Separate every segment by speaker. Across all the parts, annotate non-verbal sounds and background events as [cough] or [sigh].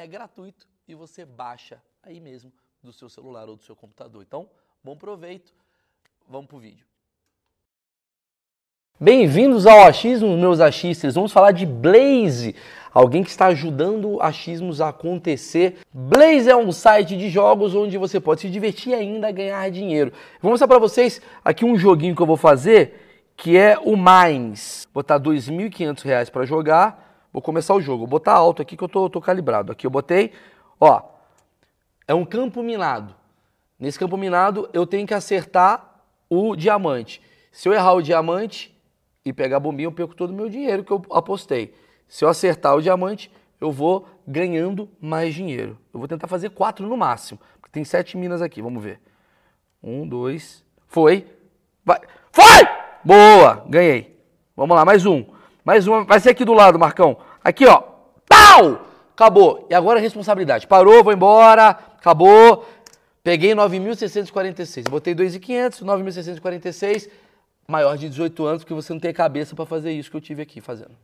Speaker 1: é gratuito e você baixa aí mesmo do seu celular ou do seu computador. Então, bom proveito. Vamos pro vídeo. Bem-vindos ao Achismo, meus achistas. Vamos falar de Blaze, alguém que está ajudando achismos a acontecer. Blaze é um site de jogos onde você pode se divertir e ainda ganhar dinheiro. Vou mostrar para vocês aqui um joguinho que eu vou fazer, que é o Mines. Vou botar R$ 2.500 para jogar. Vou começar o jogo. Vou botar alto aqui que eu tô, tô, calibrado. Aqui eu botei, ó. É um campo minado. Nesse campo minado eu tenho que acertar o diamante. Se eu errar o diamante e pegar a bombinha, eu perco todo o meu dinheiro que eu apostei. Se eu acertar o diamante, eu vou ganhando mais dinheiro. Eu vou tentar fazer quatro no máximo. Porque tem sete minas aqui, vamos ver. Um, dois. Foi! Vai! Foi! Boa! Ganhei! Vamos lá, mais um. Mais uma. Vai ser aqui do lado, Marcão. Aqui, ó. Pau! Acabou. E agora a responsabilidade. Parou, vou embora. Acabou. Peguei 9.646. Botei 2.500, 9.646. Maior de 18 anos, porque você não tem cabeça para fazer isso que eu tive aqui fazendo.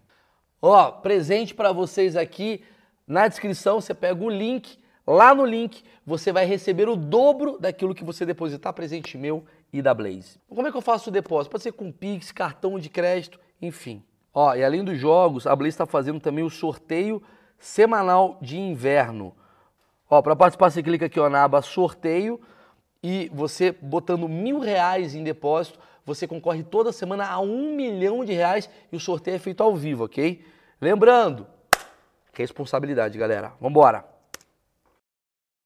Speaker 1: Ó, presente para vocês aqui. Na descrição você pega o link. Lá no link você vai receber o dobro daquilo que você depositar presente meu e da Blaze. Como é que eu faço o depósito? Pode ser com Pix, cartão de crédito, enfim. Ó, e além dos jogos, a Blaze está fazendo também o sorteio semanal de inverno. Ó, para participar você clica aqui ó, na aba sorteio e você botando mil reais em depósito, você concorre toda semana a um milhão de reais e o sorteio é feito ao vivo, ok? Lembrando, responsabilidade, galera. Vambora!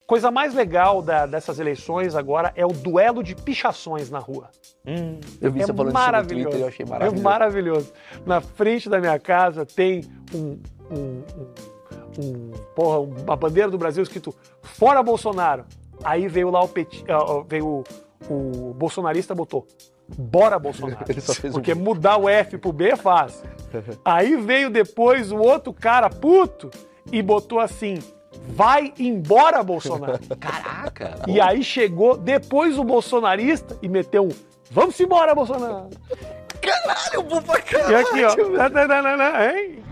Speaker 2: Coisa mais legal da, dessas eleições agora é o duelo de pichações na rua.
Speaker 1: Hum, eu vi é você falando isso no Twitter, eu achei maravilhoso.
Speaker 2: É maravilhoso. Na frente da minha casa tem um, um, um, um porra, uma bandeira do Brasil escrito fora Bolsonaro. Aí veio lá o peti, uh, veio o, o bolsonarista botou
Speaker 1: [laughs]
Speaker 2: bora Bolsonaro.
Speaker 1: um
Speaker 2: Porque mudar o F pro B é fácil. Aí veio depois o outro cara puto e botou assim Vai embora, Bolsonaro.
Speaker 1: Caraca!
Speaker 2: E aí chegou depois o bolsonarista e meteu um Vamos embora, Bolsonaro!
Speaker 1: Caralho, bom pra caralho! E
Speaker 2: é aqui, ó. Tá, Nananana, hein?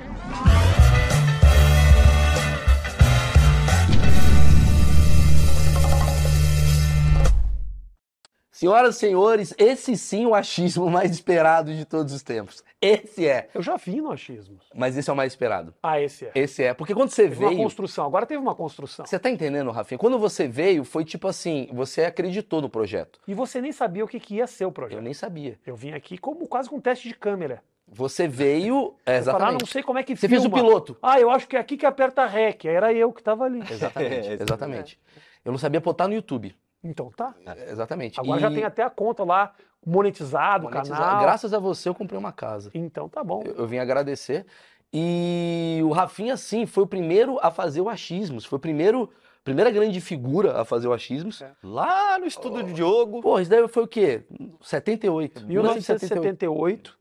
Speaker 1: Senhoras e senhores, esse sim é o achismo mais esperado de todos os tempos. Esse é.
Speaker 2: Eu já vi no achismo.
Speaker 1: Mas esse é o mais esperado.
Speaker 2: Ah, esse é.
Speaker 1: Esse é. Porque quando você
Speaker 2: teve
Speaker 1: veio.
Speaker 2: uma construção, agora teve uma construção.
Speaker 1: Você tá entendendo, Rafinha? Quando você veio, foi tipo assim: você acreditou no projeto.
Speaker 2: E você nem sabia o que, que ia ser o projeto.
Speaker 1: Eu nem sabia.
Speaker 2: Eu vim aqui como quase com um teste de câmera.
Speaker 1: Você
Speaker 2: [laughs]
Speaker 1: veio. É, exatamente. Falar,
Speaker 2: não sei como é que
Speaker 1: Você filma. fez o
Speaker 2: [laughs]
Speaker 1: piloto.
Speaker 2: Ah, eu acho que é aqui que aperta REC. Era eu que tava ali.
Speaker 1: Exatamente. [laughs] exatamente. Eu não sabia botar no YouTube.
Speaker 2: Então tá.
Speaker 1: É, exatamente.
Speaker 2: Agora e... já tem até a conta lá monetizado, monetizado, canal.
Speaker 1: Graças a você eu comprei uma casa.
Speaker 2: Então tá bom.
Speaker 1: Eu, eu, vim agradecer. E o Rafinha, sim, foi o primeiro a fazer o achismos. Foi o primeiro, primeira grande figura a fazer o achismos. É.
Speaker 3: Lá no estudo oh. de Diogo.
Speaker 1: Pô, isso daí foi o quê? 78.
Speaker 2: 1978.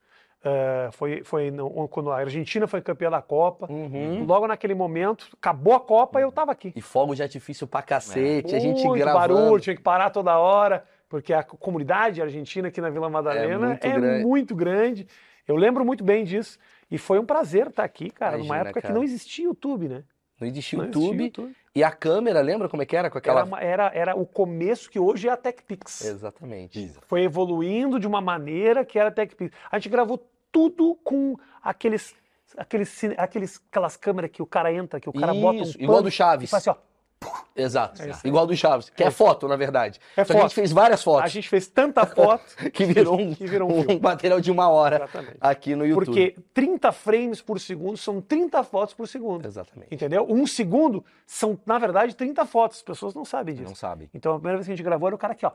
Speaker 2: Uh, foi foi no, quando a Argentina foi campeã da Copa. Uhum. Logo naquele momento, acabou a Copa e eu tava aqui.
Speaker 1: E fogo de artifício pra cacete, é. a gente
Speaker 2: muito
Speaker 1: gravando.
Speaker 2: barulho, tinha que parar toda hora, porque a comunidade argentina aqui na Vila Madalena é muito, é grande. muito grande. Eu lembro muito bem disso. E foi um prazer estar aqui, cara, Imagina, numa época cara. que não existia YouTube, né?
Speaker 1: Não existia, não YouTube, existia YouTube. E a câmera, lembra como é que era com aquela.
Speaker 2: Era, uma, era, era o começo que hoje é a TechPix.
Speaker 1: Exatamente. Isso.
Speaker 2: Foi evoluindo de uma maneira que era a TechPix. A gente gravou tudo com aqueles, aqueles, aqueles aquelas câmeras que o cara entra, que o cara
Speaker 1: Isso,
Speaker 2: bota um pano,
Speaker 1: igual do Chaves.
Speaker 2: E faz assim, ó.
Speaker 1: Exato.
Speaker 2: É isso aí.
Speaker 1: Igual do Chaves, que é, foto, na verdade.
Speaker 2: É
Speaker 1: Só que a
Speaker 2: foto.
Speaker 1: gente fez várias
Speaker 2: A
Speaker 1: fotos
Speaker 2: gente fez tanta foto
Speaker 1: [laughs] que virou, um,
Speaker 2: [laughs]
Speaker 1: [laughs]
Speaker 2: que virou um filme.
Speaker 1: material de uma hora
Speaker 2: Exatamente.
Speaker 1: aqui no YouTube.
Speaker 2: Porque 30 frames por segundo são 30 fotos por segundo.
Speaker 1: Exatamente.
Speaker 2: Entendeu? Um segundo são, na verdade, 30 fotos. As pessoas não sabem disso.
Speaker 1: Não sabem.
Speaker 2: Então a primeira vez que a gente gravou era o cara aqui, ó.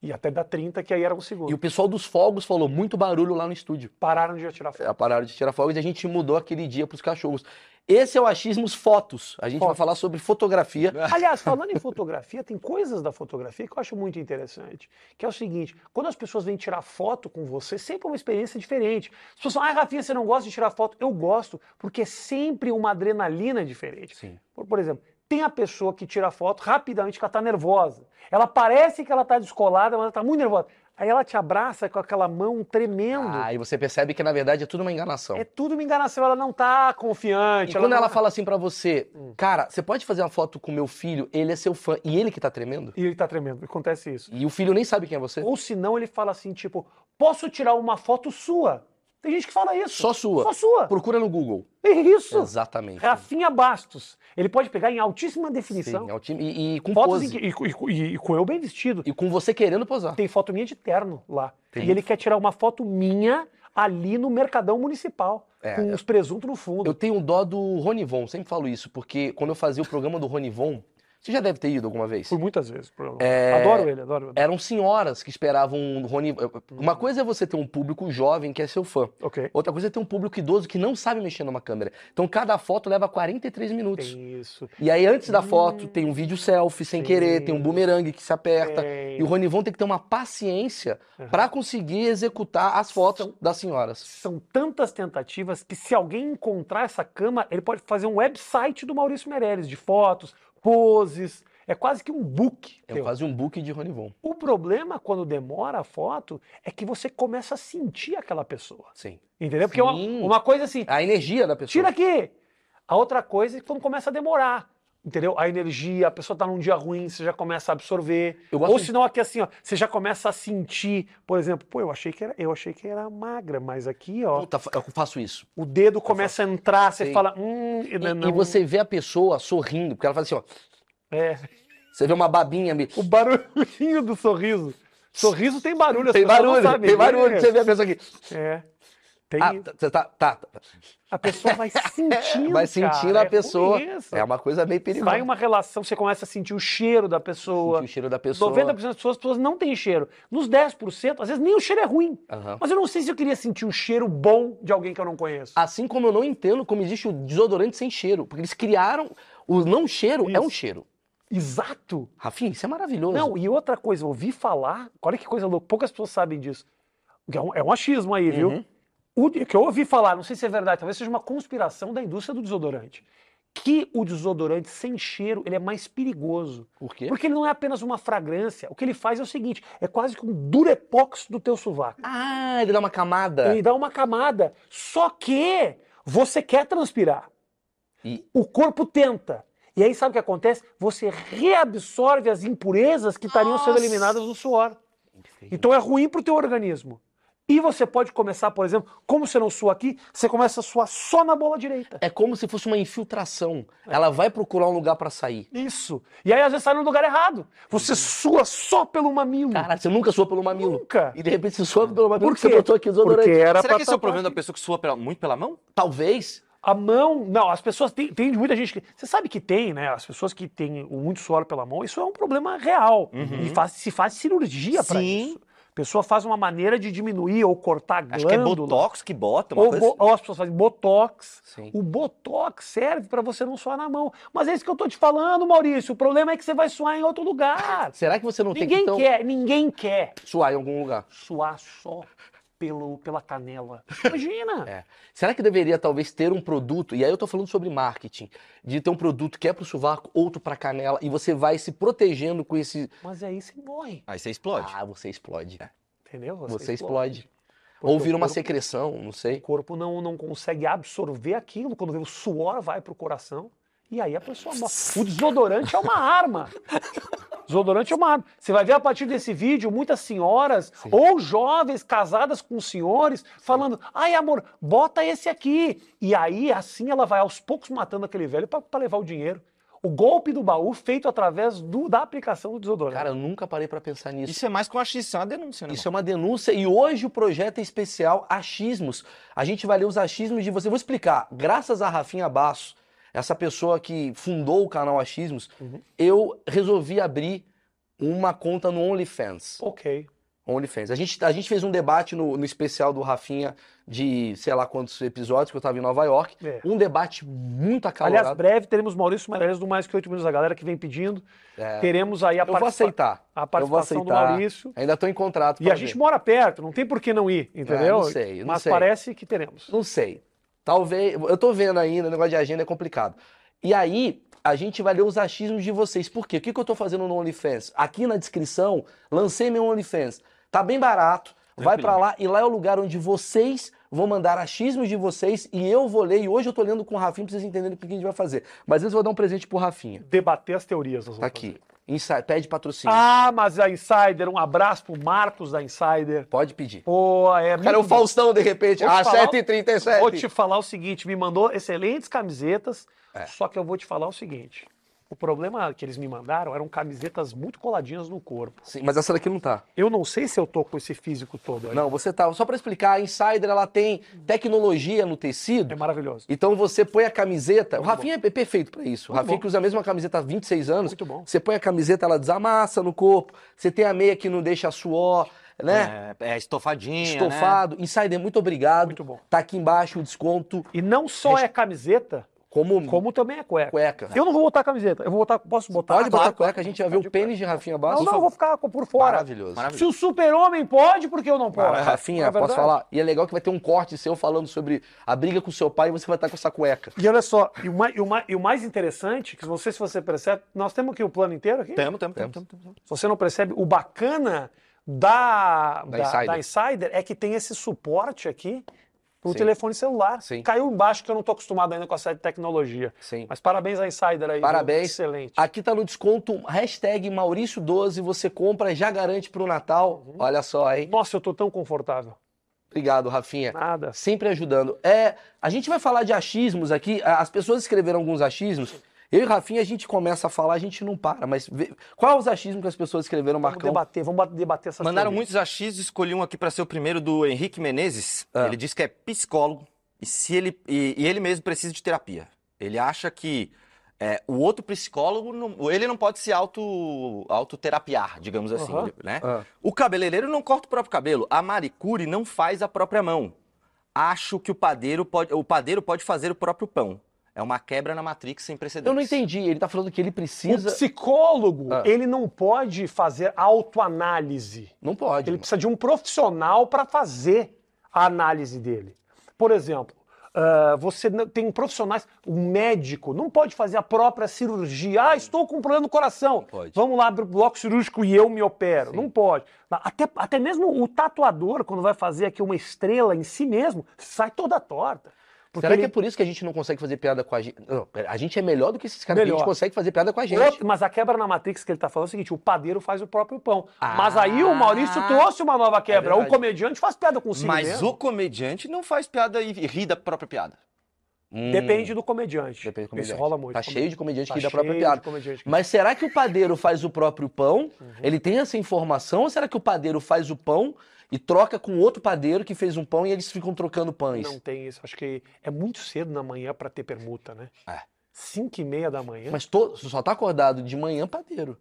Speaker 2: E até dá 30, que aí era um segundo.
Speaker 1: E o pessoal dos fogos falou muito barulho lá no estúdio.
Speaker 2: Pararam de atirar foto.
Speaker 1: É, Pararam de tirar fogos e a gente mudou aquele dia pros cachorros. Esse é o achismos fotos. A gente vai
Speaker 2: Fotos.
Speaker 1: falar sobre fotografia.
Speaker 2: Aliás, falando em fotografia, tem coisas da fotografia que eu acho muito interessante. Que é o seguinte: quando as pessoas vêm tirar foto com você, sempre é uma experiência diferente. As pessoas falam, ah, Rafinha, você não gosta de tirar foto? Eu gosto, porque é sempre uma adrenalina diferente.
Speaker 1: Sim.
Speaker 2: Por, por exemplo, tem a pessoa que tira foto rapidamente que ela está nervosa. Ela parece que ela está descolada, mas ela está muito nervosa. Aí ela te abraça com aquela mão tremendo.
Speaker 1: Ah, e você percebe que na verdade é tudo uma enganação.
Speaker 2: É tudo uma enganação, ela não tá confiante.
Speaker 1: E quando
Speaker 2: não
Speaker 1: ela
Speaker 2: tá-
Speaker 1: fala assim pra você,
Speaker 2: Hum.
Speaker 1: cara, você pode fazer uma foto com meu filho? Ele é seu fã. E ele que tá tremendo?
Speaker 2: E ele tá tremendo, acontece isso.
Speaker 1: E o filho nem sabe quem é você?
Speaker 2: Ou se não, ele fala assim, tipo, posso tirar uma foto sua? Tem gente que fala isso.
Speaker 1: Só sua.
Speaker 2: Só sua.
Speaker 1: Procura no Google.
Speaker 2: É Isso. É
Speaker 1: Exatamente.
Speaker 2: Rafinha Bastos. Ele pode pegar em altíssima definição.
Speaker 1: Sim, é o time. E, e com
Speaker 2: fotos em
Speaker 1: pose.
Speaker 2: que- e, e- e- e com eu bem vestido.
Speaker 1: E com você querendo posar.
Speaker 2: Tem foto minha de terno lá.
Speaker 1: Tem.
Speaker 2: E ele quer tirar uma foto minha ali no Mercadão Municipal.
Speaker 1: É.
Speaker 2: Com os presuntos no fundo.
Speaker 1: Eu tenho dó do Ronivon, sempre falo isso, porque quando eu fazia o programa do Ronivon, você já deve ter ido alguma vez.
Speaker 2: Por muitas vezes. Por...
Speaker 1: É.
Speaker 2: Adoro ele, adoro. adoro.
Speaker 1: Eram senhoras que esperavam o Ronivon. Uma coisa é você ter um público jovem que é seu fã.
Speaker 2: Ok.
Speaker 1: Outra coisa é ter um público idoso que não sabe mexer numa câmera. Então cada foto leva 43 minutos.
Speaker 2: Tem Hum. isso.
Speaker 1: E aí, antes da foto, tem um vídeo selfie sem querer, tem um bumerangue que se aperta.
Speaker 2: Tem.
Speaker 1: E o Ronivon tem que ter uma paciência
Speaker 2: Aham.
Speaker 1: pra conseguir executar as fotos das senhoras.
Speaker 2: São tantas tentativas que se alguém encontrar essa cama, ele pode fazer um website do Maurício Meirelles, de fotos, poses. É quase que um book.
Speaker 1: É
Speaker 2: teu.
Speaker 1: quase um book de Ronivon.
Speaker 2: O problema quando demora a foto é que você começa a sentir aquela pessoa.
Speaker 1: Sim.
Speaker 2: Entendeu? Porque é uma,
Speaker 1: Sim.
Speaker 2: uma coisa assim,
Speaker 1: A energia da pessoa.
Speaker 2: tira aqui! A outra coisa é que quando começa a demorar. Entendeu? A energia, a pessoa tá num dia ruim, você já começa a absorver.
Speaker 1: Eu gosto
Speaker 2: Ou
Speaker 1: de-
Speaker 2: senão aqui assim, ó, você já começa a sentir, por exemplo, pô, eu achei que era, eu achei que era magra, mas aqui, ó,
Speaker 1: Puta, fa- eu faço isso.
Speaker 2: O dedo começa a entrar, você
Speaker 1: Sim.
Speaker 2: fala, hum,
Speaker 1: E,
Speaker 2: não,
Speaker 1: e você vê a pessoa sorrindo, porque ela faz assim, ó.
Speaker 2: É.
Speaker 1: Você vê uma babinha ali.
Speaker 2: O barulhinho do sorriso. Sorriso tem barulho, as
Speaker 1: Tem
Speaker 2: pessoas não
Speaker 1: barulho,
Speaker 2: sabem. né?
Speaker 1: tem barulho. Você vê a pessoa aqui.
Speaker 2: É. Tem...
Speaker 1: Ah, tá, tá, tá, tá.
Speaker 2: A
Speaker 1: [laughs]
Speaker 2: pessoa vai sentindo,
Speaker 1: Vai sentindo
Speaker 2: cara,
Speaker 1: a
Speaker 2: é
Speaker 1: pessoa.
Speaker 2: ruim isso.
Speaker 1: É uma coisa meio perigosa.
Speaker 2: Vai uma relação, você começa a sentir o cheiro da pessoa.
Speaker 1: Sentir o cheiro da pessoa.
Speaker 2: 90% das pessoas, as pessoas não têm cheiro. Nos 10%, às vezes nem o cheiro é ruim.
Speaker 1: Aham.
Speaker 2: Mas eu não sei se eu queria sentir o cheiro bom de alguém que eu não conheço.
Speaker 1: Assim como eu não entendo como existe o desodorante sem cheiro. Porque eles criaram. O não cheiro é
Speaker 2: Isso.
Speaker 1: um cheiro.
Speaker 2: Exato.
Speaker 1: Rafinha, isso é maravilhoso.
Speaker 2: Não, e outra coisa, eu ouvi falar, olha que coisa louca, poucas pessoas sabem disso. É um, é um achismo aí, viu?
Speaker 1: Uhum.
Speaker 2: O de- que eu ouvi falar, não sei se é verdade, talvez seja uma conspiração da indústria do desodorante. Que o desodorante sem cheiro, ele é mais perigoso.
Speaker 1: Por quê?
Speaker 2: Porque ele não é apenas uma fragrância. O que ele faz é o seguinte, é quase que um durepox do teu sovaco.
Speaker 1: Ah, ele dá uma camada.
Speaker 3: É.
Speaker 2: Ele dá uma camada. Só que você quer transpirar.
Speaker 1: E-
Speaker 2: O corpo tenta. E aí sabe o que acontece? Você reabsorve as impurezas que estariam sendo
Speaker 1: Nossa.
Speaker 2: eliminadas no suor. Então é ruim para o teu organismo. E você pode começar, por exemplo, como você não sua aqui, você começa a suar só na bola direita.
Speaker 1: É como se fosse uma infiltração.
Speaker 2: É.
Speaker 1: Ela vai procurar um lugar pra sair.
Speaker 2: Isso. E aí às vezes sai no lugar errado.
Speaker 3: Uhum.
Speaker 2: Você sua só pelo mamilo.
Speaker 1: Caralho, você nunca soa pelo mamilo.
Speaker 2: Nunca.
Speaker 1: E de repente você soa pelo mamilo
Speaker 2: Uhum. Por
Speaker 1: porque você
Speaker 2: quê?
Speaker 1: botou aqui o desodorante.
Speaker 2: Porque era
Speaker 3: Será
Speaker 2: pra
Speaker 3: que esse é o
Speaker 2: tapar
Speaker 3: problema da
Speaker 2: aqui.
Speaker 3: pessoa que sua pela- muito pela mão?
Speaker 1: Talvez.
Speaker 2: A mão, não, as pessoas têm, tem muita gente que. Você sabe que tem, né? As pessoas que têm muito suor pela mão, isso é um problema real.
Speaker 1: Uhum.
Speaker 2: E faz- se faz cirurgia para
Speaker 3: Sim.
Speaker 2: isso. A pessoa faz uma maneira de diminuir ou cortar a glândula.
Speaker 3: Acho que é botox que bota, uma
Speaker 2: Ou,
Speaker 3: coisa
Speaker 2: bo-
Speaker 3: assim.
Speaker 2: ou as pessoas fazem botox.
Speaker 1: Sim.
Speaker 2: O botox serve para você não suar na mão. Mas é isso que eu tô te falando, Maurício. O problema é que você vai suar em outro lugar.
Speaker 1: Será que você não tem
Speaker 2: ninguém
Speaker 1: que então,
Speaker 2: quer, ninguém quer
Speaker 1: suar em algum lugar?
Speaker 2: suar só pelo, pela
Speaker 1: [laughs]
Speaker 2: canela. Imagina!
Speaker 1: É. Será que deveria talvez ter um produto, e aí eu tô falando sobre marketing, de ter um produto que é pro sovaco, outro pra canela, e você vai se protegendo com esse.
Speaker 2: Mas aí você morre,
Speaker 3: Aí você explode.
Speaker 1: Ah, você explode.
Speaker 2: entendeu?
Speaker 1: Você explode.
Speaker 2: Porque
Speaker 1: Ou vira
Speaker 2: o
Speaker 1: uma
Speaker 2: corpo-
Speaker 1: secreção, não
Speaker 2: O
Speaker 1: sei.
Speaker 2: corpo não, não consegue absorver aquilo. Quando vê o suor vai pro coração. E aí a pessoa morre. O desodorante é uma arma. [laughs] Desodorante é uma arma. Você vai ver a partir desse vídeo muitas senhoras ou jovens casadas com senhores falando: ai, amor, bota esse aqui. E aí, assim, ela vai aos poucos matando aquele velho para levar o dinheiro. O golpe do baú feito através do- da aplicação do desodorante.
Speaker 1: Cara, eu nunca parei pra pensar nisso.
Speaker 3: Isso é mais que uma xis, isso é uma denúncia, né?
Speaker 1: Isso é uma denúncia e hoje o projeto é especial achismos. A gente vai ler os achismos de você. Vou explicar. Graças a Rafinha Basso, essa pessoa que fundou o canal Achismos,
Speaker 2: Uhum.
Speaker 1: eu resolvi abrir uma conta no OnlyFans.
Speaker 2: Ok.
Speaker 1: OnlyFans. A gente, a gente fez um debate no, no especial do Rafinha de sei lá quantos episódios que eu tava em Nova York.
Speaker 2: É.
Speaker 1: Um debate muito
Speaker 2: Aliás,
Speaker 1: acalorado.
Speaker 2: breve teremos Maurício Magalhães do Mais Que Oito Minutos, a galera que vem pedindo.
Speaker 1: É.
Speaker 2: Teremos aí a,
Speaker 1: eu vou
Speaker 2: participa-
Speaker 1: aceitar.
Speaker 2: a
Speaker 1: Eu vou
Speaker 2: participação do
Speaker 1: aceitar.
Speaker 2: Maurício.
Speaker 1: Ainda tô em contrato.
Speaker 2: E
Speaker 1: pra
Speaker 2: a gente
Speaker 1: ver.
Speaker 2: mora perto, não tem por que não ir, entendeu?
Speaker 1: É, não sei, eu não
Speaker 2: Mas
Speaker 1: sei.
Speaker 2: parece que teremos.
Speaker 1: Não sei. Talvez. Eu tô vendo ainda, o negócio de agenda é complicado. E aí, a gente vai ler os achismos de vocês. Por quê? O que, que eu tô fazendo no OnlyFans? Aqui na descrição, lancei meu OnlyFans. Tá bem barato. Vai
Speaker 3: Tranquilo.
Speaker 1: pra lá e lá é o lugar onde vocês vão mandar achismos de vocês e eu vou ler. E hoje eu tô lendo com o Rafinha pra vocês entenderem o que a gente vai fazer. Mas antes eu vou dar um presente pro Rafinha.
Speaker 2: Debater as teorias. nós
Speaker 1: Tá
Speaker 2: vamos
Speaker 1: aqui. Insi- Pede patrocínio.
Speaker 2: Ah, mas a Insider, um abraço pro Marcos da Insider.
Speaker 1: Pode pedir.
Speaker 2: Pô, é
Speaker 1: O cara é o
Speaker 2: muito bom.
Speaker 1: Faustão, de repente.
Speaker 2: Vou te
Speaker 1: Ah,
Speaker 2: falar-
Speaker 1: 7h37.
Speaker 2: Vou te falar o seguinte, me mandou excelentes camisetas,
Speaker 1: É.
Speaker 2: só que eu vou te falar o seguinte. O problema que eles me mandaram eram camisetas muito coladinhas no corpo.
Speaker 1: Sim, mas essa daqui não tá.
Speaker 2: Eu não sei se eu tô com esse físico todo aí.
Speaker 1: Não, você tá. Só pra explicar, a Insider ela tem tecnologia no
Speaker 2: É
Speaker 1: tecido.
Speaker 2: maravilhoso.
Speaker 1: Então você põe a camiseta.
Speaker 2: Muito
Speaker 1: o Rafinha é perfeito pra isso. O
Speaker 2: Muito
Speaker 1: Rafinha
Speaker 2: bom.
Speaker 1: que usa a mesma camiseta há 26 anos.
Speaker 2: Muito bom.
Speaker 1: Você põe a camiseta, ela desamassa no corpo. Você tem a meia que não deixa suor, né?
Speaker 3: É, é estofadinha, né?
Speaker 1: Estofado. Insider, muito obrigado.
Speaker 2: Muito bom.
Speaker 1: Tá aqui embaixo o desconto
Speaker 2: E não só é camiseta,
Speaker 1: como,
Speaker 2: como também é cueca.
Speaker 1: Hum. cueca.
Speaker 2: Eu não vou botar camiseta, eu vou botar, posso botar?
Speaker 1: Pode botar
Speaker 2: Claro.
Speaker 1: cueca, a gente vai ver
Speaker 2: Pode
Speaker 1: o pênis de Rafinha
Speaker 2: Não,
Speaker 1: Bastos.
Speaker 2: não, eu vou ficar por fora.
Speaker 1: Maravilhoso.
Speaker 2: Se
Speaker 3: Maravilhoso.
Speaker 2: o super-homem pode, por que eu não posso?
Speaker 1: Ah, Rafinha,
Speaker 2: Não é
Speaker 1: posso
Speaker 2: verdade?
Speaker 1: falar? E é legal que vai ter um corte seu falando sobre a briga com seu pai e você vai estar com essa cueca.
Speaker 2: E olha só, e o, mais, e, o mais, e o mais interessante, que não sei se você percebe, nós temos aqui o plano inteiro aqui?
Speaker 3: Tamo, tamo, tamo, tamo, tamo.
Speaker 2: Se você não percebe, o bacana da, da,
Speaker 1: Insider.
Speaker 2: da Insider. é que tem esse suporte aqui pro
Speaker 1: Sim.
Speaker 2: telefone celular.
Speaker 1: Sim.
Speaker 2: Caiu embaixo que eu não tô acostumado ainda com essa tecnologia.
Speaker 1: Sim.
Speaker 2: Mas parabéns à Insider aí. viu?
Speaker 1: Parabéns.
Speaker 2: Excelente.
Speaker 1: Aqui tá no desconto, hashtag Maurício12, você compra, já garante pro Natal.
Speaker 2: Uhum.
Speaker 1: Olha só, hein?
Speaker 2: Nossa, eu tô tão confortável.
Speaker 1: Obrigado, Rafinha.
Speaker 2: Nada.
Speaker 1: Sempre ajudando. É, a gente vai falar de achismos aqui, a- as pessoas escreveram alguns achismos. Eu e Rafinha, a gente começa a falar, a gente não para, mas vê, qual os achismos que as pessoas escreveram,
Speaker 2: Vamos
Speaker 1: Marcão?
Speaker 2: debater, vamos ba- debater essas
Speaker 3: Mandaram
Speaker 2: teorias.
Speaker 3: muitos AX, escolhi um aqui pra ser o primeiro do Henrique Menezes.
Speaker 1: Ah.
Speaker 3: Ele diz que é psicólogo e, se ele, e, e ele mesmo precisa de terapia. Ele acha que é, o outro psicólogo, não- ele não pode se auto, autoterapiar, digamos assim,
Speaker 2: Aham.
Speaker 3: né?
Speaker 1: Ah,
Speaker 3: O cabeleireiro não corta o próprio cabelo, a manicure não faz a própria mão. Acho que o padeiro pode, o padeiro pode fazer o próprio pão. É uma quebra na Matrix sem precedentes.
Speaker 1: eu não entendi, ele tá falando que ele
Speaker 2: O
Speaker 1: precisa...
Speaker 2: psicólogo,
Speaker 1: Ah.
Speaker 2: ele não pode fazer autoanálise.
Speaker 1: Não pode.
Speaker 2: Ele precisa de um profissional para fazer a análise dele. Por exemplo, ah, você não- tem profissionais, um médico não pode fazer a própria cirurgia. Ah, estou com um problema no coração.
Speaker 1: pode.
Speaker 2: Vamos lá para o bloco cirúrgico e eu me opero. Não pode. Até, até mesmo o tatuador, quando vai fazer aqui uma estrela em si mesmo, sai toda torta. Porque
Speaker 1: Será que
Speaker 2: ele-
Speaker 1: é por isso que a gente não consegue fazer piada com a gente? Não, pera, a gente é melhor do que esses caras, porque a gente
Speaker 2: Melhor.
Speaker 1: consegue fazer piada com a gente.
Speaker 2: Outro- mas a quebra na Matrix que ele tá falando é o seguinte: o padeiro faz o próprio pão.
Speaker 1: Ah. é
Speaker 2: mas aí o Maurício trouxe uma nova quebra. o
Speaker 1: verdade.
Speaker 2: comediante faz piada consigo
Speaker 3: Mas
Speaker 2: mesmo.
Speaker 3: o comediante não faz piada e ri da própria piada.
Speaker 1: Hum.
Speaker 2: Depende do comediante.
Speaker 1: Depende do comediante.
Speaker 2: Isso rola muito.
Speaker 1: Tá cheio de comediante que dá a
Speaker 2: cheio
Speaker 1: própria
Speaker 2: de
Speaker 1: piada.
Speaker 2: comediante que-
Speaker 1: Mas será que o padeiro faz o próprio pão?
Speaker 2: Uhum.
Speaker 1: Ele tem essa informação? Ou será que o padeiro faz o pão e troca com outro padeiro que fez um pão e eles ficam trocando pães?
Speaker 2: Não tem isso. Acho que é muito cedo na manhã pra ter permuta, né?
Speaker 3: É.
Speaker 2: Cinco e meia da manhã.
Speaker 1: Mas to- só tá acordado de manhã padeiro.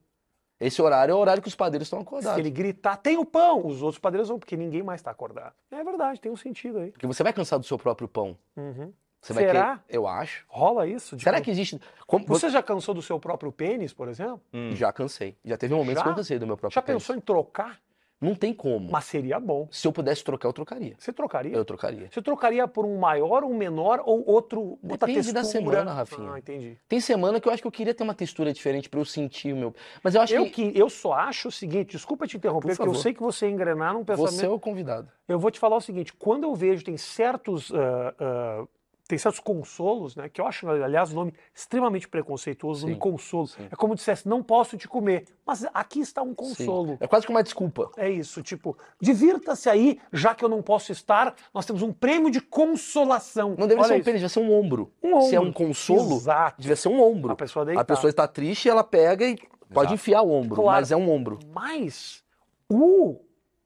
Speaker 1: Esse horário é o horário que os padeiros estão
Speaker 2: se
Speaker 1: acordados.
Speaker 2: ele gritar, tem o pão, os outros padeiros vão, porque ninguém mais tá acordado. É verdade, tem um sentido aí.
Speaker 1: Porque você vai cansar do seu próprio pão.
Speaker 2: Uhum.
Speaker 1: Você vai
Speaker 2: Será?
Speaker 1: querer- Eu acho.
Speaker 2: Rola isso? de
Speaker 1: Será
Speaker 2: can-
Speaker 1: que existe. Como-
Speaker 2: Você já cansou do seu próprio pênis, por exemplo?
Speaker 3: Hum.
Speaker 1: Já cansei. Já teve um momento
Speaker 2: Já?
Speaker 1: que eu cansei do meu próprio
Speaker 2: Já
Speaker 1: pênis.
Speaker 2: pensou em trocar?
Speaker 1: Não tem como.
Speaker 2: Mas seria bom.
Speaker 1: Se eu pudesse trocar, eu trocaria.
Speaker 2: Você trocaria?
Speaker 1: Eu trocaria.
Speaker 2: Você trocaria por um maior, um menor ou outro, outra
Speaker 1: Depende
Speaker 2: textura?
Speaker 1: da semana, Rafinha.
Speaker 2: Ah, entendi.
Speaker 1: Tem semana que eu acho que eu queria ter uma textura diferente pra eu sentir o meu. Mas eu acho
Speaker 2: Eu,
Speaker 1: que
Speaker 2: que, eu só acho o seguinte, desculpa te interromper,
Speaker 1: Por
Speaker 2: porque eu
Speaker 1: favor. é um
Speaker 2: sei que você ia engrenar num pensamento.
Speaker 1: você é o convidado.
Speaker 2: Eu vou te falar o seguinte: quando eu vejo, tem certos ah, ah, tem certos consolos, né? Que eu acho, aliás, um nome extremamente preconceituoso, um
Speaker 1: Sim,
Speaker 2: consolo.
Speaker 1: sim.
Speaker 2: É como dissesse, não posso te comer, mas aqui está um consolo.
Speaker 1: É quase que uma desculpa.
Speaker 2: É isso, tipo, divirta-se aí, já que eu não posso estar, nós temos um prêmio de consolação.
Speaker 1: Não deve
Speaker 2: Olha
Speaker 1: ser um
Speaker 2: isso.
Speaker 1: pênis, deve ser um ombro.
Speaker 2: Um
Speaker 1: Se é
Speaker 2: ombro.
Speaker 1: um consolo,
Speaker 2: Exato.
Speaker 1: devia ser um ombro.
Speaker 2: A pessoa deitar.
Speaker 1: A pessoa está triste, ela pega e pode
Speaker 3: Exato.
Speaker 1: enfiar o ombro,
Speaker 2: Claro.
Speaker 1: mas é um ombro.
Speaker 2: Mas o,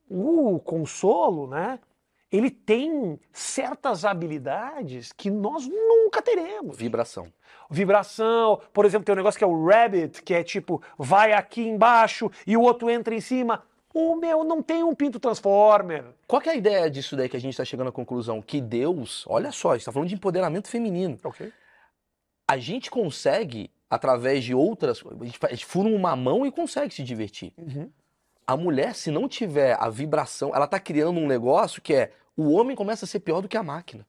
Speaker 2: o consolo, né? Ele tem certas habilidades que nós nunca teremos.
Speaker 1: Vibração.
Speaker 2: Vibração, por exemplo, tem um negócio que é o rabbit, que é tipo, vai aqui embaixo e o outro entra em cima. O meu não tem um pinto transformer.
Speaker 1: Qual que é a ideia disso daí que a gente está chegando à conclusão? Que Deus, olha só, a gente está falando de empoderamento feminino.
Speaker 2: Ok.
Speaker 1: A gente consegue, através de outras. A gente, fa- a gente fura uma mão e consegue se divertir.
Speaker 2: Uhum.
Speaker 1: A mulher, se não tiver a vibração, ela tá criando um negócio que é. O homem começa a ser pior do que a máquina.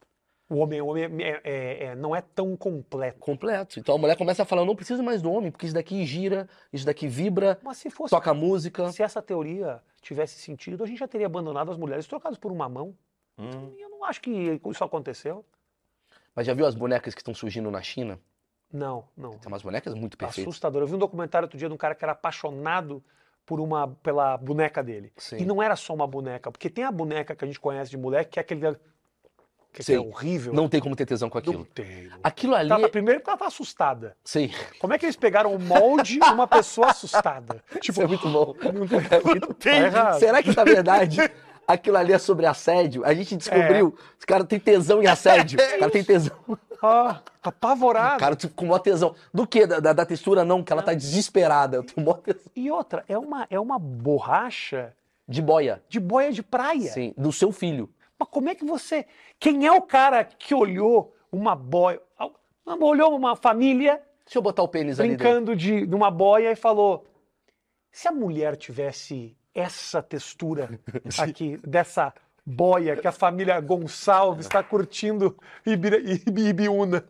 Speaker 2: O homem, o homem é- é- é- não é tão completo.
Speaker 1: Completo. Então a mulher começa a falar: eu não preciso mais do homem, porque isso daqui gira, isso daqui vibra,
Speaker 2: Mas se fosse
Speaker 1: toca música.
Speaker 2: Se essa teoria tivesse sentido, a gente já teria abandonado as mulheres trocadas por uma mão.
Speaker 1: Hum.
Speaker 2: E eu não acho que isso aconteceu.
Speaker 1: Mas já viu as bonecas que estão surgindo na China?
Speaker 2: Não, não.
Speaker 1: Tem umas bonecas muito perfeitas.
Speaker 2: Assustador. Eu vi um documentário outro dia de um cara que era apaixonado por uma, pela boneca dele.
Speaker 1: Sim.
Speaker 2: E não era só uma boneca, porque tem a boneca que a gente conhece de moleque, que é aquele da- que é
Speaker 1: Sei.
Speaker 2: horrível.
Speaker 1: Não tem como ter tesão com
Speaker 2: não
Speaker 1: aquilo.
Speaker 2: tem. não.
Speaker 1: Aquilo ali. é-
Speaker 2: Ela tá- primeiro porque ela tá assustada. [laughs]
Speaker 1: Sim.
Speaker 2: Como é que eles pegaram o molde de uma pessoa
Speaker 1: [laughs]
Speaker 2: assustada?
Speaker 1: Tipo, é muito bom.
Speaker 2: [laughs]
Speaker 1: [laughs]
Speaker 2: Não- Tá errado.
Speaker 1: Será que, na
Speaker 2: [laughs]
Speaker 1: verdade, aquilo ali é sobre assédio? A gente descobriu.
Speaker 2: É.
Speaker 1: Os caras têm tesão em
Speaker 2: [laughs]
Speaker 1: assédio. O cara tem tesão.
Speaker 2: Ah,
Speaker 1: O
Speaker 2: tá apavorado.
Speaker 1: cara tipo, com maior tesão. Do quê? Da, da- da textura, não, que ela tá desesperada. Eu tenho maior tesão.
Speaker 2: E outra, é uma, é uma borracha
Speaker 1: De boia.
Speaker 2: de boia de praia.
Speaker 1: Sim. Do seu filho.
Speaker 2: Mas como é que você. Quem é o cara que olhou uma boia. Ah, Não, olhou uma família
Speaker 1: Deixa eu botar o pênis ali
Speaker 2: brincando de numa boia e falou: se a mulher tivesse
Speaker 1: [laughs]
Speaker 2: essa textura aqui, dessa boia que a família Gonçalves está curtindo Ibira-
Speaker 1: [laughs]
Speaker 2: Ibi- Ibiúna.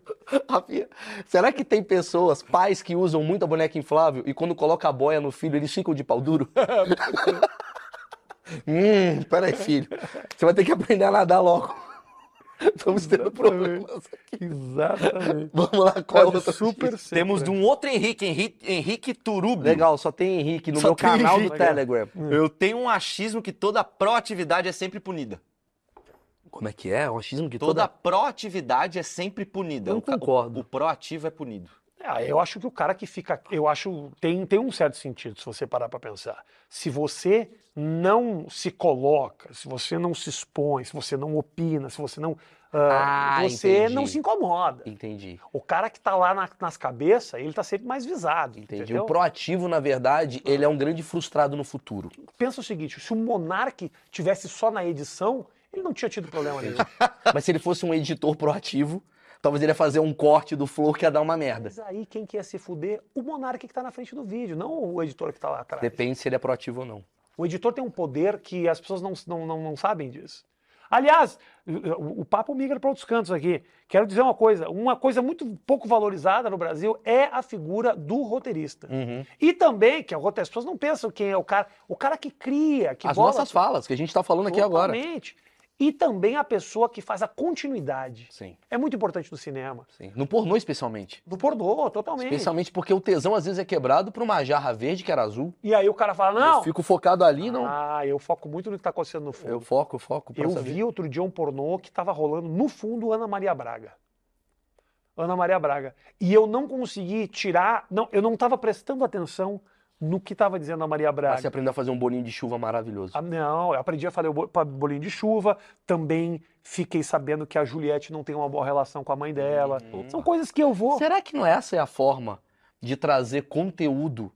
Speaker 1: dentro. Será que tem pessoas, pais que usam muito a boneca inflável e quando coloca a boia no filho, eles ficam de pau duro? [laughs] hum, peraí, filho. Você vai ter que aprender a nadar logo. [laughs] Estamos tendo problemas.
Speaker 2: Exatamente.
Speaker 1: Vamos lá, qual é
Speaker 2: Pode
Speaker 1: outra
Speaker 2: super ser,
Speaker 3: Temos
Speaker 2: né?
Speaker 3: de um outro Henrique, Henrique, Henrique Turubio.
Speaker 1: Legal, só tem Henrique no
Speaker 3: Só
Speaker 1: meu
Speaker 3: tem
Speaker 1: canal do
Speaker 3: Henrique.
Speaker 1: Telegram.
Speaker 3: Eu tenho um achismo que toda proatividade é sempre punida.
Speaker 1: Como é que é? O achismo que toda...
Speaker 3: Toda proatividade é sempre punida.
Speaker 1: Eu
Speaker 3: O ca- o-
Speaker 1: concordo.
Speaker 3: O proativo é punido.
Speaker 2: Ah, eu acho que o cara que fica. Eu acho. Tem, tem um certo sentido, se você parar pra pensar. Se você não se coloca, se você não se expõe, se você não opina, se você não. ah,
Speaker 1: Ah,
Speaker 2: você
Speaker 1: entendi.
Speaker 2: não se incomoda.
Speaker 1: Entendi,
Speaker 2: O cara que tá lá na- nas cabeças, ele tá sempre mais visado.
Speaker 1: entendi.
Speaker 2: Entendeu?
Speaker 1: O proativo, na verdade, ele é um grande frustrado no futuro.
Speaker 2: Pensa o seguinte: se o Monark tivesse só na edição, ele não tinha tido problema nenhum.
Speaker 1: Mas se ele fosse um editor proativo, talvez ele ia fazer um corte do Flor que ia dar uma merda.
Speaker 2: Mas aí quem quer se fuder? O Monark que tá na frente do vídeo, não o editor que tá lá atrás.
Speaker 1: Depende se ele é proativo ou não.
Speaker 2: O editor tem um poder que as pessoas não, não, não, não sabem disso. Aliás, o, o papo migra para outros cantos aqui. Quero dizer uma coisa: uma coisa muito pouco valorizada no Brasil é a figura do roteirista.
Speaker 1: Hum. Uhum.
Speaker 2: E também, que é o roteirista, as pessoas não pensam quem é o cara, o cara que cria, que
Speaker 1: As
Speaker 2: bola
Speaker 1: nossas falas, que a gente tá falando aqui agora.
Speaker 2: totalmente. E também a pessoa que faz a continuidade.
Speaker 1: Sim,
Speaker 2: É muito importante no cinema.
Speaker 1: sim. No pornô, especialmente.
Speaker 2: No pornô, totalmente.
Speaker 1: Especialmente porque o tesão às vezes é quebrado por uma jarra verde que era azul.
Speaker 2: E aí o cara fala:
Speaker 1: Eu
Speaker 2: não,
Speaker 1: fico focado ali, não.
Speaker 2: ah, eu foco muito no que está acontecendo no fundo.
Speaker 1: Eu foco, foco. pra
Speaker 2: Eu
Speaker 1: saber.
Speaker 2: vi outro dia um pornô que tava rolando no fundo Ana Maria Braga. Ana Maria Braga. E eu não consegui tirar. Não, eu não tava prestando atenção no que tava dizendo Ana Maria
Speaker 1: Pra se
Speaker 2: Braga.
Speaker 1: aprender a fazer um bolinho de chuva maravilhoso.
Speaker 2: Ah, não, eu aprendi a fazer o bo- pa- bolinho de chuva. Também fiquei sabendo que a Juliette não tem uma boa relação com a mãe dela.
Speaker 1: Hum.
Speaker 2: São coisas que eu vou.
Speaker 1: Será que não essa é a forma de trazer conteúdo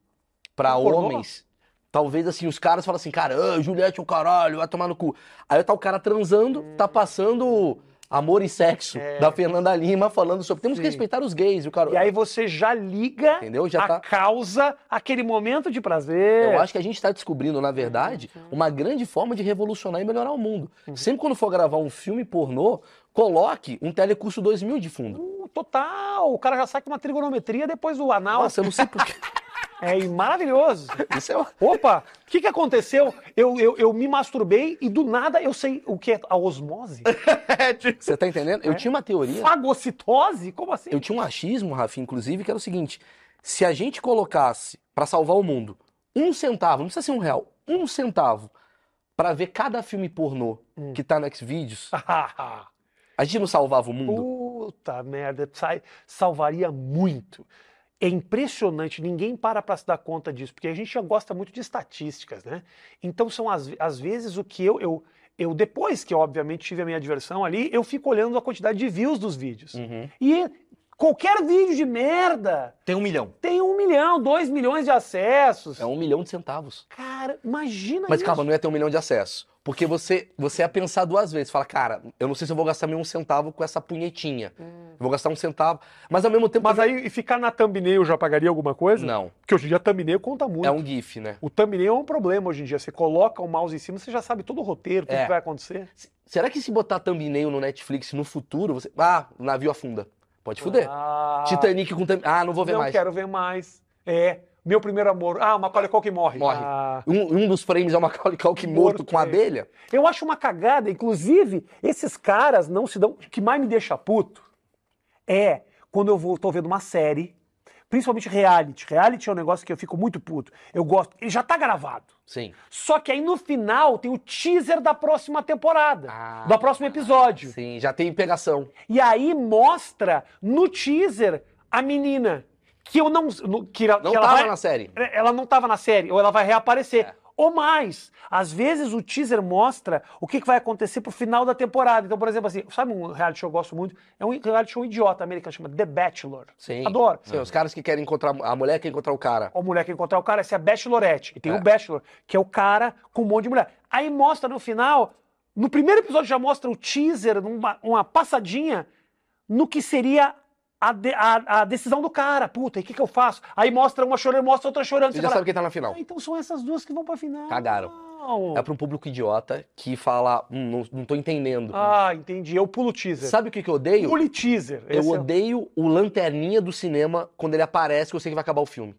Speaker 1: pra
Speaker 2: Um pornô?
Speaker 1: homens? Talvez assim, os caras falam assim, cara, ah, Juliette, o caralho, vai tomar no cu. Aí tá o cara transando,
Speaker 2: Hum.
Speaker 1: tá passando amor e sexo da Fernanda Lima falando sobre. Temos que
Speaker 2: É. Sim.
Speaker 1: respeitar os gays, o cara.
Speaker 2: E aí você já liga
Speaker 1: Entendeu? Já
Speaker 2: a
Speaker 1: tá-
Speaker 2: causa, aquele momento de prazer.
Speaker 1: Eu acho que a gente tá descobrindo, na verdade, uma grande forma de revolucionar e melhorar o mundo. Sempre quando for gravar um filme pornô, coloque um telecurso 2000 de fundo.
Speaker 2: Uh, Total, o cara já sai com uma trigonometria depois do anal.
Speaker 1: Nossa, eu não sei porquê.
Speaker 2: É e maravilhoso.
Speaker 3: Isso é o-
Speaker 2: Opa, o que, que aconteceu? Eu, eu, eu me masturbei e do nada eu sei o que é
Speaker 1: [laughs]
Speaker 2: a osmose?
Speaker 3: É, tipo,
Speaker 1: Você tá entendendo? Eu tinha uma teoria.
Speaker 2: Fagocitose? Como assim? [laughs]
Speaker 1: Eu tinha um achismo, Rafa, inclusive, que era o seguinte: se a gente colocasse pra salvar o mundo um centavo, não precisa ser um real, um centavo, pra ver cada filme pornô
Speaker 2: Hum.
Speaker 1: que tá no Xvideos,
Speaker 2: Ah,
Speaker 1: a gente não salvava o mundo?
Speaker 2: Puta merda, sai- salvaria muito. É impressionante, ninguém para para se dar conta disso, porque a gente já gosta muito de estatísticas, né? Então são às, ve- às vezes o que eu, eu eu depois que obviamente tive a minha diversão ali, eu fico olhando a quantidade de views dos vídeos.
Speaker 1: Uhum.
Speaker 2: E qualquer vídeo de merda
Speaker 3: Tem um milhão.
Speaker 2: tem um milhão, dois milhões de acessos.
Speaker 1: É um milhão de centavos.
Speaker 2: Cara, imagina
Speaker 1: Mas
Speaker 2: É isso.
Speaker 1: calma, não ia ter um milhão de acessos. Porque você, você ia pensar duas vezes. Fala, cara, eu não sei se eu vou gastar meu um centavo com essa punhetinha. Eu Vou gastar um centavo. Mas ao mesmo tempo.
Speaker 2: Hum. Mas é aí e ficar na thumbnail já pagaria alguma coisa?
Speaker 1: Não.
Speaker 2: Porque hoje em dia thumbnail conta muito.
Speaker 1: É um GIF, né?
Speaker 2: O thumbnail é um problema hoje em dia. Você coloca o mouse em cima, você já sabe todo o roteiro, tudo
Speaker 1: É.
Speaker 2: que vai acontecer.
Speaker 1: Se- Será que se botar thumbnail no Netflix no futuro, você. Ah, o navio afunda. Pode fuder.
Speaker 2: Ah,
Speaker 1: Titanic com thumbnail. Ah, não vou ver
Speaker 2: não
Speaker 1: mais.
Speaker 2: quero ver mais. É, meu primeiro amor. Ah, uma qual que morre.
Speaker 1: Morre.
Speaker 2: Ah,
Speaker 1: Um, um dos frames é uma [laughs] Macaulay Culkin morto
Speaker 2: Morto,
Speaker 1: com
Speaker 2: é.
Speaker 1: abelha.
Speaker 2: eu acho uma cagada. Inclusive, esses caras não se dão... O que mais me deixa puto é quando eu vou, tô vendo uma série, principalmente reality. Reality é um negócio que eu fico muito puto. Eu gosto... Ele já tá gravado.
Speaker 1: Sim.
Speaker 2: Só que aí no final tem o teaser da próxima temporada.
Speaker 1: Ah,
Speaker 2: do próximo episódio.
Speaker 1: Sim, já tem pegação.
Speaker 2: E aí mostra no teaser a menina que eu não no- que, ela-
Speaker 1: Não
Speaker 2: que ela
Speaker 1: tava
Speaker 2: vai- é,
Speaker 1: na série.
Speaker 2: ela não tava na série ou ela vai reaparecer.
Speaker 1: É.
Speaker 2: Ou mais, às vezes o teaser mostra o que, que vai acontecer pro final da temporada. Então, por exemplo, assim, sabe um reality show que eu gosto muito? É um reality show idiota americano, chama The Bachelor.
Speaker 1: Sim.
Speaker 2: Adoro.
Speaker 1: Sim, os caras que querem encontrar. A mulher quer encontrar o cara.
Speaker 2: A mulher que encontrar o cara, essa é a Bachelorette. E tem
Speaker 1: É.
Speaker 2: o Bachelor, que é o cara com um monte de mulher. Aí mostra no final, no primeiro episódio já mostra o teaser, uma, uma passadinha, no que seria a, de- a- a decisão do cara. Puta, e o que, que eu faço? Aí mostra uma chorando, mostra outra chorando.
Speaker 1: Você
Speaker 2: Você
Speaker 1: já
Speaker 2: fala,
Speaker 1: sabe quem tá na final.
Speaker 2: "Ah, então são essas duas que vão pra final.
Speaker 1: Cagaram. É pra um público idiota que fala, hum, não, não tô entendendo.
Speaker 2: Ah, entendi. Eu pulo o teaser.
Speaker 1: Sabe o que, que eu odeio?
Speaker 2: Pulo teaser.
Speaker 1: Eu
Speaker 2: Esse é-
Speaker 1: odeio o lanterninha do cinema quando ele aparece que eu sei que vai acabar o filme.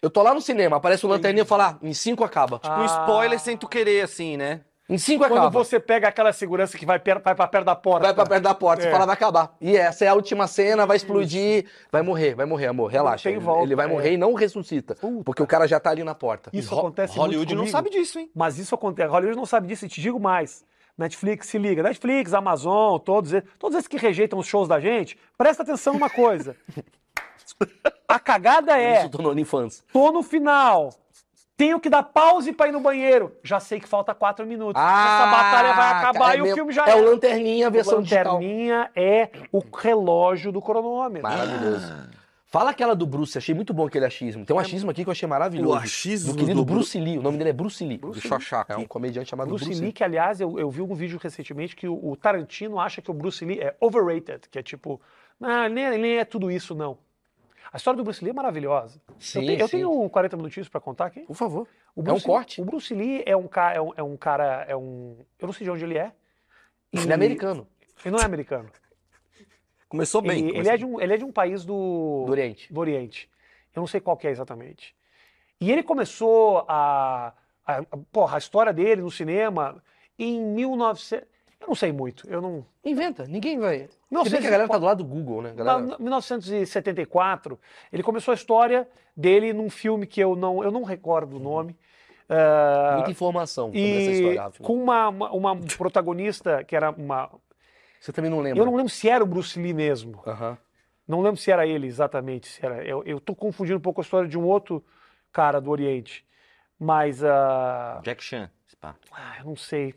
Speaker 1: Eu tô lá no cinema, aparece o lanterninha e fala, ah, em cinco acaba.
Speaker 3: Um
Speaker 2: Ah.
Speaker 3: spoiler sem tu querer, assim, né?
Speaker 1: Em cinco
Speaker 2: Quando
Speaker 1: acaba.
Speaker 2: você pega aquela segurança que vai, per... vai pra perto da porta.
Speaker 1: Vai pra perto da porta,
Speaker 2: É.
Speaker 1: você fala, vai acabar. E essa é a última cena, vai explodir, vai morrer, vai morrer, amor, relaxa.
Speaker 2: tem
Speaker 1: Ele-
Speaker 2: volta,
Speaker 1: ele vai
Speaker 2: é.
Speaker 1: morrer e não ressuscita,
Speaker 2: Puta.
Speaker 1: porque o cara já tá ali na porta.
Speaker 2: Isso
Speaker 3: Ho-
Speaker 2: acontece muito
Speaker 3: Hollywood não
Speaker 2: comigo.
Speaker 3: sabe disso, hein?
Speaker 2: Mas isso acontece. Hollywood não sabe disso, e te digo mais. Netflix, se liga. Netflix, Amazon, todos eles, todos esses que rejeitam os shows da gente, presta atenção numa coisa. A cagada
Speaker 1: Isso
Speaker 2: é,
Speaker 1: tornou na infância.
Speaker 2: tô no final, tenho que dar pause pra ir no banheiro. Já sei que falta quatro minutos. Essa batalha vai acabar
Speaker 1: Ah, é
Speaker 2: e o
Speaker 1: mesmo-
Speaker 2: filme já
Speaker 1: É o lanterninha, a versão digital.
Speaker 2: lanterninha é o relógio do cronômetro.
Speaker 1: Maravilhoso. Fala aquela do Bruce, achei muito bom aquele achismo.
Speaker 2: É.
Speaker 1: Tem um achismo aqui que eu achei maravilhoso.
Speaker 3: O achismo
Speaker 1: do querido
Speaker 3: do Bru-
Speaker 1: Bruce Lee. O nome dele é Bruce Lee.
Speaker 3: Bruce
Speaker 1: do
Speaker 3: Lee.
Speaker 1: É um comediante chamado
Speaker 2: Bruce,
Speaker 1: Bruce,
Speaker 2: Lee, que aliás, eu, eu vi um vídeo recentemente que o, o Tarantino acha que o Bruce Lee é overrated, que é tipo, não, ele nem, ele nem é tudo isso, não. A história do Bruce Lee é maravilhosa. eu,
Speaker 1: Sim,
Speaker 2: tenho- eu
Speaker 1: sim.
Speaker 2: tenho 40 minutinhos pra contar aqui.
Speaker 1: Por favor.
Speaker 2: O
Speaker 1: um
Speaker 2: Bruce-
Speaker 1: corte.
Speaker 2: O Bruce Lee é um, ca- é um- é um cara, é um, eu não sei de onde ele é.
Speaker 1: Ele é americano,
Speaker 2: Ele não é americano.
Speaker 3: Começou bem.
Speaker 2: ele, ele
Speaker 3: começou
Speaker 2: é de um, ele é de um país do...
Speaker 1: do Oriente.
Speaker 2: do Oriente. Eu não sei qual que é exatamente. E ele começou a, a, a- porra, a história dele no cinema em 1900. Eu não sei muito, eu não.
Speaker 1: Inventa, ninguém vai.
Speaker 2: Não
Speaker 1: Não, se bem
Speaker 2: sei
Speaker 1: que
Speaker 2: se
Speaker 1: a galera
Speaker 2: pode-
Speaker 1: tá do lado do Google, né? A
Speaker 2: Na-
Speaker 1: Galera...
Speaker 2: na- 1974, ele começou a história dele num filme que eu não, eu não recordo o
Speaker 1: Uhum.
Speaker 2: nome. ah,
Speaker 1: Muita informação sobre essa
Speaker 2: e
Speaker 1: história. Rafa.
Speaker 2: com uma, uma, uma protagonista que era uma.
Speaker 1: Você também não lembra.
Speaker 2: Eu não lembro se era o Bruce Lee mesmo.
Speaker 1: Aham.
Speaker 2: Não lembro se era ele exatamente. Se era, eu, eu tô confundindo um pouco a história de um outro cara do Oriente. Mas. ah,
Speaker 3: Jack Chan. se pá.
Speaker 2: ah, eu não sei.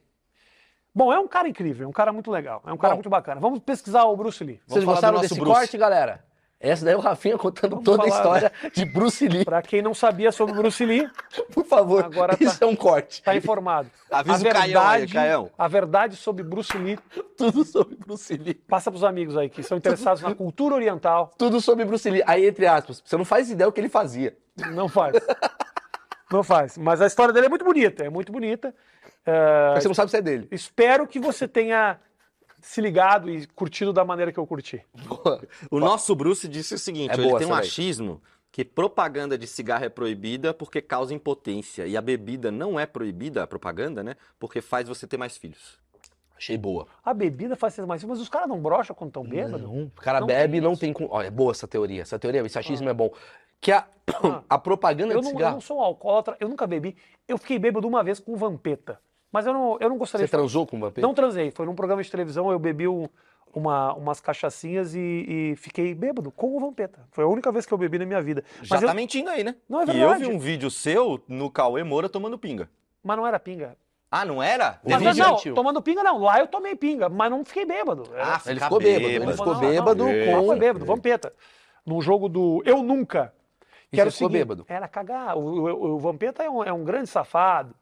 Speaker 2: Bom, é um cara incrível, é um cara muito legal, é um cara
Speaker 1: Bom.
Speaker 2: muito bacana. Vamos pesquisar o Bruce Lee.
Speaker 1: Vocês
Speaker 3: Vamos falar do
Speaker 1: gostaram
Speaker 3: nosso
Speaker 1: desse
Speaker 3: Bruce.
Speaker 1: corte, galera? Essa daí é o Rafinha contando
Speaker 2: Vamos
Speaker 1: toda a
Speaker 2: falar,
Speaker 1: história de Bruce Lee. [laughs]
Speaker 2: Pra quem não sabia sobre o Bruce Lee,
Speaker 1: Por favor,
Speaker 2: Agora tá-
Speaker 1: isso é um corte.
Speaker 3: [laughs]
Speaker 2: tá informado.
Speaker 3: Avisa
Speaker 2: a
Speaker 3: o Caião aí,
Speaker 2: verdade,
Speaker 3: Caião.
Speaker 2: a verdade sobre Bruce Lee
Speaker 1: Tudo sobre Bruce Lee.
Speaker 2: passa pros amigos aí que são interessados na cultura oriental.
Speaker 1: Tudo sobre Bruce Lee. Aí, entre aspas, você não faz ideia o que ele fazia.
Speaker 2: Não
Speaker 3: [laughs]
Speaker 2: faz. Não faz. Mas a história dele é muito bonita, é muito bonita. Ah,
Speaker 1: Mas você não sabe se é dele.
Speaker 2: Espero que você tenha se ligado e curtido da maneira que eu curti.
Speaker 3: O nosso Bruce disse o seguinte:
Speaker 1: É
Speaker 3: ele
Speaker 1: boa
Speaker 3: tem um
Speaker 1: essa daí.
Speaker 3: achismo que propaganda de cigarro é proibida porque causa impotência. E a bebida não é proibida, a propaganda, né? Porque faz você ter mais filhos.
Speaker 1: Achei boa.
Speaker 2: A bebida faz ser mais. Mas os caras não brocham quando estão bêbados?
Speaker 1: um Não, é o cara
Speaker 2: Não
Speaker 1: bebe e
Speaker 2: tem
Speaker 1: não
Speaker 2: isso.
Speaker 1: tem. con- Olha, é boa essa teoria. Essa teoria, esse achismo é bom. Que a,
Speaker 2: Ah.
Speaker 1: a propaganda
Speaker 2: Eu
Speaker 1: de
Speaker 2: não, eu
Speaker 1: cigarro.
Speaker 2: não sou um alcoólatra, eu nunca bebi. Eu fiquei bêbado uma vez com vampeta. Mas eu não, eu não gostaria
Speaker 1: Você
Speaker 2: de falar.
Speaker 1: transou com o vampiro?
Speaker 2: Não transei, foi num programa de televisão, eu bebi um- uma, umas cachaçinhas e, e fiquei bêbado com o Vampeta. Foi a única vez que eu bebi na minha vida.
Speaker 3: Já
Speaker 2: Mas, eu-
Speaker 3: tá mentindo aí, né?
Speaker 2: Não, é
Speaker 3: E eu
Speaker 2: verdade.
Speaker 3: vi um vídeo seu no Cauê Moura tomando pinga.
Speaker 2: mas não era pinga.
Speaker 3: Ah, não era?
Speaker 1: O
Speaker 2: Mas
Speaker 1: vídeo
Speaker 2: não,
Speaker 1: antigo.
Speaker 2: tomando pinga não. Lá eu tomei pinga, mas não fiquei bêbado. É, Era-
Speaker 3: Ah,
Speaker 1: Ele
Speaker 3: ficar
Speaker 1: ficou bêbado, ele
Speaker 2: Não,
Speaker 1: ficou
Speaker 2: não,
Speaker 1: bêbado
Speaker 2: não, não,
Speaker 1: com-
Speaker 2: foi bêbado, Vampeta. Num jogo do Eu Nunca.
Speaker 1: E
Speaker 2: Que era o
Speaker 1: você ficou
Speaker 2: seguinte,
Speaker 1: bêbado?
Speaker 2: Era cagar. O, o- o Vampeta é um, é um
Speaker 1: [laughs]
Speaker 2: grande safado.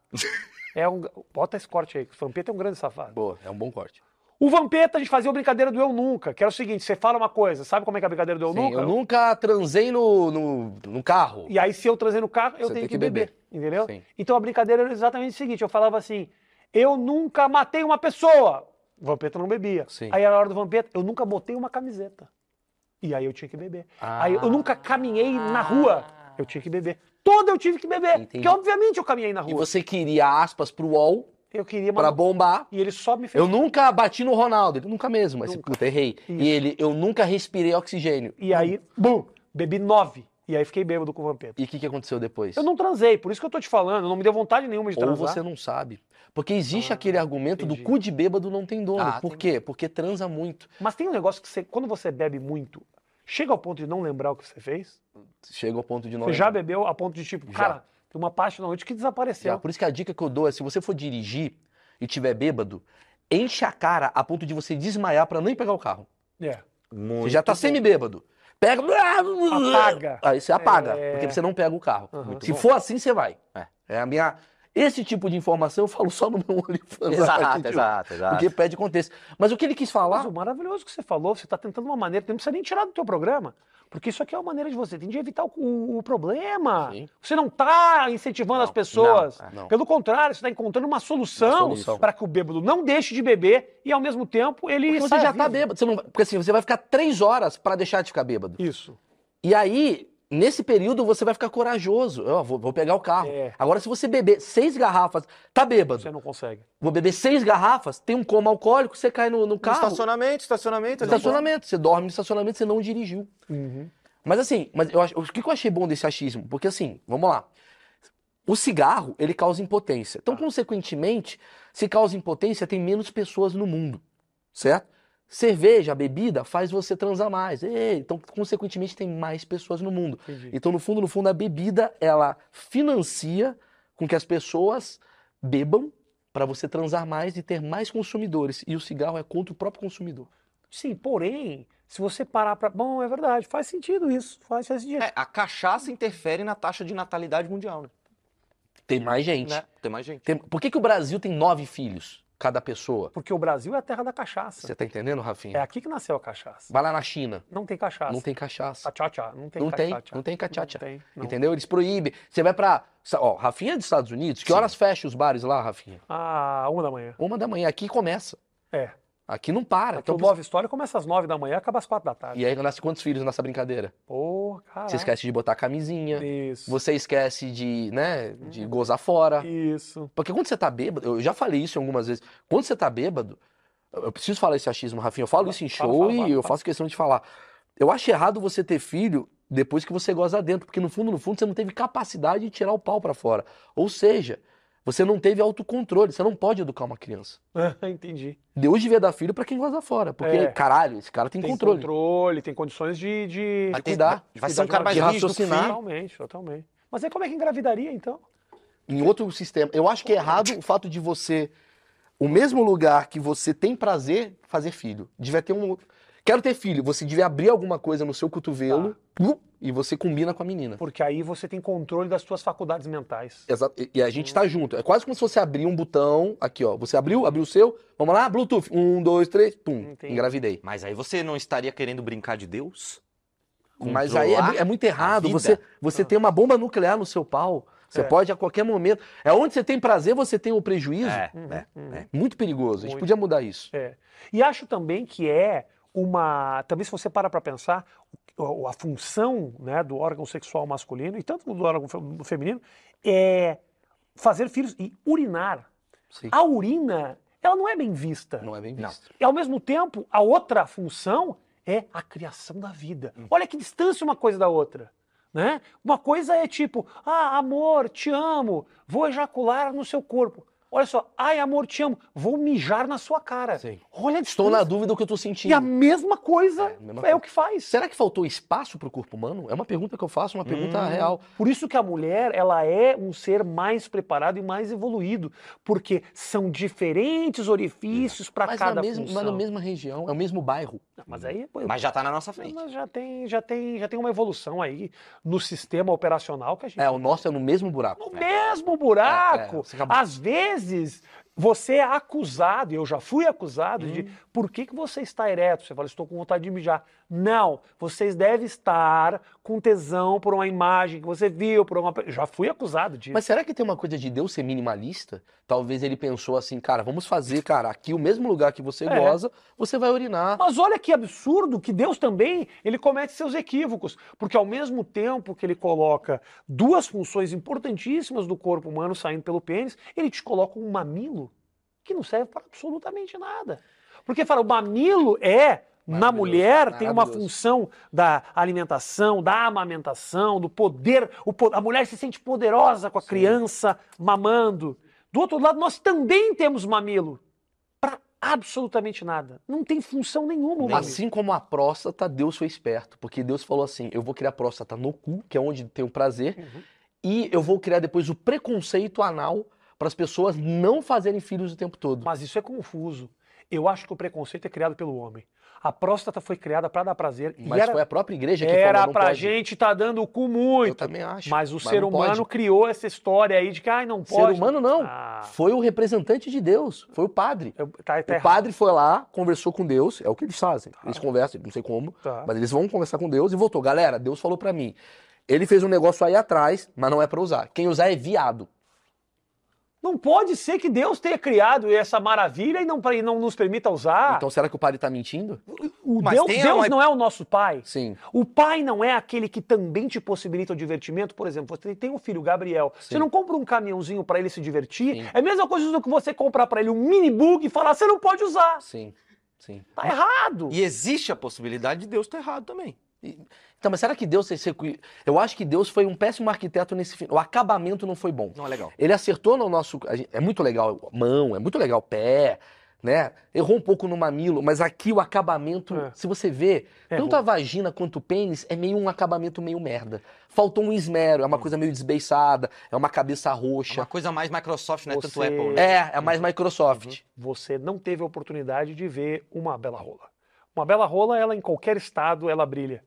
Speaker 2: É um, bota esse corte aí, que o Vampeta é um grande safado.
Speaker 1: Boa, é um bom corte.
Speaker 2: O Vampeta, a gente fazia a brincadeira do Eu Nunca, que era o seguinte, você fala uma coisa, sabe como é que é a brincadeira do Eu
Speaker 1: Sim,
Speaker 2: Nunca?
Speaker 1: eu nunca transei no, no, no carro.
Speaker 2: E aí, se eu trazer no carro, eu
Speaker 1: Você
Speaker 2: tenho
Speaker 1: tem
Speaker 2: que,
Speaker 1: que
Speaker 2: beber, entendeu?
Speaker 1: Sim.
Speaker 2: Então a brincadeira era exatamente o seguinte: eu falava assim, eu nunca matei uma pessoa. O Vampeta não bebia.
Speaker 1: Sim.
Speaker 2: Aí era a hora do Vampeta, eu nunca botei uma camiseta. E aí eu tinha que beber. Aí eu
Speaker 1: Ah.
Speaker 2: nunca caminhei na rua, eu tinha que beber. Toda eu tive que beber,
Speaker 1: Entendi.
Speaker 2: porque obviamente eu caminhei na
Speaker 1: E
Speaker 2: rua.
Speaker 1: você queria aspas pro UOL
Speaker 2: Eu queria
Speaker 1: pra
Speaker 2: mandar.
Speaker 1: bombar.
Speaker 2: E ele só me fez.
Speaker 1: Eu nunca bati no Ronaldo. Ele, nunca mesmo, mas esse puta, errei.
Speaker 2: Isso.
Speaker 1: E ele, eu nunca respirei oxigênio.
Speaker 2: E aí, bum, bebi nove. E aí fiquei bêbado com o Vampeta.
Speaker 1: E o que, que aconteceu depois?
Speaker 2: Eu não transei, por isso que eu tô te falando, não me deu vontade nenhuma de
Speaker 1: Ou
Speaker 2: transar. Ah,
Speaker 1: você não sabe. Porque existe aquele argumento
Speaker 2: entendi.
Speaker 1: do cu de bêbado não tem dono.
Speaker 3: Ah,
Speaker 1: Por
Speaker 3: tem.
Speaker 1: quê? Porque transa muito.
Speaker 2: Mas tem um negócio que você, quando você bebe muito, chega ao ponto de não lembrar o que você fez?
Speaker 1: Chega ao ponto de não
Speaker 2: Você já bebeu a ponto de tipo,
Speaker 1: Já.
Speaker 2: cara, tem uma parte da noite que
Speaker 1: Já,
Speaker 2: desapareceu.
Speaker 1: Por isso que a dica que eu dou é: se você for dirigir e tiver bêbado, enche a cara a ponto de você desmaiar pra nem pegar o carro.
Speaker 2: É.
Speaker 1: Você já tá semi-bêbado. Pega.
Speaker 2: Apaga.
Speaker 1: Aí você apaga,
Speaker 2: É.
Speaker 1: porque você não pega o carro.
Speaker 2: Aham.
Speaker 1: Muito
Speaker 3: Muito
Speaker 1: Se
Speaker 3: bom.
Speaker 1: for assim, você vai.
Speaker 3: É.
Speaker 1: É a minha. Esse tipo de informação eu falo só no meu [laughs] OnlyFans.
Speaker 3: [laughs]
Speaker 1: né,
Speaker 3: Exato, exato,
Speaker 1: Porque
Speaker 3: exato.
Speaker 1: pede contexto. Mas o que ele quis
Speaker 2: Mas
Speaker 1: falar.
Speaker 2: o maravilhoso que você falou, você tá tentando uma maneira, não precisa nem tirar do teu programa. Porque isso aqui é uma maneira de você, tem de evitar o, o- o problema.
Speaker 1: Sim.
Speaker 2: Você não tá incentivando
Speaker 3: Não,
Speaker 2: as pessoas.
Speaker 3: não, é.
Speaker 1: Não.
Speaker 2: Pelo contrário, você tá encontrando uma solução,
Speaker 1: solução.
Speaker 2: para que o bêbado não deixe de beber e ao mesmo tempo ele
Speaker 1: Porque você
Speaker 2: saia
Speaker 1: já tá
Speaker 2: vivo.
Speaker 1: bêbado. Você não... vai- Porque assim, você vai ficar três horas pra deixar de ficar bêbado.
Speaker 2: Isso.
Speaker 1: E aí, nesse período, você vai ficar corajoso. Eu vou, vou pegar o carro.
Speaker 2: É.
Speaker 1: Agora, se você beber seis garrafas, tá bêbado.
Speaker 2: Você não consegue.
Speaker 1: Vou beber seis garrafas, tem um coma alcoólico, você cai no, no carro.
Speaker 3: Estacionamento, estacionamento. ali.
Speaker 1: Estacionamento. Você dorme no estacionamento, você não dirigiu. Mas assim, mas eu acho, o que que eu achei bom desse achismo? Porque assim, vamos lá. O cigarro, ele causa impotência. Então, consequentemente, se causa impotência, tem menos pessoas no mundo, certo? Cerveja, bebida, faz você transar mais. Ei, então, consequentemente, tem mais pessoas no mundo.
Speaker 2: Entendi.
Speaker 1: Então, no fundo, no fundo, a bebida, ela financia com que as pessoas bebam para você transar mais e ter mais consumidores. E o cigarro é contra o próprio consumidor.
Speaker 2: Sim, porém, se você parar pra. Bom, é verdade, faz sentido isso. Faz, faz sentido.
Speaker 3: É, a cachaça interfere na taxa de natalidade mundial, né?
Speaker 1: Tem mais gente.
Speaker 3: Né? Tem mais gente.
Speaker 1: Tem- Por que, que o Brasil tem nove filhos, cada pessoa?
Speaker 2: Porque o Brasil é a terra da cachaça.
Speaker 1: Você tá entendendo,
Speaker 2: É
Speaker 1: Rafinha?
Speaker 2: aqui que nasceu a cachaça.
Speaker 1: Vai lá na China,
Speaker 2: Não tem cachaça.
Speaker 1: não tem cachaça.
Speaker 2: Cachaça, não tem
Speaker 1: Não tem,
Speaker 2: cachaça.
Speaker 1: não tem cachaça.
Speaker 2: Não tem, não.
Speaker 1: Entendeu? Eles proíbem. Você vai pra. Sa- Ó, Rafinha é dos Estados Unidos. Que
Speaker 3: Sim.
Speaker 1: horas fecha os bares lá, Rafinha?
Speaker 2: Ah, uma da manhã.
Speaker 1: Uma da manhã. Aqui começa.
Speaker 2: É.
Speaker 1: Aqui não para. então
Speaker 2: Aqui o Nova História começa às nove da manhã, acaba às quatro da tarde.
Speaker 1: E aí nasce quantos filhos nessa brincadeira?
Speaker 2: Pô, cara.
Speaker 1: Você esquece de botar a camisinha.
Speaker 2: Isso. Uhum.
Speaker 1: Você tá esquece de, né, de gozar fora.
Speaker 2: Isso. [laughs]
Speaker 1: Porque quando você tá bêbado, eu já falei isso algumas vezes. Quando você tá bêbado, eu eu preciso falar esse achismo, Rafinha. Eu falo isso em
Speaker 2: Fala,
Speaker 1: show
Speaker 2: fala,
Speaker 1: e
Speaker 2: fala,
Speaker 1: eu
Speaker 2: fala.
Speaker 1: faço questão de falar. Eu acho errado você ter filho depois que você goza dentro, porque no fundo, no fundo, você não teve capacidade de tirar o pau pra fora. Ou seja, você não teve autocontrole, você não pode educar uma criança.
Speaker 2: Entendi.
Speaker 1: Deus devia dar filho pra quem goza fora, porque,
Speaker 2: É.
Speaker 1: caralho, esse cara tem,
Speaker 2: Tem
Speaker 1: controle.
Speaker 2: controle, tem condições de. de...
Speaker 1: Mas
Speaker 3: tem-
Speaker 1: cuidar,
Speaker 3: Vai ser um
Speaker 2: de
Speaker 3: cara mais
Speaker 1: de
Speaker 3: rígido que o
Speaker 1: raciocinar.
Speaker 3: filho.
Speaker 2: Totalmente, totalmente. Mas aí como é que engravidaria, então?
Speaker 1: Em outro sistema. Eu acho que é errado o fato de você, o mesmo lugar que você tem prazer, fazer filho. Devia ter um. Quero ter filho. Você devia abrir alguma coisa no seu cotovelo uh, e você combina com a menina.
Speaker 2: Porque aí você tem controle das suas faculdades mentais.
Speaker 1: Exato. E- E a gente tá junto. É quase como se você abrir um botão. Aqui, ó. Você abriu, abriu o seu. Vamos lá, Bluetooth. Um, dois, três. Pum.
Speaker 2: Entendi.
Speaker 1: Engravidei.
Speaker 3: Mas aí você não estaria querendo brincar de Deus?
Speaker 1: Mas aí é, mu- é muito errado.
Speaker 3: vida.
Speaker 1: Você, você
Speaker 2: Ah.
Speaker 1: tem uma bomba nuclear no seu pau. Você
Speaker 2: É.
Speaker 1: pode a qualquer momento. É onde você tem prazer, você tem o prejuízo.
Speaker 3: É,
Speaker 2: Uhum,
Speaker 3: é,
Speaker 2: uhum.
Speaker 3: é.
Speaker 1: Muito perigoso. A gente
Speaker 2: Muito.
Speaker 1: podia mudar isso.
Speaker 2: É. E acho também que é uma. Também, se você para para pensar, o- a função né, do órgão sexual masculino e tanto do órgão fe- feminino é fazer filhos e urinar.
Speaker 1: Sim.
Speaker 2: A urina, ela não é bem vista.
Speaker 1: Não é bem
Speaker 3: Não.
Speaker 1: visto.
Speaker 2: E ao mesmo tempo, a outra função é a criação da vida.
Speaker 1: Hum.
Speaker 2: Olha que distância uma coisa da outra. Né? Uma coisa é tipo, ah, amor, te amo, vou ejacular no seu corpo. Olha só, ai, amor, te amo, vou mijar na sua cara.
Speaker 1: Sim.
Speaker 2: Olha a
Speaker 1: Estou na
Speaker 2: distância.
Speaker 1: dúvida do que eu tô
Speaker 2: E
Speaker 1: sentindo.
Speaker 2: a mesma coisa
Speaker 1: É, a mesma
Speaker 2: é
Speaker 1: coisa.
Speaker 2: o que faz.
Speaker 1: Será que faltou espaço pro corpo humano? É uma pergunta que eu faço, uma pergunta
Speaker 3: Hum.
Speaker 1: real.
Speaker 2: Por isso que a mulher, ela é um ser mais preparado e mais evoluído, porque são diferentes orifícios para
Speaker 1: Mas é na,
Speaker 2: cada
Speaker 1: mesma, mas na
Speaker 2: função.
Speaker 1: mesma região, é o mesmo bairro.
Speaker 2: Mas aí, pô,
Speaker 3: Mas já tá na nossa frente.
Speaker 2: Mas já tem, já tem, já tem uma evolução aí no sistema operacional que a gente. tá
Speaker 1: É, o nosso é no mesmo buraco.
Speaker 2: No mesmo buraco.
Speaker 1: É, é, você acabou-
Speaker 2: Às vezes você é acusado, e eu já fui acusado,
Speaker 1: Uhum.
Speaker 2: de por que, que você está ereto? Você fala, estou com vontade de mijar. Não, vocês devem estar com tesão por uma imagem que você viu, por uma. Já fui acusado disso.
Speaker 1: Mas será que tem uma coisa de Deus ser minimalista? Talvez ele pensou assim, cara, vamos fazer, cara, aqui o mesmo lugar que você
Speaker 2: É.
Speaker 1: goza, você vai urinar.
Speaker 2: Mas olha que absurdo que Deus também ele comete seus equívocos, porque ao mesmo tempo que ele coloca duas funções importantíssimas do corpo humano saindo pelo pênis, ele te coloca um mamilo que não serve para absolutamente nada. Porque fala, o mamilo é na
Speaker 1: Maravilhoso,
Speaker 2: mulher tem uma
Speaker 1: maravilhoso.
Speaker 2: função da alimentação, da amamentação, do poder, o po- a mulher se sente poderosa com a
Speaker 1: Sim.
Speaker 2: criança mamando. Do outro lado, nós também temos mamilo para absolutamente nada. Não tem função nenhuma o mamilo.
Speaker 1: Assim como a próstata, Deus foi esperto, porque Deus falou assim: eu vou criar a próstata no cu, que é onde tem o prazer,
Speaker 2: Uhum.
Speaker 1: e eu vou criar depois o preconceito anal para as pessoas não fazerem filhos o tempo todo.
Speaker 2: Mas isso é confuso. Eu acho que o preconceito é criado pelo homem. A próstata foi criada para dar prazer e
Speaker 1: Mas
Speaker 2: era,
Speaker 1: foi a própria igreja que
Speaker 2: era
Speaker 1: falou não
Speaker 2: pra
Speaker 1: pode.
Speaker 2: gente tá dando o cu
Speaker 1: Eu
Speaker 2: muito.
Speaker 1: também acho.
Speaker 2: Mas o ser
Speaker 1: não pode.
Speaker 2: humano criou essa história aí de que ai, não
Speaker 1: Ser
Speaker 2: pode.
Speaker 1: humano não.
Speaker 2: Ah,
Speaker 1: Foi o representante de Deus, foi o padre.
Speaker 2: eu- tá, tá
Speaker 1: O
Speaker 2: errado.
Speaker 1: padre foi lá, conversou com Deus, é o que eles fazem.
Speaker 2: Ah.
Speaker 1: Eles conversam, não sei como,
Speaker 2: Tá.
Speaker 1: mas eles vão conversar com Deus e voltou. Galera, Deus falou pra mim. Ele fez um negócio aí atrás, mas não é pra usar. Quem usar é viado.
Speaker 2: Não pode ser que Deus tenha criado essa maravilha e não, e não nos permita usar.
Speaker 1: Então será que o padre tá mentindo?
Speaker 2: o
Speaker 3: Mas
Speaker 2: Deus,
Speaker 3: tem
Speaker 2: Deus
Speaker 3: uma-
Speaker 2: não é o nosso pai.
Speaker 1: Sim.
Speaker 2: O pai não é aquele que também te possibilita o divertimento. Por exemplo, você tem um filho, Gabriel. Você
Speaker 1: Sim.
Speaker 2: não compra um caminhãozinho para ele se divertir.
Speaker 1: Sim.
Speaker 2: É a mesma coisa do que você comprar para ele um mini bug e falar, você não pode usar.
Speaker 1: Sim, sim.
Speaker 2: Tá errado.
Speaker 3: E existe a possibilidade de Deus estar errado também.
Speaker 1: Então, mas será que Deus. se- se- Eu acho que Deus foi um péssimo arquiteto nesse fim. O acabamento não foi bom.
Speaker 3: Não é legal.
Speaker 1: Ele acertou no nosso. a gente- É muito legal mão, é muito legal pé, né? Errou um pouco no mamilo, mas aqui o acabamento,
Speaker 2: É.
Speaker 1: se você vê,
Speaker 2: Errou.
Speaker 1: tanto a vagina quanto o pênis é meio um acabamento meio merda. Faltou um esmero, é
Speaker 2: Hum.
Speaker 1: uma coisa meio desbeiçada, é uma cabeça
Speaker 3: É uma
Speaker 1: roxa.
Speaker 3: coisa mais Microsoft, não é tanto
Speaker 2: Você-
Speaker 3: Apple, né?
Speaker 1: É, é mais Microsoft.
Speaker 2: Você não teve a oportunidade de ver uma bela rola. Uma bela rola, ela em qualquer estado, ela brilha.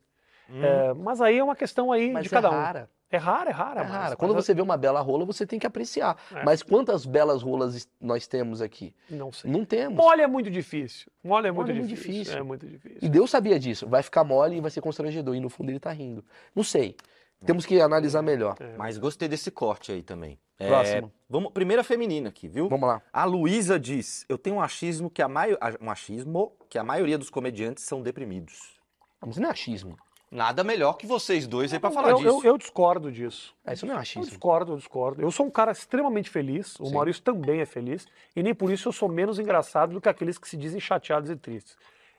Speaker 1: Hum.
Speaker 2: É, mas aí é uma questão aí
Speaker 1: Mas
Speaker 2: de cada
Speaker 1: é
Speaker 2: um.
Speaker 1: rara.
Speaker 2: É rara, é rara.
Speaker 1: É
Speaker 2: mas-
Speaker 1: rara.
Speaker 2: mas
Speaker 1: Quando
Speaker 2: eu-
Speaker 1: você vê uma bela rola, você tem que apreciar.
Speaker 2: É.
Speaker 1: Mas quantas belas rolas es- nós temos aqui?
Speaker 2: Não sei.
Speaker 1: Não temos.
Speaker 2: Mole é muito difícil. Mole é muito,
Speaker 1: Mole é muito
Speaker 2: difícil.
Speaker 1: difícil.
Speaker 2: É muito difícil.
Speaker 1: E Deus sabia disso. Vai ficar mole e vai ser constrangedor. E no fundo ele tá rindo. Não sei.
Speaker 2: É.
Speaker 1: Temos que analisar melhor.
Speaker 3: Mas gostei desse corte aí também. É,
Speaker 1: Próximo.
Speaker 3: vamos, primeira feminina aqui, viu?
Speaker 1: Vamos lá.
Speaker 3: A Luísa diz: Eu tenho um achismo que a maio- a- um achismo que a maioria dos comediantes são deprimidos.
Speaker 1: Ah, mas isso não é achismo.
Speaker 3: Nada melhor que vocês dois aí pra falar
Speaker 2: eu,
Speaker 3: disso.
Speaker 2: eu- eu discordo disso.
Speaker 1: É, isso não é
Speaker 2: Eu
Speaker 1: achismo.
Speaker 2: discordo, eu discordo. Eu sou um cara extremamente feliz, o
Speaker 1: Sim.
Speaker 2: Maurício também é feliz, e nem por isso eu sou menos engraçado do que aqueles que se dizem chateados e tristes.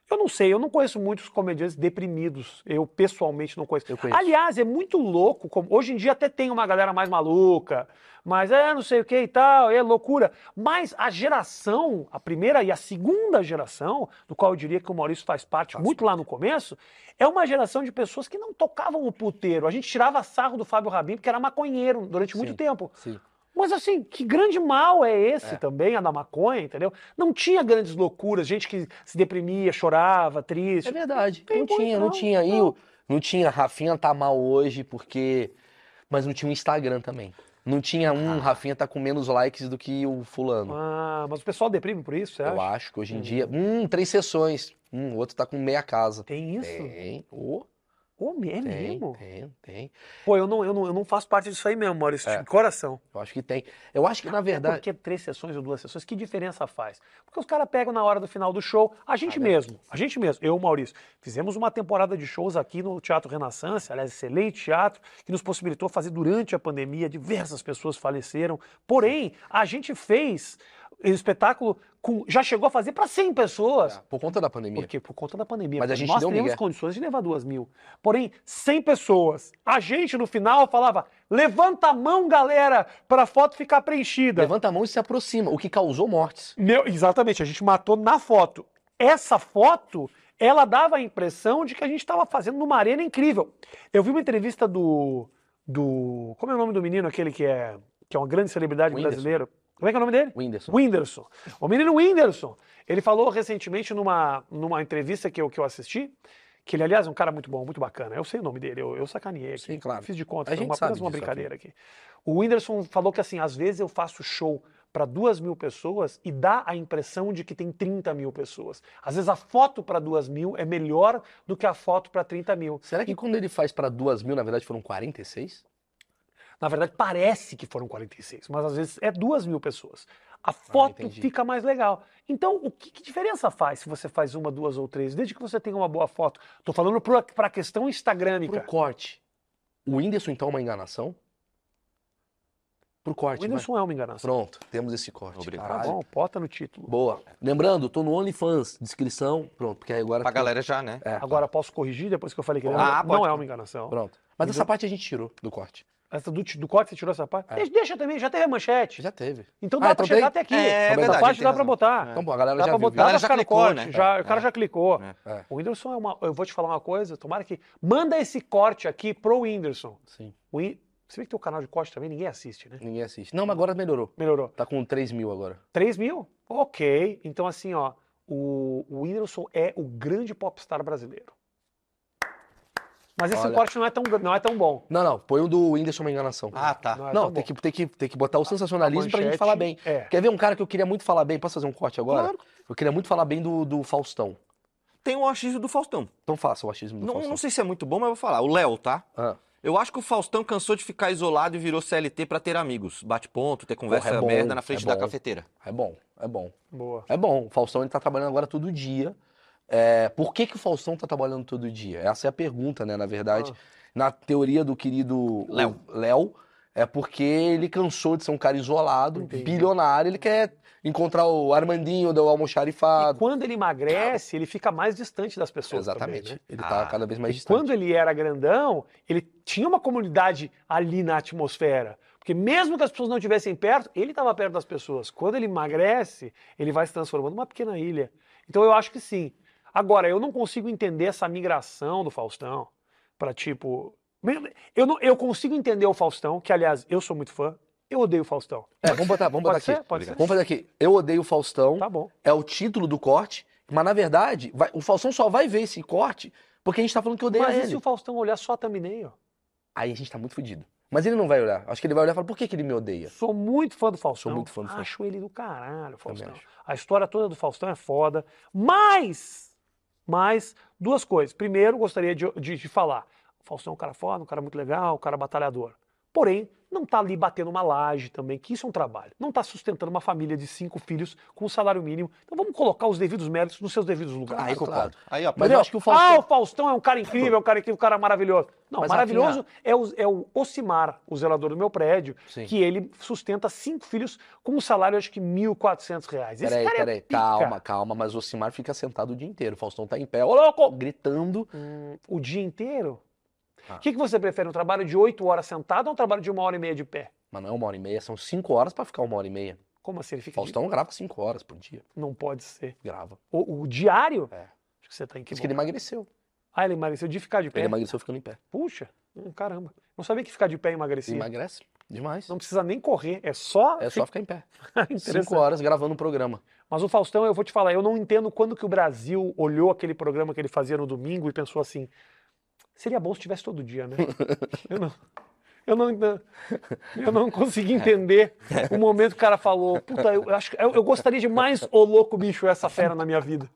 Speaker 2: Eu não sei, eu não conheço muitos comediantes deprimidos. Eu pessoalmente não conheço.
Speaker 1: Eu conheço.
Speaker 2: Aliás, é muito louco. Como... Hoje em dia até tem uma galera mais maluca, mas é não sei o que e tal, é loucura. Mas a geração, a primeira e a segunda geração, do qual eu diria que o Maurício faz parte muito lá no começo, é uma geração de pessoas que não tocavam o puteiro. A gente tirava sarro do Fábio Rabin porque era maconheiro durante muito
Speaker 1: Sim.
Speaker 2: tempo.
Speaker 1: Sim.
Speaker 2: Mas assim, que grande mal é esse também, a da maconha, entendeu? Não tinha grandes loucuras, gente que se deprimia, chorava, triste.
Speaker 1: É verdade.
Speaker 2: Tem então.
Speaker 1: não
Speaker 2: muito,
Speaker 1: tinha, não,
Speaker 2: não,
Speaker 1: tinha. Aí, o- não tinha. Rafinha tá mal hoje porque. Mas não tinha um Instagram também. Não tinha um. Rafinha tá com menos likes do que o fulano.
Speaker 2: Ah, mas o pessoal deprime por isso, você
Speaker 1: Eu
Speaker 2: acha?
Speaker 1: acho que hoje em
Speaker 2: Hum.
Speaker 1: dia. Hum, três sessões. Hum, o outro tá com meia casa.
Speaker 2: Tem isso?
Speaker 1: Tem. Ô.
Speaker 2: Como?
Speaker 1: Tem,
Speaker 2: É mesmo?
Speaker 1: tem, tem.
Speaker 2: Pô, eu não, eu, não, eu não faço parte disso aí mesmo, Maurício,
Speaker 1: É.
Speaker 2: de coração.
Speaker 1: Eu acho que tem. Eu acho que, na verdade.
Speaker 2: Porque três sessões ou duas sessões, que diferença faz? Porque os caras pegam na hora do final do show, a gente
Speaker 1: Ah, né?
Speaker 2: mesmo, a gente mesmo, eu, Maurício, fizemos uma temporada de shows aqui no Teatro Renaissance, aliás, excelente teatro, que nos possibilitou fazer durante a pandemia, diversas pessoas faleceram, porém, a gente fez espetáculo com, já chegou a fazer para 100 pessoas.
Speaker 1: Por conta da pandemia.
Speaker 2: Porque por conta da pandemia,
Speaker 1: Mas a gente
Speaker 2: nós
Speaker 1: deu um
Speaker 2: teríamos
Speaker 1: migué.
Speaker 2: condições de levar duas mil. Porém, 100 pessoas. A gente, no final, falava: levanta a mão, galera, para a foto ficar preenchida.
Speaker 1: Levanta a mão e se aproxima, o que causou mortes.
Speaker 2: Meu- exatamente, a gente matou na foto. Essa foto, ela dava a impressão de que a gente estava fazendo numa arena incrível. Eu vi uma entrevista do. do como é o nome do menino, aquele que é, que é uma grande celebridade
Speaker 1: O Whindersson.
Speaker 2: brasileira? Como é que é o nome dele?
Speaker 1: Whindersson.
Speaker 2: Whindersson. O menino Whindersson. Ele falou recentemente numa, numa entrevista que eu, que eu assisti, que ele, aliás, é um cara muito bom, muito bacana. Eu sei o nome dele, eu, eu sacaneei aqui.
Speaker 1: Sim, claro.
Speaker 2: Fiz de conta,
Speaker 1: A
Speaker 2: foi
Speaker 1: gente
Speaker 2: uma, apenas
Speaker 1: sabe
Speaker 2: uma
Speaker 1: disso
Speaker 2: brincadeira aqui. O Whindersson falou que, assim, às vezes eu faço show para duas mil pessoas e dá a impressão de que tem 30 mil pessoas. Às vezes a foto para duas mil é melhor do que a foto para 30 mil.
Speaker 1: Será que quando ele faz pra duas mil, na verdade foram 46?
Speaker 2: Na verdade, parece que foram 46, mas às vezes é duas mil pessoas. A foto
Speaker 1: Ah, entendi.
Speaker 2: fica mais legal. Então, o que, que diferença faz se você faz uma, duas ou três, desde que você tenha uma boa foto? Tô falando para a questão instagrâmica.
Speaker 1: Pro corte. O Whindersson, então, é uma enganação? Pro
Speaker 2: O
Speaker 1: corte, vai.
Speaker 2: Whindersson é uma enganação.
Speaker 1: Pronto, temos esse corte.
Speaker 3: Obrigado.
Speaker 2: Tá
Speaker 1: Caralho.
Speaker 2: bom, bota no título.
Speaker 1: Boa. Lembrando, tô no OnlyFans, descrição, pronto, porque aí agora...
Speaker 3: Pra
Speaker 1: tem-
Speaker 3: galera já, né?
Speaker 1: É,
Speaker 2: Agora posso corrigir depois que eu falei que ele
Speaker 3: Ah,
Speaker 2: não, não
Speaker 3: pode.
Speaker 2: é uma enganação.
Speaker 1: pronto. Mas essa parte a gente tirou do corte.
Speaker 2: Essa do, ti- do corte você tirou essa parte?
Speaker 1: É.
Speaker 2: Deixa, deixa também, já teve a manchete.
Speaker 1: Já teve.
Speaker 2: Então
Speaker 1: Ah,
Speaker 2: dá pra
Speaker 1: então
Speaker 2: chegar
Speaker 1: tem?
Speaker 2: até aqui.
Speaker 3: É, é
Speaker 2: essa
Speaker 3: verdade,
Speaker 2: parte
Speaker 3: tem
Speaker 2: dá pra
Speaker 3: razão.
Speaker 2: botar.
Speaker 1: Então, bom, a galera
Speaker 2: Dá
Speaker 1: já
Speaker 2: pra
Speaker 1: viu.
Speaker 2: botar,
Speaker 1: viu?
Speaker 2: pra
Speaker 3: já
Speaker 2: ficar no
Speaker 3: clicou,
Speaker 2: corte.
Speaker 3: né?
Speaker 2: Já,
Speaker 3: É,
Speaker 2: o cara
Speaker 3: é.
Speaker 2: já clicou.
Speaker 1: É,
Speaker 2: O Whindersson é uma. Eu vou te falar uma coisa, tomara que. Manda esse corte aqui pro Whindersson.
Speaker 1: sim.
Speaker 2: O Whin- Você vê que tem o canal de corte também, ninguém assiste, né?
Speaker 1: Ninguém assiste. Não, mas agora melhorou.
Speaker 2: Melhorou.
Speaker 1: Tá com 3 mil agora.
Speaker 2: 3 mil? Ok. Então, assim, ó, o, o Whindersson é o grande popstar brasileiro. Mas esse
Speaker 1: Olha.
Speaker 2: corte não é tão, não é tão bom.
Speaker 1: Não, não, põe o do Whindersson uma enganação.
Speaker 3: Ah, tá.
Speaker 2: Não é
Speaker 1: não,
Speaker 2: tão
Speaker 1: tem
Speaker 2: bom. Tá.
Speaker 1: que, tem, que, tem que botar o
Speaker 2: A
Speaker 1: sensacionalismo pra gente
Speaker 2: manchete
Speaker 1: falar bem.
Speaker 2: É.
Speaker 1: Quer ver um cara que eu queria muito falar bem? Posso fazer um corte agora?
Speaker 3: Claro.
Speaker 1: Eu queria muito falar bem do, do Faustão.
Speaker 3: Tem o achismo do Faustão.
Speaker 1: Então faça o achismo do
Speaker 3: Não,
Speaker 1: Faustão.
Speaker 3: não sei se é muito bom, mas eu vou falar. O Léo, tá?
Speaker 1: Ah,
Speaker 3: Eu acho que o Faustão cansou de ficar isolado e virou CLT pra ter amigos. Bate ponto, ter conversa
Speaker 1: Porra, é bom,
Speaker 3: merda na
Speaker 1: é
Speaker 3: frente
Speaker 1: bom.
Speaker 3: da cafeteira.
Speaker 1: é bom, é bom.
Speaker 2: Boa.
Speaker 1: É bom. O Faustão ele tá trabalhando agora todo dia. É, por que, que o Faustão tá trabalhando todo dia? Essa é a pergunta, né? Na verdade,
Speaker 2: Ah.
Speaker 1: na teoria do querido
Speaker 3: Léo.
Speaker 1: Léo, é porque ele cansou de ser um cara isolado,
Speaker 2: Entendi.
Speaker 1: bilionário. Ele quer encontrar o Armandinho do
Speaker 2: E
Speaker 1: Almoxarifado.
Speaker 2: quando ele emagrece, ele fica mais distante das pessoas. também,
Speaker 1: Exatamente.
Speaker 2: né?
Speaker 1: Ele tá
Speaker 3: Ah,
Speaker 1: cada vez
Speaker 2: E
Speaker 1: mais distante.
Speaker 2: quando ele era grandão, ele tinha uma comunidade ali na atmosfera. Porque mesmo que as pessoas não estivessem perto, ele estava perto das pessoas. Quando ele emagrece, ele vai se transformando numa pequena ilha. Então eu acho que sim. Agora, eu não consigo entender essa migração do Faustão para tipo. Eu, não, eu consigo entender o Faustão, que aliás, eu sou muito fã. Eu odeio o Faustão.
Speaker 1: É, vamos botar, vamos botar
Speaker 2: Pode
Speaker 1: aqui.
Speaker 2: ser? Pode ser?
Speaker 1: Vamos fazer aqui. Eu odeio o Faustão.
Speaker 2: Tá bom.
Speaker 1: É o título do corte. Mas na verdade, vai- o Faustão só vai ver esse corte porque a gente tá falando que odeia
Speaker 2: Mas e
Speaker 1: ele.
Speaker 2: se o Faustão olhar só a thumbnail?
Speaker 1: Aí a gente tá muito fudido. Mas ele não vai olhar. Acho que ele vai olhar e falar, por que, que ele me odeia?
Speaker 2: Sou muito fã do Faustão. Ah,
Speaker 1: muito fã do Faustão.
Speaker 2: Acho ele do caralho, Faustão.
Speaker 1: acho.
Speaker 2: A história toda do Faustão é foda. Mas, mas, duas coisas. Primeiro, gostaria de, de, de falar. O Faustão é um cara foda, um cara muito legal, um cara batalhador. Porém, não tá ali batendo uma laje também, que isso é um trabalho. Não tá sustentando uma família de cinco filhos com um salário mínimo. Então vamos colocar os devidos méritos nos seus devidos lugares.
Speaker 1: Ah,
Speaker 3: Aí concordo. Aí, ó,
Speaker 2: [laughs]
Speaker 1: Mas eu acho que o
Speaker 2: Ah,
Speaker 1: Faustão-
Speaker 2: o Faustão é um cara incrível, é um cara incrível, um cara maravilhoso. Não,
Speaker 1: Mas,
Speaker 2: maravilhoso é o, é o Ocimar, o zelador do meu prédio,
Speaker 1: Sim.
Speaker 2: que ele sustenta cinco filhos com um salário, acho que, R$ 1.400. reais. Esse
Speaker 1: Peraí,
Speaker 2: cara é
Speaker 1: peraí.
Speaker 2: pica.
Speaker 1: Calma, calma. Mas o Simar fica sentado o dia inteiro. O Faustão tá em pé. Ô, louco! Gritando.
Speaker 2: Hum, o dia inteiro? O
Speaker 1: Ah.
Speaker 2: que, que você prefere, um trabalho de oito horas sentado ou um trabalho de uma hora e meia de pé?
Speaker 1: Mas não é uma hora e meia. São cinco horas pra ficar uma hora e meia.
Speaker 2: Como assim? Ele fica de-
Speaker 1: Faustão grava cinco horas por dia.
Speaker 2: Não pode ser.
Speaker 1: Grava.
Speaker 2: O, o diário?
Speaker 1: É.
Speaker 2: Acho que você tá em que
Speaker 1: Diz que ele
Speaker 2: bom.
Speaker 1: emagreceu.
Speaker 2: Ah, ele emagreceu de ficar de pé?
Speaker 1: Ele emagreceu ficando em pé.
Speaker 2: Puxa, hum, caramba. Não sabia que ficar de pé
Speaker 1: Ele
Speaker 2: emagrecia.
Speaker 1: emagrece demais.
Speaker 2: Não precisa nem correr, é só...
Speaker 1: É só ficar em pé.
Speaker 2: [laughs] Interessante.
Speaker 1: Cinco horas gravando um programa.
Speaker 2: Mas o Faustão, eu vou te falar, eu não entendo quando que o Brasil olhou aquele programa que ele fazia no domingo e pensou assim: seria bom se tivesse todo dia, né? eu não. Eu não, eu não consegui entender o momento que o cara falou. Puta, eu, acho, que- eu, eu gostaria de mais ô louco bicho essa fera na minha vida.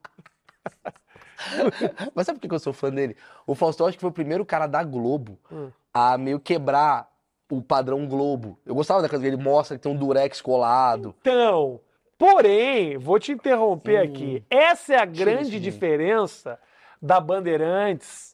Speaker 1: Mas sabe por que eu sou fã dele? O Faustão acho que foi o primeiro cara da Globo
Speaker 2: Hum.
Speaker 1: a meio quebrar o padrão Globo. Eu gostava daquela que ele mostra que tem um durex colado.
Speaker 2: Então, porém, vou te interromper
Speaker 1: Hum.
Speaker 2: aqui. Essa é a
Speaker 1: Tira isso
Speaker 2: grande
Speaker 1: de mim.
Speaker 2: diferença da Bandeirantes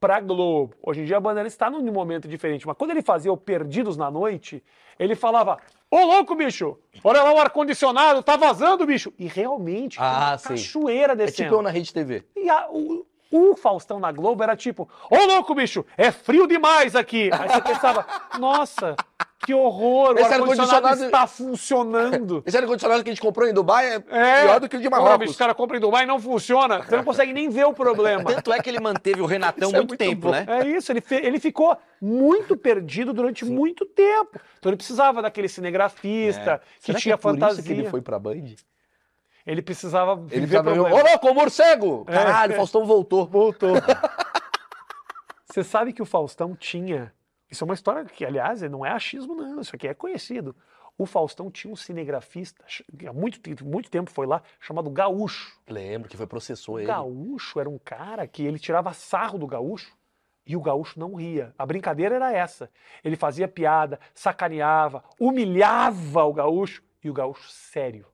Speaker 2: para Globo. Hoje em dia a Bandeirantes está num momento diferente, mas quando ele fazia o Perdidos na Noite, ele falava: Ô louco, bicho! Olha lá o ar-condicionado, tá vazando, bicho! E realmente, tinha
Speaker 1: Ah,
Speaker 2: uma
Speaker 1: sim.
Speaker 2: cachoeira
Speaker 1: É tipo
Speaker 2: descendo.
Speaker 1: eu na Rede TV.
Speaker 2: E a- o, o Faustão na Globo era tipo: Ô louco, bicho, é frio demais aqui! Aí você pensava: Nossa, que horror, o
Speaker 1: Esse
Speaker 2: ar-condicionado
Speaker 1: ar-condicionado-
Speaker 2: está funcionando.
Speaker 1: Esse ar-condicionado que a gente comprou em Dubai é
Speaker 2: É.
Speaker 1: pior do que o de
Speaker 2: Porra, bicho,
Speaker 1: Marrocos.
Speaker 2: Os caras compram em Dubai e não funciona. Você não consegue nem ver
Speaker 1: [laughs]
Speaker 2: o problema.
Speaker 3: Tanto é que ele manteve o Renatão
Speaker 1: Isso é
Speaker 3: muito,
Speaker 1: muito
Speaker 3: tempo,
Speaker 1: bom.
Speaker 3: né?
Speaker 2: É isso, ele, fe- ele ficou muito perdido durante muito tempo. Então ele precisava daquele cinegrafista que
Speaker 1: Será
Speaker 2: tinha
Speaker 1: é por isso
Speaker 2: fantasia.
Speaker 1: que ele
Speaker 2: ele,
Speaker 1: foi pra Band?
Speaker 2: precisava viver
Speaker 1: Ele precisava ver, ô
Speaker 2: problema.
Speaker 1: louco, o morcego!
Speaker 2: É.
Speaker 1: Caralho, o Faustão voltou. Voltou.
Speaker 2: Você sabe que o Faustão tinha. Isso é uma história que, aliás, não é achismo, não. Isso aqui é conhecido. O Faustão tinha um cinegrafista, ch- há muito, tempo- muito tempo foi lá, chamado Gaúcho.
Speaker 1: Lembro que foi processou
Speaker 2: O
Speaker 1: ele.
Speaker 2: gaúcho era um cara que ele tirava sarro do gaúcho e o gaúcho não ria. A brincadeira era essa. Ele fazia piada, sacaneava, humilhava o gaúcho e o gaúcho sério.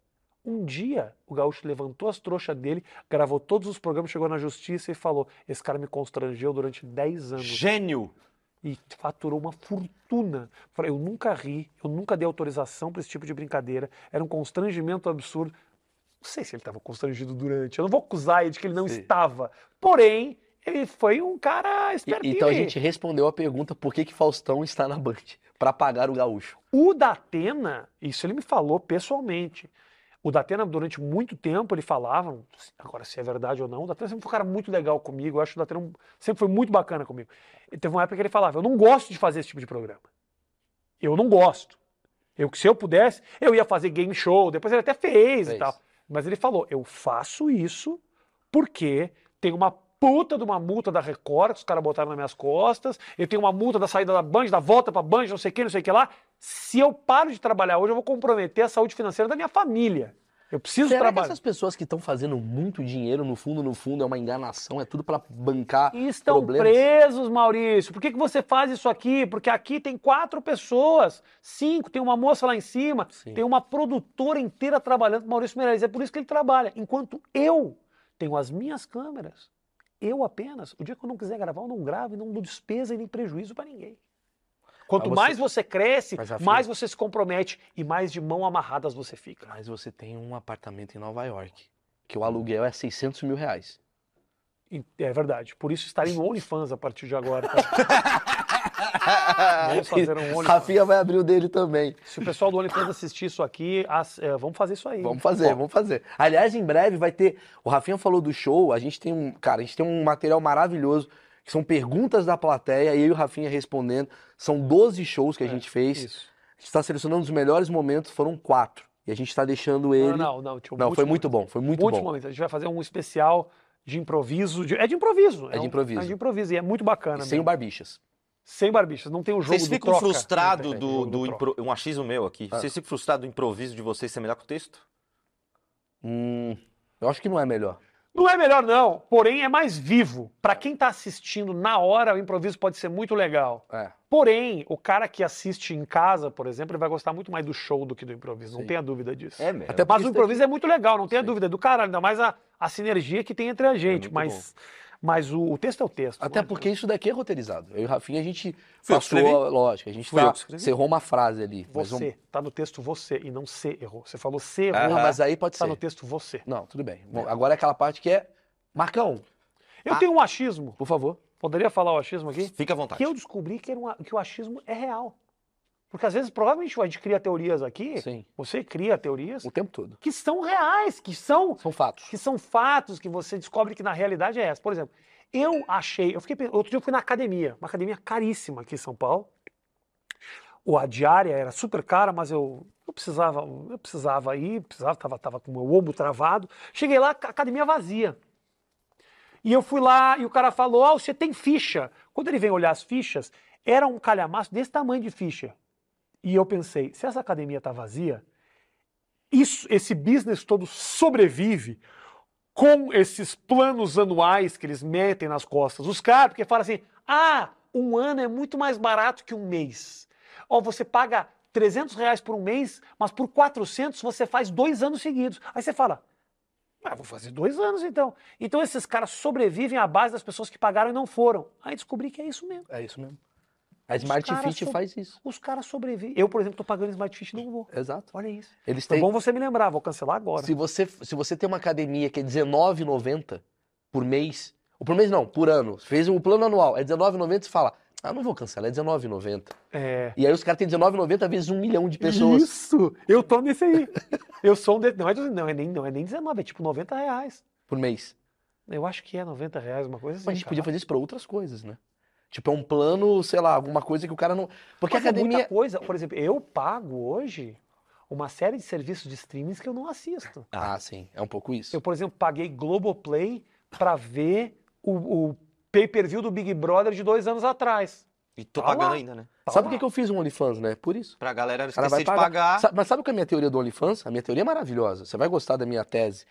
Speaker 2: Um dia, o gaúcho levantou as trouxas dele, gravou todos os programas, chegou na justiça e falou: Esse cara me constrangeu durante 10 anos
Speaker 3: Gênio!
Speaker 2: e faturou uma fortuna. Falei, Eu nunca ri, eu nunca dei autorização para esse tipo de brincadeira, era um constrangimento absurdo. Não sei se ele estava constrangido durante, eu não vou acusar ele de que ele não
Speaker 1: Sim.
Speaker 2: estava. Porém, ele foi um cara
Speaker 1: E-
Speaker 2: espertinho.
Speaker 1: então a
Speaker 2: aí.
Speaker 1: gente respondeu a pergunta por que que Faustão está na Band? Pra pagar o gaúcho.
Speaker 2: O Datena, isso ele me falou pessoalmente. O Datena, durante muito tempo, ele falava, agora se é verdade ou não, o Datena sempre foi um cara muito legal comigo, eu acho que o Datena um- sempre foi muito bacana comigo. E teve uma época que ele falava, eu não gosto de fazer esse tipo de programa. Eu não gosto. Eu, que se eu pudesse, eu ia fazer game show, depois ele até fez e
Speaker 1: Fez.
Speaker 2: tal. Mas ele falou, eu faço isso porque tem uma puta de uma multa da Record que os caras botaram nas minhas costas, eu tenho uma multa da saída da Band, da volta pra Band, não sei o que, não sei o que lá. Se eu paro de trabalhar hoje, eu vou comprometer a saúde financeira da minha família. Eu preciso
Speaker 1: Será que
Speaker 2: trabalhar.
Speaker 1: essas pessoas que estão fazendo muito dinheiro, no fundo, no fundo, é uma enganação, é tudo pra bancar
Speaker 2: E Estão
Speaker 1: problemas?
Speaker 2: presos, Maurício. Por que, que você faz isso aqui? Porque aqui tem quatro pessoas, cinco, tem uma moça lá em cima,
Speaker 1: Sim.
Speaker 2: tem uma produtora inteira trabalhando com Maurício Meirelles. É por isso que ele trabalha. Enquanto eu tenho as minhas câmeras, eu apenas, o dia que eu não quiser gravar, eu não gravo e não dou despesa e nem prejuízo pra ninguém. Quanto
Speaker 1: Mas você-
Speaker 2: mais você cresce,
Speaker 1: Mas, Rafinha-
Speaker 2: mais você se compromete e mais de mão amarradas você fica.
Speaker 1: Mas você tem um apartamento em Nova York, que o aluguel é 600 mil reais.
Speaker 2: E- É verdade. Por isso estarei no OnlyFans a partir de
Speaker 1: [laughs]
Speaker 2: agora. tá?
Speaker 1: Né?
Speaker 2: Vamos fazer um OnlyFans.
Speaker 1: Rafinha vai abrir o dele também.
Speaker 2: Se o pessoal do OnlyFans assistir isso aqui, as- é, vamos fazer isso aí.
Speaker 1: Vamos fazer, vamos fazer. Aliás, em breve vai ter. O Rafinha falou do show, a gente tem um. Cara, a gente tem um material maravilhoso, que são perguntas da plateia, e eu e o Rafinha respondendo. São 12 shows que a
Speaker 2: É,
Speaker 1: gente fez.
Speaker 2: Isso.
Speaker 1: A gente está selecionando os melhores momentos, foram quatro. E a gente está deixando ele.
Speaker 2: Não, não, um não. Tio,
Speaker 1: Não, foi muito bom, foi muito
Speaker 2: Muitos
Speaker 1: bom.
Speaker 2: momentos. A gente vai fazer um especial de improviso. de- É de improviso.
Speaker 1: É de
Speaker 2: um-
Speaker 1: improviso.
Speaker 2: É de improviso. E é muito
Speaker 1: E
Speaker 2: bacana.
Speaker 1: sem o
Speaker 2: mesmo.
Speaker 1: Barbichas.
Speaker 2: Sem barbichas. Não tem o jogo
Speaker 3: Vocês
Speaker 2: do
Speaker 3: ficam
Speaker 2: troca.
Speaker 3: frustrados
Speaker 2: Não tem o
Speaker 3: do,
Speaker 2: jogo
Speaker 3: do
Speaker 2: troca.
Speaker 3: impro- um achismo meu aqui.
Speaker 1: Ah.
Speaker 3: Vocês ficam frustrados do improviso de vocês ser melhor que o texto?
Speaker 1: Hum, eu acho que não é melhor.
Speaker 2: Não é melhor, não. Porém, é mais vivo. Pra quem tá assistindo na hora, o improviso pode ser muito legal.
Speaker 1: É.
Speaker 2: Porém, o cara que assiste em casa, por exemplo, ele vai gostar muito mais do show do que do improviso. Não
Speaker 1: Sim.
Speaker 2: tenha dúvida disso.
Speaker 3: mesmo.
Speaker 1: Até um
Speaker 2: Mas
Speaker 1: porque
Speaker 2: o
Speaker 1: isso daqui-
Speaker 2: improviso é muito legal, não tenha
Speaker 1: Sim. É
Speaker 2: dúvida. É do caralho, ainda mais a, a sinergia que tem entre a gente.
Speaker 3: muito
Speaker 2: mas mas o, o texto é o texto.
Speaker 1: Até
Speaker 2: não é?
Speaker 1: porque isso daqui é roteirizado. Eu e o Rafinha, a gente
Speaker 3: Fui eu que
Speaker 1: passou,
Speaker 3: escrevi.
Speaker 1: lógico, a gente
Speaker 3: Fui eu
Speaker 1: tá,
Speaker 3: que escrevi.
Speaker 1: cerrou uma frase ali. mas
Speaker 2: Você.
Speaker 1: vamos-
Speaker 2: Tá no texto você e não se errou. Você falou se errou.
Speaker 1: Ah,
Speaker 3: Aham.
Speaker 1: mas aí pode
Speaker 2: Tá
Speaker 1: ser.
Speaker 2: no texto você.
Speaker 1: Não, tudo bem. Bom, agora é aquela parte que é. Marcão,
Speaker 2: Eu
Speaker 1: Tá.
Speaker 3: Ah.
Speaker 2: tenho um achismo.
Speaker 1: por favor.
Speaker 2: Poderia falar o achismo aqui?
Speaker 3: Fica à
Speaker 1: Tá.
Speaker 3: vontade.
Speaker 2: Que eu descobri que, era um a- que o achismo é real. Porque às vezes, provavelmente, a gente cria teorias aqui.
Speaker 1: Sim.
Speaker 2: Você cria teorias
Speaker 1: O tempo todo.
Speaker 2: que são reais, que são
Speaker 1: São fatos.
Speaker 2: que são fatos que você descobre que na realidade é essa. Por exemplo, eu achei, eu fiquei, pe- outro dia eu fui na academia, uma academia caríssima aqui em São Paulo. O a diária era super cara, mas eu, eu precisava, eu precisava ir, precisava, tava, tava com o meu ombro travado. Cheguei lá, a academia vazia. E eu fui lá e o cara falou: "Ah, você tem ficha". Quando ele vem olhar as fichas, era um calhamaço desse tamanho de ficha. E eu pensei, se essa academia tá vazia, isso, esse business todo sobrevive com esses planos anuais que eles metem nas costas dos caras, porque fala assim: ah, um ano é muito mais barato que um mês. Ó, você paga 300 reais por um mês, mas por 400 você faz dois anos seguidos. Aí você fala: ah, vou fazer dois anos então. Então esses caras sobrevivem à base das pessoas que pagaram e não foram. Aí descobri que é isso mesmo.
Speaker 1: É isso mesmo. A Smart
Speaker 2: caras
Speaker 1: Fit
Speaker 2: são-
Speaker 1: faz isso.
Speaker 2: Os caras sobrevivem. Eu, por exemplo, tô pagando Smart Fit e não vou.
Speaker 1: Exato.
Speaker 2: Olha isso.
Speaker 1: Eles
Speaker 2: Foi
Speaker 1: têm.
Speaker 2: Tá bom você me lembrar, vou cancelar agora.
Speaker 1: Se você, se você tem uma academia que é R$19,90 por mês, ou por mês não, por ano, fez o plano anual, é R$19,90, você fala, ah, não vou cancelar, é R$19,90.
Speaker 2: É.
Speaker 1: E aí os caras têm R$19,90 vezes um milhão de pessoas.
Speaker 2: Isso! Eu tô nesse aí. Eu sou um de... não, é, do- não, é nem, não é nem 19, é tipo 90 reais.
Speaker 1: por mês.
Speaker 2: Eu acho que é 90 reais, uma coisa assim.
Speaker 1: Mas a gente
Speaker 2: cara.
Speaker 1: podia fazer isso pra outras coisas, né? Tipo, é um plano, sei lá, alguma coisa que o cara não. Porque
Speaker 2: Mas
Speaker 1: a
Speaker 2: é
Speaker 1: academia.
Speaker 2: muita coisa. Por exemplo, eu pago hoje uma série de serviços de streamings que eu não assisto.
Speaker 1: Ah, sim, é um pouco isso.
Speaker 2: Eu, por exemplo, paguei Globoplay pra ver o, o pay-per-view do Big Brother de dois anos atrás.
Speaker 3: E tô
Speaker 2: Tá
Speaker 3: pagando
Speaker 2: lá.
Speaker 3: ainda, né?
Speaker 2: Tá
Speaker 1: Sabe
Speaker 2: lá.
Speaker 1: por que, que eu fiz um OnlyFans, né? Por isso.
Speaker 3: Pra galera
Speaker 1: O cara
Speaker 3: esquecer
Speaker 1: vai
Speaker 3: de
Speaker 1: pagar.
Speaker 3: pagar.
Speaker 1: Sa- Mas sabe qual é a minha teoria do OnlyFans? A minha teoria é maravilhosa. Você vai gostar da minha tese.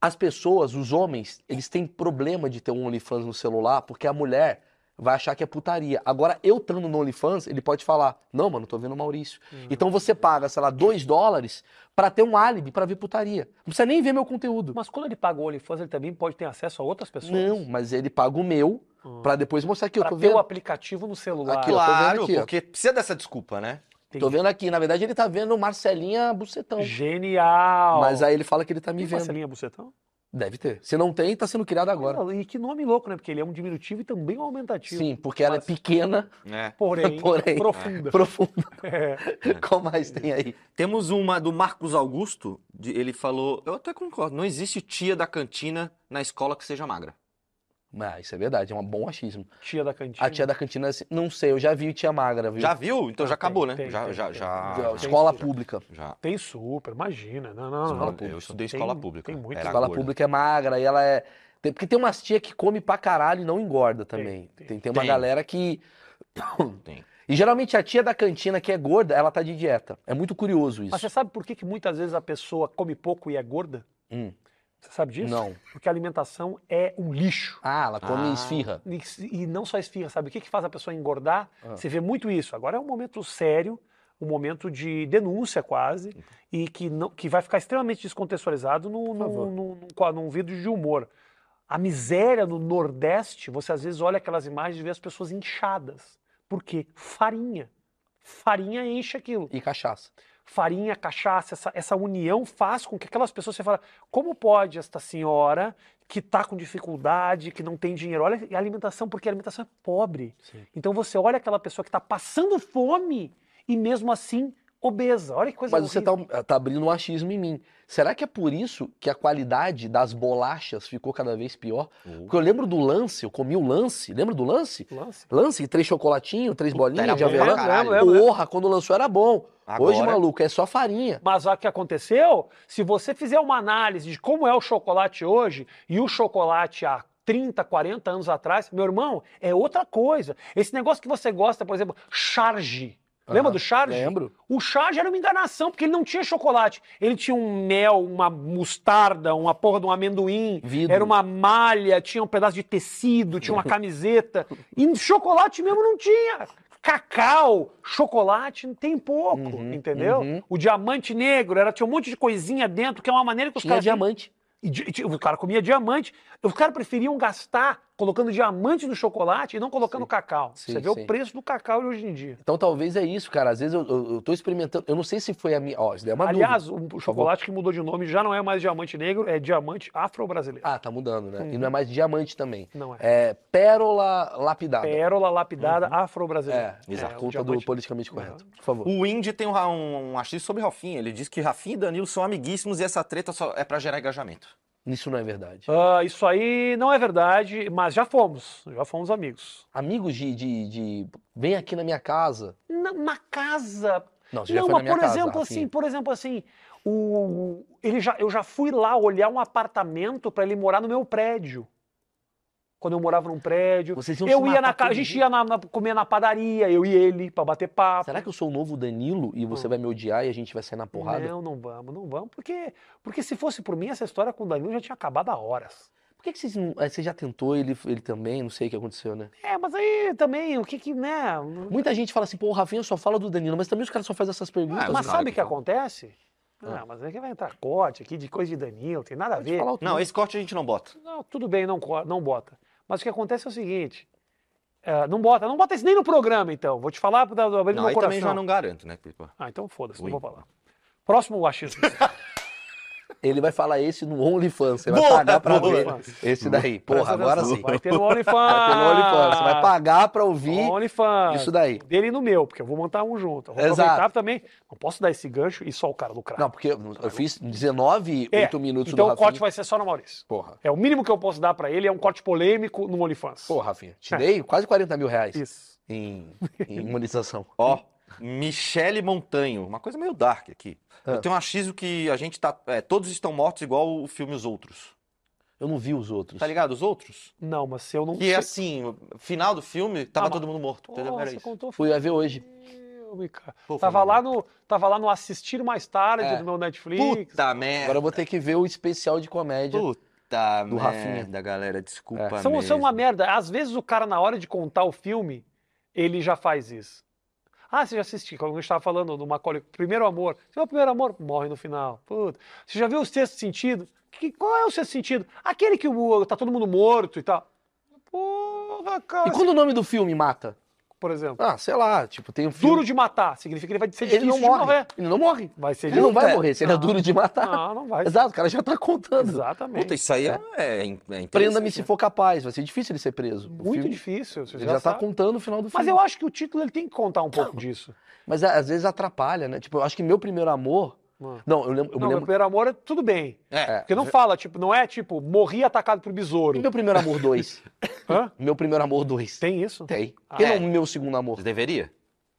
Speaker 1: As pessoas, os homens, eles têm problema de ter um OnlyFans no celular porque a mulher vai achar que é putaria. Agora, eu estando no OnlyFans, ele pode falar: Não, mano, tô vendo o Maurício. Então você paga, sei lá, 2 dólares pra ter um álibi pra ver putaria. Não precisa nem ver meu conteúdo.
Speaker 2: Mas quando ele paga o OnlyFans, ele também pode ter acesso a outras pessoas?
Speaker 1: Não, mas ele paga o meu
Speaker 2: Hum.
Speaker 1: pra depois mostrar que eu
Speaker 2: Pra
Speaker 1: tô
Speaker 2: ter o
Speaker 1: vendo.
Speaker 2: aplicativo no celular.
Speaker 1: Aqui, ó.
Speaker 3: Claro,
Speaker 1: aqui, ó.
Speaker 3: porque precisa dessa desculpa, né?
Speaker 1: Tô vendo aqui. Na verdade, ele tá vendo Marcelinha Bucetão.
Speaker 2: Genial!
Speaker 1: Mas aí ele fala que ele tá me
Speaker 2: Tem
Speaker 1: vendo.
Speaker 2: Marcelinha Bucetão?
Speaker 1: Deve ter. Se não tem, tá sendo criado agora.
Speaker 2: E que nome louco, né? Porque ele é um diminutivo e também um aumentativo.
Speaker 1: Sim, porque ela é
Speaker 2: Mas- [laughs]
Speaker 1: pequena,
Speaker 3: É.
Speaker 1: [laughs]
Speaker 2: Porém,
Speaker 1: Porém.
Speaker 2: profunda.
Speaker 1: profunda.
Speaker 2: [laughs] É.
Speaker 1: Qual mais tem aí?
Speaker 3: Temos uma do Marcos Augusto. de- ele falou, eu até concordo, não existe tia da cantina na escola que seja magra.
Speaker 1: Ah, isso é verdade, é um bom achismo.
Speaker 2: Tia da cantina.
Speaker 1: A tia da cantina, assim, não sei, eu já vi tia magra, viu?
Speaker 3: Já viu? Então
Speaker 2: Ah,
Speaker 3: já
Speaker 2: tem,
Speaker 3: acabou, né?
Speaker 2: tem,
Speaker 3: já,
Speaker 2: tem,
Speaker 3: já,
Speaker 2: tem.
Speaker 3: já,
Speaker 1: Já,
Speaker 2: Ah,
Speaker 3: já,
Speaker 1: Escola
Speaker 2: já.
Speaker 1: pública.
Speaker 3: já.
Speaker 2: Tem super, imagina. Não, não,
Speaker 1: Escola
Speaker 2: não.
Speaker 1: pública.
Speaker 3: Eu estudei
Speaker 2: Tem-
Speaker 3: escola pública.
Speaker 2: tem muito.
Speaker 3: Era
Speaker 1: Escola
Speaker 3: gorda.
Speaker 1: pública é magra e ela é. tem- porque tem umas tia que come pra caralho e não engorda também. Tem,
Speaker 2: tem.
Speaker 1: tem uma
Speaker 3: Tem.
Speaker 1: galera que.
Speaker 3: Tem.
Speaker 1: E geralmente a tia da cantina que é gorda, ela tá de dieta. É muito curioso isso.
Speaker 2: Mas você sabe por que, que muitas vezes a pessoa come pouco e é gorda?
Speaker 1: Hum,
Speaker 2: Você sabe disso?
Speaker 1: não.
Speaker 2: Porque a alimentação é um lixo.
Speaker 1: Ah, ela come
Speaker 3: Ah.
Speaker 1: esfirra.
Speaker 2: E se- E não só esfirra, sabe? O que, que faz a pessoa engordar?
Speaker 1: Ah.
Speaker 2: Você vê muito isso. Agora é um momento sério, um momento de denúncia quase, e que, não, que vai ficar extremamente descontextualizado num,
Speaker 1: Uhum. Por favor.
Speaker 2: num, num, num qua- num vídeo de humor. A miséria no Nordeste, você às vezes olha aquelas imagens e vê as pessoas inchadas. Por quê? Farinha. Farinha enche aquilo
Speaker 1: E cachaça.
Speaker 2: farinha, cachaça, essa, essa união faz com que aquelas pessoas você fala, como pode esta senhora que está com dificuldade, que não tem dinheiro, olha e a alimentação, porque a alimentação é pobre.
Speaker 1: Sim.
Speaker 2: Então você olha aquela pessoa que está passando fome e mesmo assim obesa. Olha que coisa
Speaker 1: Mas você
Speaker 2: horrível.
Speaker 1: tá, tá abrindo um achismo em mim. Será que é por isso que a qualidade das bolachas ficou cada vez pior? Porque eu lembro do lance, eu comi o lance. Lembra do lance?
Speaker 2: Lance.
Speaker 1: Lance, três chocolatinhos, três bolinhas
Speaker 3: era
Speaker 1: de
Speaker 3: bom
Speaker 2: é
Speaker 3: pra
Speaker 1: avelã.
Speaker 3: caralho.
Speaker 2: Lembro, lembro.
Speaker 1: Porra, quando lançou era bom.
Speaker 3: Agora,
Speaker 1: Hoje, maluco, é só farinha.
Speaker 2: Mas o que aconteceu? Se você fizer uma análise de como é o chocolate hoje e o chocolate há 30, 40 anos atrás, meu irmão, é outra coisa. Esse negócio que você gosta, por exemplo, charge. Lembra
Speaker 1: Aham,
Speaker 2: do charge?
Speaker 1: Lembro.
Speaker 2: O charge era uma enganação, porque ele não tinha chocolate. Ele tinha um mel, uma mostarda, uma porra de um amendoim,
Speaker 1: Vidro.
Speaker 2: era uma malha, tinha um pedaço de
Speaker 1: [laughs]
Speaker 2: tecido, tinha uma camiseta. E chocolate mesmo não tinha. Cacau, chocolate, não tem pouco,
Speaker 1: Uhum,
Speaker 2: entendeu?
Speaker 1: uhum.
Speaker 2: O diamante negro, era, tinha um monte de coisinha dentro, que é uma maneira que os
Speaker 1: Tinha
Speaker 2: caras.
Speaker 1: diamante.
Speaker 2: E di- di- o cara comia diamante. Os caras preferiam gastar colocando diamante no chocolate e não colocando cacau.
Speaker 1: Sim,
Speaker 2: Você vê
Speaker 1: sim.
Speaker 2: o preço do cacau hoje em dia.
Speaker 1: Então talvez é isso, cara. Às vezes eu, eu, eu tô experimentando. Eu não sei se foi a minha. Ó, isso daí é uma dúvida.
Speaker 2: Aliás, o
Speaker 1: favor.
Speaker 2: chocolate que mudou de nome já não é mais diamante negro, é diamante afro-brasileiro.
Speaker 1: Ah, tá mudando, né?
Speaker 2: Hum.
Speaker 1: E não é mais diamante também.
Speaker 2: Não é.
Speaker 1: É pérola lapidada.
Speaker 2: Pérola lapidada afro-brasileira.
Speaker 1: É,
Speaker 3: Exato.
Speaker 1: a
Speaker 2: o
Speaker 1: culpa do
Speaker 2: diamante- Uhum.
Speaker 1: politicamente correto. Por favor.
Speaker 3: O Indy tem um, ra- um, um achismo sobre Rafinha. Ele diz que Rafinha e Danilo são amiguíssimos e essa treta só é pra gerar engajamento.
Speaker 1: Isso não é verdade.
Speaker 2: Ah, isso aí não é verdade, mas já fomos. Já fomos amigos.
Speaker 1: Amigos de, de, de- Vem aqui na minha casa.
Speaker 2: Na, na casa.
Speaker 1: Não, você já
Speaker 2: Não,
Speaker 1: foi na
Speaker 2: mas
Speaker 1: minha
Speaker 2: por
Speaker 1: casa.
Speaker 2: exemplo,
Speaker 1: Rafinha.
Speaker 2: assim, por exemplo, assim, o, ele já, eu já fui lá olhar um apartamento para ele morar no meu prédio. quando eu morava num prédio.
Speaker 1: Vocês iam se
Speaker 2: Eu ia na
Speaker 1: matar
Speaker 2: casa, a
Speaker 1: todo
Speaker 2: gente
Speaker 1: dia.
Speaker 2: ia na, na- comer na padaria, eu e ele, pra bater papo.
Speaker 1: né? Será que eu sou o novo Danilo e você
Speaker 2: Hum.
Speaker 1: vai me odiar e a gente vai sair na porrada?
Speaker 2: Não, não vamos, não vamos, porque, porque se fosse por mim, essa história com o Danilo já tinha acabado há horas.
Speaker 1: Por que, que vocês não. aí Você já tentou ele, ele também? Não sei o que aconteceu, né?
Speaker 2: É, mas aí também, o que que, né?
Speaker 1: Muita gente fala assim, pô, o Rafinha só fala do Danilo, mas também os caras só fazem essas perguntas.
Speaker 2: Mas
Speaker 3: Ah,
Speaker 1: né?
Speaker 3: claro
Speaker 2: sabe o
Speaker 3: que
Speaker 2: que
Speaker 3: não.
Speaker 2: acontece?
Speaker 1: Ah.
Speaker 2: Ah, mas é que vai entrar corte aqui de coisa de Danilo, tem nada a
Speaker 1: Pode
Speaker 2: ver.
Speaker 1: falar o
Speaker 3: Não, esse corte a gente não bota.
Speaker 2: Não, tudo bem, não, co- não bota. Mas o que acontece é o seguinte. é, não bota, não bota isso nem no programa, então. Vou te falar pra abrir
Speaker 3: Não,
Speaker 2: meu
Speaker 3: aí também já
Speaker 2: coração.
Speaker 3: não garanto, né? porque, pô,
Speaker 2: Ah, então foda-se, não
Speaker 3: Ruim.
Speaker 2: vou falar. Próximo achismo.
Speaker 1: Ele vai falar esse no OnlyFans, você vai
Speaker 3: Boa,
Speaker 1: pagar pra
Speaker 3: boa.
Speaker 1: ver. Esse daí. Porra, [laughs]
Speaker 2: Presta
Speaker 1: agora
Speaker 2: atenção,
Speaker 1: sim. Vai
Speaker 2: Vai ter no
Speaker 1: ter no OnlyFans, você
Speaker 2: Ah.
Speaker 1: vai pagar pra ouvir
Speaker 2: No OnlyFans.
Speaker 1: isso daí.
Speaker 2: O Dele e no meu, porque eu vou montar um junto. Eu vou
Speaker 1: Exato.
Speaker 2: aproveitar também. Não posso dar esse gancho e só o cara lucrar.
Speaker 1: Não, porque eu eu fiz 19,
Speaker 2: É,
Speaker 1: 8 minutos
Speaker 2: então
Speaker 1: do
Speaker 2: o
Speaker 1: Rafinha.
Speaker 2: corte vai ser só no Maurício.
Speaker 1: Porra.
Speaker 2: É o mínimo que eu posso dar pra ele, é um corte polêmico no OnlyFans.
Speaker 1: Porra, Rafinha. Te dei quase 40 mil reais
Speaker 2: Ah. Isso.
Speaker 1: em, em imunização.
Speaker 3: Ó, Michele Montanho, uma coisa meio dark aqui.
Speaker 1: Hum. Ah.
Speaker 3: Eu tenho um achismo que a gente tá. é, todos estão mortos igual o filme Os Outros.
Speaker 1: Eu não vi os outros.
Speaker 3: Tá ligado? Os Outros?
Speaker 2: Não, mas se eu não.
Speaker 3: Que é assim, o final do filme, tava
Speaker 2: Ah, mas-
Speaker 3: todo mundo morto.
Speaker 2: Porra,
Speaker 3: Entendeu? Era
Speaker 2: você
Speaker 3: isso.
Speaker 2: contou
Speaker 1: Fui a ver hoje.
Speaker 2: filme, cara.
Speaker 3: Pô, foi
Speaker 2: Tava
Speaker 3: mal.
Speaker 2: lá, no, tava lá no assistir mais tarde
Speaker 1: É.
Speaker 2: do meu Netflix.
Speaker 3: Puta merda.
Speaker 1: Agora eu vou ter que ver o especial de comédia.
Speaker 3: Puta
Speaker 1: Do Rafinha. É.
Speaker 3: merda, galera. Desculpa
Speaker 2: São, são
Speaker 3: mesmo.
Speaker 2: uma merda. Às vezes o cara, na hora de contar o filme, ele já faz isso. Ah, você já assistiu, como a gente tava falando do Macaulay, Primeiro Amor. Seu primeiro amor morre no final. Puta. Você já viu o Sexto Sentido? Que, qual é o Sexto Sentido? Aquele que o, tá todo mundo morto e tal. Porra, cara.
Speaker 1: E quando o nome do filme mata?
Speaker 2: Por exemplo,
Speaker 1: Ah, sei lá, tipo, tem um filme.
Speaker 2: Duro de Matar significa que ele vai ser
Speaker 1: ele
Speaker 2: difícil
Speaker 1: não
Speaker 2: de
Speaker 1: morre.
Speaker 2: morrer.
Speaker 1: Ele não morre.
Speaker 2: Vai ser
Speaker 1: Ele não vai
Speaker 2: difícil.
Speaker 1: morrer, se ele é
Speaker 2: Não.
Speaker 1: duro de matar.
Speaker 2: Não, não vai.
Speaker 1: Exato, o cara já tá contando.
Speaker 2: Exatamente.
Speaker 3: Puta, isso aí é, é, é
Speaker 1: Prenda-me
Speaker 3: interessante,
Speaker 1: se
Speaker 3: né?
Speaker 1: for capaz. Vai ser difícil ele ser preso. O
Speaker 2: Muito
Speaker 1: é um filme-
Speaker 2: difícil. Você
Speaker 1: Ele já, tá
Speaker 2: sabe.
Speaker 1: contando o final do filme.
Speaker 2: Mas eu acho que o título ele tem que contar
Speaker 1: [coughs]
Speaker 2: um pouco disso.
Speaker 1: Mas a- às vezes atrapalha, né? Tipo, eu acho que meu primeiro amor.
Speaker 2: Não,
Speaker 1: Não, eu, lembro, eu
Speaker 2: meu
Speaker 1: me lembro.
Speaker 2: primeiro amor é tudo bem.
Speaker 3: É.
Speaker 2: Porque não fala, tipo, não é tipo, morri atacado por
Speaker 1: E
Speaker 2: besouro.
Speaker 1: meu primeiro amor [laughs] 2.
Speaker 2: Hã?
Speaker 1: meu primeiro amor 2.
Speaker 2: Tem isso?
Speaker 1: Tem. Por
Speaker 2: Ah,
Speaker 1: que
Speaker 3: é.
Speaker 1: não meu segundo amor?
Speaker 3: Deveria.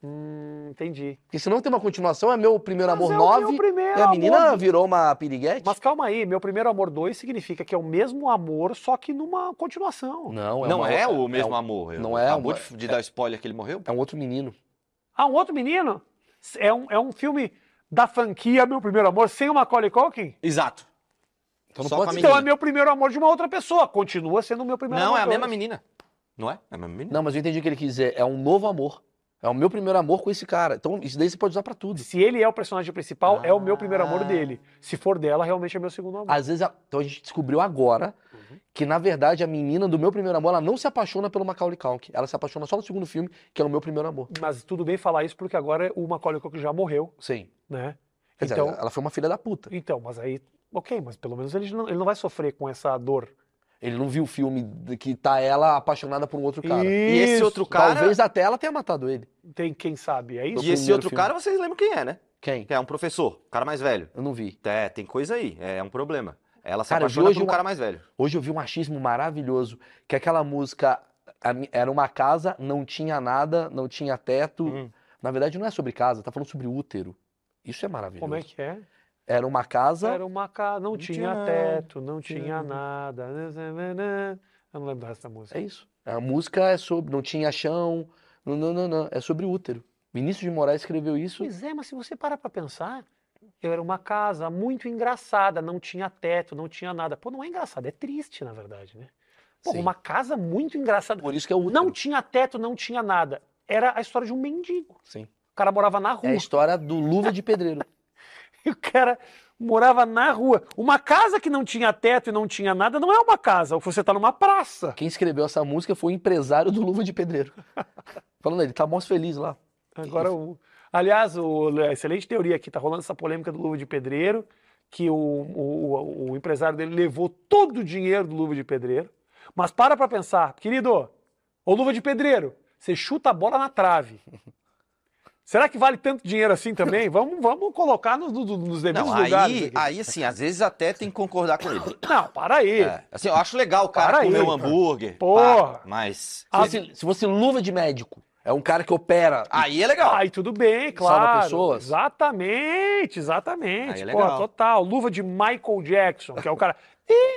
Speaker 2: Hum, entendi.
Speaker 1: Porque senão tem uma continuação, é meu primeiro
Speaker 2: Mas
Speaker 1: amor
Speaker 2: é o meu
Speaker 1: 9.
Speaker 2: primeiro
Speaker 1: e a menina
Speaker 2: amor.
Speaker 1: virou uma piriguete?
Speaker 2: Mas calma aí, meu primeiro amor 2 significa que é o mesmo amor, só que numa continuação.
Speaker 1: Não, é
Speaker 3: não
Speaker 1: uma-
Speaker 3: é o mesmo
Speaker 1: um-
Speaker 3: amor. eu-
Speaker 1: não é
Speaker 3: Acabou
Speaker 1: uma-
Speaker 3: de, de dar spoiler que ele morreu?
Speaker 1: É um outro menino.
Speaker 2: Ah, um outro menino? É um, é um filme da franquia Meu Primeiro Amor, sem o Macaulay Culkin?
Speaker 3: Exato.
Speaker 1: Então não
Speaker 3: Só
Speaker 1: pode
Speaker 3: com a
Speaker 1: ser.
Speaker 2: Então é
Speaker 3: menina.
Speaker 2: meu primeiro amor de uma outra pessoa. Continua sendo o meu primeiro
Speaker 3: Não,
Speaker 2: amor.
Speaker 3: é a mesma
Speaker 2: dois.
Speaker 3: menina. Não é? É a mesma menina.
Speaker 1: Não, mas eu entendi o que ele quis dizer. É um novo amor. É o meu primeiro amor com esse cara. Então isso daí você pode usar pra tudo.
Speaker 2: Se ele é o personagem principal, é o meu primeiro amor
Speaker 3: Ah.
Speaker 2: dele. Se for dela, realmente é meu segundo amor.
Speaker 1: Às vezes, a... então a gente descobriu agora
Speaker 3: Uhum.
Speaker 1: que na verdade a menina do meu primeiro amor, ela não se apaixona pelo Macaulay Culkin. Ela se apaixona só no segundo filme, que é o meu primeiro amor.
Speaker 2: Mas tudo bem falar isso porque agora o Macaulay Culkin já morreu,
Speaker 1: Sim.
Speaker 2: né?
Speaker 1: Quer dizer,
Speaker 2: Então,
Speaker 1: ela foi uma filha da puta.
Speaker 2: então, mas aí, ok, mas pelo menos ele não, ele não vai sofrer com essa dor.
Speaker 1: Ele não viu o filme de- que tá ela apaixonada por um outro cara.
Speaker 3: E esse
Speaker 2: Isso.
Speaker 3: outro cara.
Speaker 1: Talvez até ela tenha matado ele.
Speaker 2: Tem quem sabe, é isso?
Speaker 3: E esse
Speaker 1: primeiro
Speaker 3: outro
Speaker 1: filme.
Speaker 3: cara, vocês lembram quem é, né?
Speaker 1: Quem?
Speaker 3: Que é um professor, um cara mais velho.
Speaker 1: Eu não vi.
Speaker 3: É, tem coisa aí, é um problema. Ela se
Speaker 1: Cara, eu vi
Speaker 3: apaixona
Speaker 1: hoje
Speaker 3: por um
Speaker 1: uma-
Speaker 3: cara mais velho.
Speaker 1: Hoje eu vi um achismo maravilhoso, que é aquela música a mi- era uma casa, não tinha nada, não tinha teto,
Speaker 3: Hum.
Speaker 1: Na verdade, não é sobre casa, tá falando sobre útero. Isso é maravilhoso.
Speaker 2: Como é que é?
Speaker 1: Era uma casa.
Speaker 2: Era uma casa, não, tinha,
Speaker 3: tinha
Speaker 2: teto, não
Speaker 3: tinha
Speaker 2: tinha nada. Eu não lembro dessa música.
Speaker 1: É isso. A música é sobre. Não tinha chão. Não, não, não, não. É sobre útero. Vinícius de Moraes escreveu isso.
Speaker 2: Pois é, mas se você parar pra pensar, eu era uma casa muito engraçada, não tinha teto, não tinha nada. Pô, não é engraçado, é triste, na verdade, né? Pô,
Speaker 1: Sim.
Speaker 2: uma casa muito engraçada.
Speaker 1: Por isso que é útero.
Speaker 2: Não tinha teto, não tinha nada. Era a história de um mendigo.
Speaker 1: Sim.
Speaker 2: O cara morava na
Speaker 1: É a
Speaker 2: [laughs] rua.
Speaker 1: história do Luva de Pedreiro.
Speaker 2: E o cara morava na rua. Uma casa que não tinha teto e não tinha nada não é uma casa. Você tá numa praça.
Speaker 1: Quem escreveu essa música foi o empresário do Luva de
Speaker 2: [laughs]
Speaker 1: Pedreiro. Falando, ele tá mó feliz lá.
Speaker 2: Agora, o... aliás, o... a excelente teoria aqui, tá rolando essa polêmica do Luva de Pedreiro, que o, o, o empresário dele levou todo o dinheiro do Luva de Pedreiro. Mas para pra pensar, querido, ô Luva de Pedreiro, você chuta a bola na
Speaker 3: [laughs]
Speaker 2: trave. Será que vale tanto dinheiro assim também? Vamos, vamos colocar nos, nos- nos devidos
Speaker 3: Não,
Speaker 2: lugares.
Speaker 3: aí,
Speaker 2: aqui.
Speaker 3: aí assim, às vezes até tem que concordar com
Speaker 2: [coughs]
Speaker 3: ele.
Speaker 2: Não, para aí.
Speaker 3: É, assim, eu acho legal o cara
Speaker 2: Para
Speaker 3: comer
Speaker 2: aí,
Speaker 3: um hambúrguer.
Speaker 2: Porra. Ah,
Speaker 3: pá, mas.
Speaker 1: Se fosse, se fosse luva de médico, É um cara que opera.
Speaker 3: Aí é legal.
Speaker 2: Aí tudo bem,
Speaker 1: Salva
Speaker 2: claro.
Speaker 1: pessoas.
Speaker 2: Exatamente, exatamente.
Speaker 3: Aí é
Speaker 2: Pô,
Speaker 3: legal.
Speaker 2: total. Luva de Michael Jackson, que é o
Speaker 1: [laughs]
Speaker 2: cara.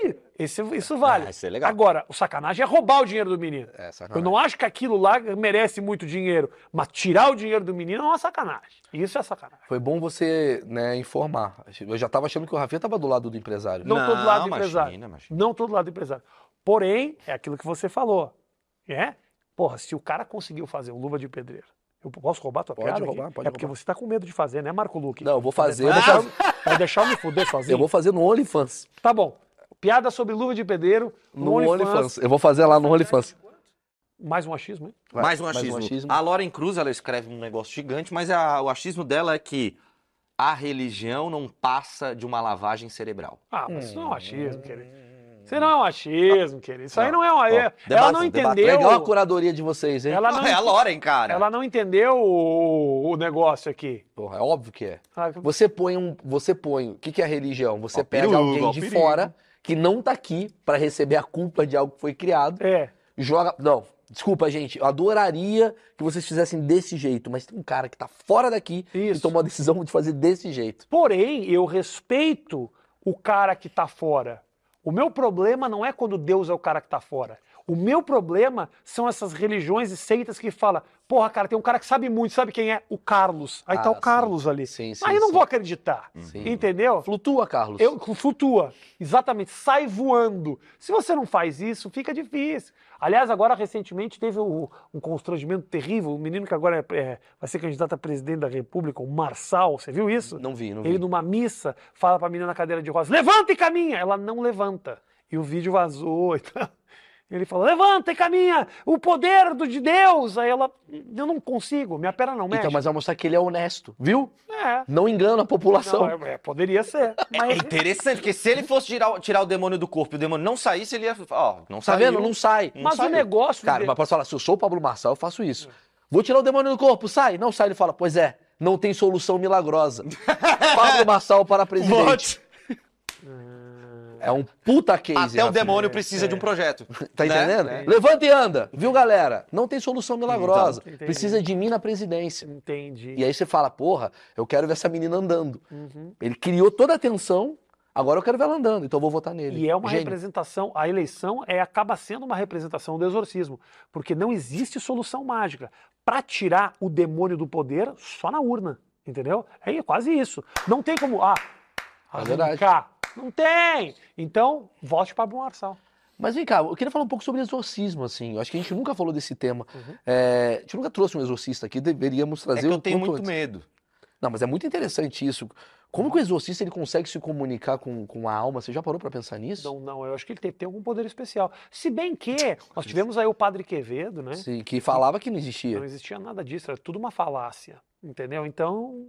Speaker 2: Ih, esse, isso vale.
Speaker 3: Ah, isso é legal.
Speaker 2: Agora, o sacanagem é roubar o dinheiro do menino.
Speaker 1: É,
Speaker 2: Eu
Speaker 1: sacanagem.
Speaker 2: não acho que aquilo lá merece muito dinheiro, mas tirar o dinheiro do menino é uma sacanagem. Isso é sacanagem.
Speaker 1: Foi bom você né, informar. Eu já tava achando que o Rafinha tava do lado do empresário.
Speaker 2: Não, tô do lado do
Speaker 3: imagina,
Speaker 2: empresário.
Speaker 3: imagina.
Speaker 2: Não todo lado do empresário. Porém, é aquilo que você falou. É? Porra, se o cara conseguiu fazer um luva de pedreiro, eu posso roubar tua
Speaker 1: Pode
Speaker 2: piada?
Speaker 1: roubar,
Speaker 2: aqui?
Speaker 1: pode
Speaker 2: é porque
Speaker 1: roubar.
Speaker 2: você tá com medo de fazer, né, Marco Luque?
Speaker 1: Não, eu vou fazer. Eu
Speaker 2: Vai
Speaker 1: vou
Speaker 2: deixar,
Speaker 1: fazer,
Speaker 2: vai deixar eu me fuder sozinho?
Speaker 1: eu vou fazer no OnlyFans.
Speaker 2: Tá bom. Piada sobre luva de pedreiro no,
Speaker 1: No
Speaker 2: OnlyFans.
Speaker 1: OnlyFans. Eu vou fazer lá no OnlyFans.
Speaker 2: Mais um achismo, hein?
Speaker 1: Vai,
Speaker 3: mais um achismo. A Lauren Cruz, ela escreve um negócio gigante, mas a- o achismo dela é que a religião não passa de uma lavagem cerebral.
Speaker 2: Ah, mas isso não é um achismo, querido. Isso não é um achismo, querido. Isso aí não é um... é-
Speaker 3: debate-
Speaker 2: ela não
Speaker 3: debate.
Speaker 2: entendeu...
Speaker 1: Legal a curadoria de vocês, hein?
Speaker 2: Ela não,
Speaker 3: [laughs] é a Lauren, cara.
Speaker 2: ela não entendeu o, o negócio aqui.
Speaker 1: Porra, é óbvio que é.
Speaker 2: Ah,
Speaker 1: Você põe um. Você põe. O que, que é religião? Você
Speaker 3: Ó,
Speaker 1: pega
Speaker 3: perigo,
Speaker 1: alguém
Speaker 3: ó,
Speaker 1: de
Speaker 3: perigo.
Speaker 1: fora que não tá aqui pra receber a culpa de algo que foi criado.
Speaker 2: É.
Speaker 1: joga. Não, desculpa, gente. Eu adoraria que vocês fizessem desse jeito, mas tem um cara que tá fora daqui e
Speaker 2: Isso.
Speaker 1: tomou a decisão de fazer desse jeito.
Speaker 2: Porém, eu respeito o cara que tá fora. O meu problema não é quando Deus é o cara que tá fora. O meu problema são essas religiões e seitas que fala, porra, cara, tem um cara que sabe muito, sabe quem é? O Carlos. Aí
Speaker 1: Ah,
Speaker 2: tá o
Speaker 1: sim.
Speaker 2: Carlos ali.
Speaker 1: Sim, sim,
Speaker 2: Aí eu não
Speaker 1: sim.
Speaker 2: vou acreditar.
Speaker 1: Sim.
Speaker 2: Entendeu?
Speaker 1: Flutua, Carlos.
Speaker 2: Eu, flutua, exatamente, sai voando. Se você não faz isso, fica difícil. Aliás, agora recentemente teve um, um constrangimento terrível. O menino que agora é- é- vai ser candidato a presidente da República, o Marçal, você viu isso?
Speaker 1: Não vi, não vi.
Speaker 2: Ele numa missa fala pra menina na cadeira de rodas, levanta e caminha! Ela não levanta. E o vídeo vazou e tal. [laughs] Ele fala, levanta e caminha! O poder do, de Deus! Aí ela, eu não consigo, minha perna não mexe.
Speaker 1: Então, mas vai mostrar que ele é honesto, viu?
Speaker 2: É,
Speaker 1: Não engana a população.
Speaker 2: não, é, é, poderia
Speaker 1: [laughs]
Speaker 2: ser.
Speaker 3: É
Speaker 2: Mas
Speaker 3: interessante, porque se ele fosse tirar, o- tirar o demônio do corpo e o demônio não saísse, ele ia. Ó, não
Speaker 1: tá
Speaker 3: saiu.
Speaker 1: vendo? Não sai.
Speaker 3: Não
Speaker 2: mas o
Speaker 3: saiu.
Speaker 2: negócio...
Speaker 1: Cara,
Speaker 2: de-
Speaker 1: mas posso falar, se eu sou o Pablo Marçal, eu faço isso.
Speaker 2: É.
Speaker 1: Vou tirar o demônio do corpo, sai. Não sai, ele fala, pois é, não tem solução
Speaker 2: [laughs]
Speaker 1: milagrosa. Pablo Marçal para presidente.
Speaker 3: Vote.
Speaker 2: Ah,
Speaker 1: É um puta case.
Speaker 3: Até o
Speaker 1: Rafinha. é.
Speaker 3: demônio precisa de um projeto.
Speaker 1: [laughs] Tá
Speaker 3: né?
Speaker 1: entendendo?
Speaker 3: É.
Speaker 1: Levanta e anda. Viu, galera? Não tem solução milagrosa.
Speaker 2: Então, entendi.
Speaker 1: Precisa de mim na presidência.
Speaker 2: Entendi.
Speaker 1: E aí você fala, porra, eu quero ver essa menina andando.
Speaker 2: Uhum.
Speaker 1: Ele criou toda a tensão, agora eu quero ver ela andando, então eu vou votar nele.
Speaker 2: E é uma
Speaker 1: Gênio.
Speaker 2: representação, a eleição é, acaba sendo uma representação do exorcismo, porque não existe solução mágica. Para tirar o demônio do poder, só na urna, entendeu? É quase isso. Não tem como, ah,
Speaker 1: É verdade.
Speaker 2: arrancar. Não tem! Então, vote para Bruno Marçal.
Speaker 1: Mas vem cá, eu queria falar um pouco sobre exorcismo, assim. Eu acho que a gente nunca falou desse tema.
Speaker 2: Uhum.
Speaker 1: É, a gente nunca trouxe um exorcista aqui, deveríamos
Speaker 3: É
Speaker 1: trazer
Speaker 3: que
Speaker 1: o
Speaker 3: eu tenho
Speaker 1: quanto
Speaker 3: muito
Speaker 1: antes.
Speaker 3: medo.
Speaker 1: Não, mas é muito interessante isso. Como que o exorcista ele consegue se comunicar com, com a alma? Você já parou pra pensar nisso?
Speaker 2: Não, Então, não, eu acho que ele tem, tem algum poder especial. Se bem que nós tivemos aí o Padre Quevedo, né?
Speaker 1: Sim, que falava que não
Speaker 2: Não
Speaker 1: existia.
Speaker 2: existia nada disso, era tudo uma falácia, entendeu? Então,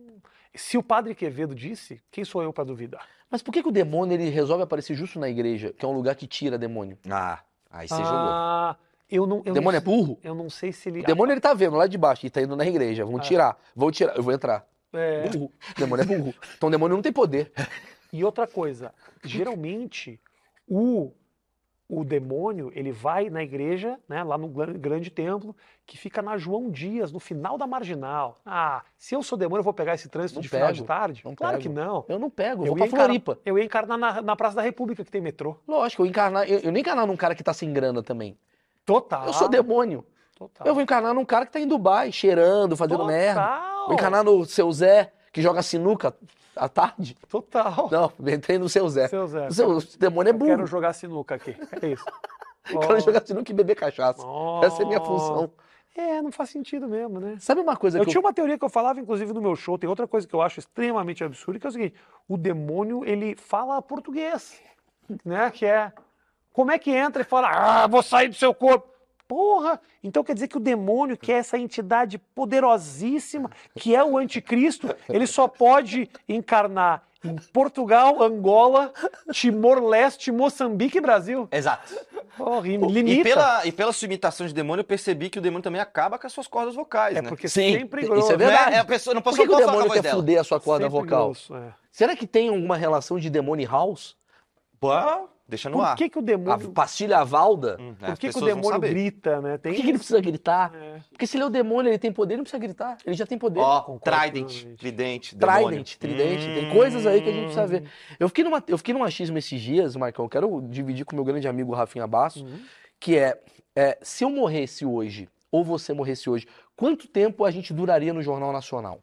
Speaker 2: se o Padre Quevedo disse, quem sou eu para duvidar?
Speaker 1: Mas por que, que o demônio ele resolve aparecer justo na igreja, que é um lugar que tira demônio?
Speaker 3: Ah, aí você jogou.
Speaker 2: ah, Eu não, eu
Speaker 1: demônio é
Speaker 2: não,
Speaker 1: burro?
Speaker 2: Eu não sei se ele.
Speaker 1: O demônio ele tá vendo lá de baixo e tá indo na igreja. Vão
Speaker 2: Ah.
Speaker 1: tirar, vão tirar, eu vou entrar.
Speaker 2: É,
Speaker 1: Burro. O demônio é
Speaker 2: [laughs]
Speaker 1: burro. Então o demônio não tem poder.
Speaker 2: Ah, E outra coisa, geralmente o o demônio ele vai na igreja, né, lá no gran- grande templo que fica na João Dias, no final da marginal. Ah, se eu sou demônio eu vou pegar esse trânsito
Speaker 1: Não
Speaker 2: de final de
Speaker 1: pego,
Speaker 2: tarde?
Speaker 1: não
Speaker 2: claro
Speaker 1: pego.
Speaker 2: que não.
Speaker 1: Eu não pego, eu,
Speaker 2: Eu
Speaker 1: vou
Speaker 2: ia
Speaker 1: pra
Speaker 2: encarar-
Speaker 1: Floripa.
Speaker 2: Eu ia encarnar na, na Praça da República que tem metrô.
Speaker 1: Lógico, eu encarnar, eu, eu nem encarnar num cara que tá sem grana também.
Speaker 2: Total.
Speaker 1: Eu sou demônio.
Speaker 2: Total.
Speaker 1: Eu vou encarnar num cara que tá em Dubai, cheirando, fazendo
Speaker 2: Total.
Speaker 1: merda. Vou encarnar no seu Zé, que joga sinuca à tarde.
Speaker 2: Total.
Speaker 1: Não, [laughs] entrei no seu Zé.
Speaker 2: Seu Zé.
Speaker 1: O seu o demônio é
Speaker 2: eu quero
Speaker 1: burro. [laughs]
Speaker 2: jogar sinuca aqui. É isso.
Speaker 1: Eu quero jogar sinuca e beber cachaça.
Speaker 2: Oh.
Speaker 1: Essa é a minha função.
Speaker 2: É, não faz sentido mesmo, né?
Speaker 1: Sabe uma coisa
Speaker 2: Eu
Speaker 1: é que
Speaker 2: tinha uma teoria que eu falava, inclusive, no meu show. Tem outra coisa que eu acho extremamente absurda, que é o seguinte: o demônio ele fala português, né? Que é como é que entra e fala, ah, vou sair do seu corpo. Porra! Então quer dizer que o demônio, que é essa entidade poderosíssima, que é o anticristo, ele só pode encarnar em Portugal, Angola, Timor-Leste, Moçambique e Brasil.
Speaker 1: Ah.
Speaker 3: Exato.
Speaker 2: Porra, e
Speaker 3: E
Speaker 2: limita.
Speaker 3: pela, e pela sua imitação de demônio, eu percebi que o demônio também acaba com as suas cordas vocais,
Speaker 2: É
Speaker 3: né?
Speaker 2: porque
Speaker 1: Sim,
Speaker 2: sempre
Speaker 1: isso é
Speaker 2: grosso.
Speaker 1: verdade.
Speaker 3: Né? É, a pessoa não
Speaker 1: Por
Speaker 3: posso
Speaker 1: que, que o
Speaker 3: falar a
Speaker 1: demônio tá
Speaker 3: voz
Speaker 1: quer
Speaker 3: dela.
Speaker 1: fuder a sua corda
Speaker 2: Sempre
Speaker 1: vocal?
Speaker 2: grosso, é.
Speaker 1: Será que tem alguma relação de demônio e house?
Speaker 3: Pô, Deixa no
Speaker 2: Por
Speaker 3: ar.
Speaker 2: que, que o
Speaker 1: A
Speaker 2: demônio,
Speaker 1: pastilha Valda?
Speaker 3: Hum, é,
Speaker 2: por
Speaker 3: as
Speaker 2: que que o
Speaker 3: pessoas vão
Speaker 2: demônio
Speaker 3: saber.
Speaker 2: grita, né?
Speaker 1: Por
Speaker 2: Tem
Speaker 1: que, que ele precisa gritar?
Speaker 2: É.
Speaker 1: Porque se ele é o demônio, ele tem poder, ele não precisa gritar. Ele já tem poder.
Speaker 3: Ó,
Speaker 2: Concordo
Speaker 3: Trident,
Speaker 2: plenamente.
Speaker 3: Tridente, demônio. Hum,
Speaker 1: Trident, Tridente, tem coisas aí que a gente precisa ver. Eu fiquei, numa, eu fiquei num achismo esses dias, Marcão, quero dividir com meu grande amigo Rafinha Basso,
Speaker 2: Uhum.
Speaker 1: que é, é, se eu morresse hoje, ou você morresse hoje, quanto tempo a gente duraria no Jornal Nacional?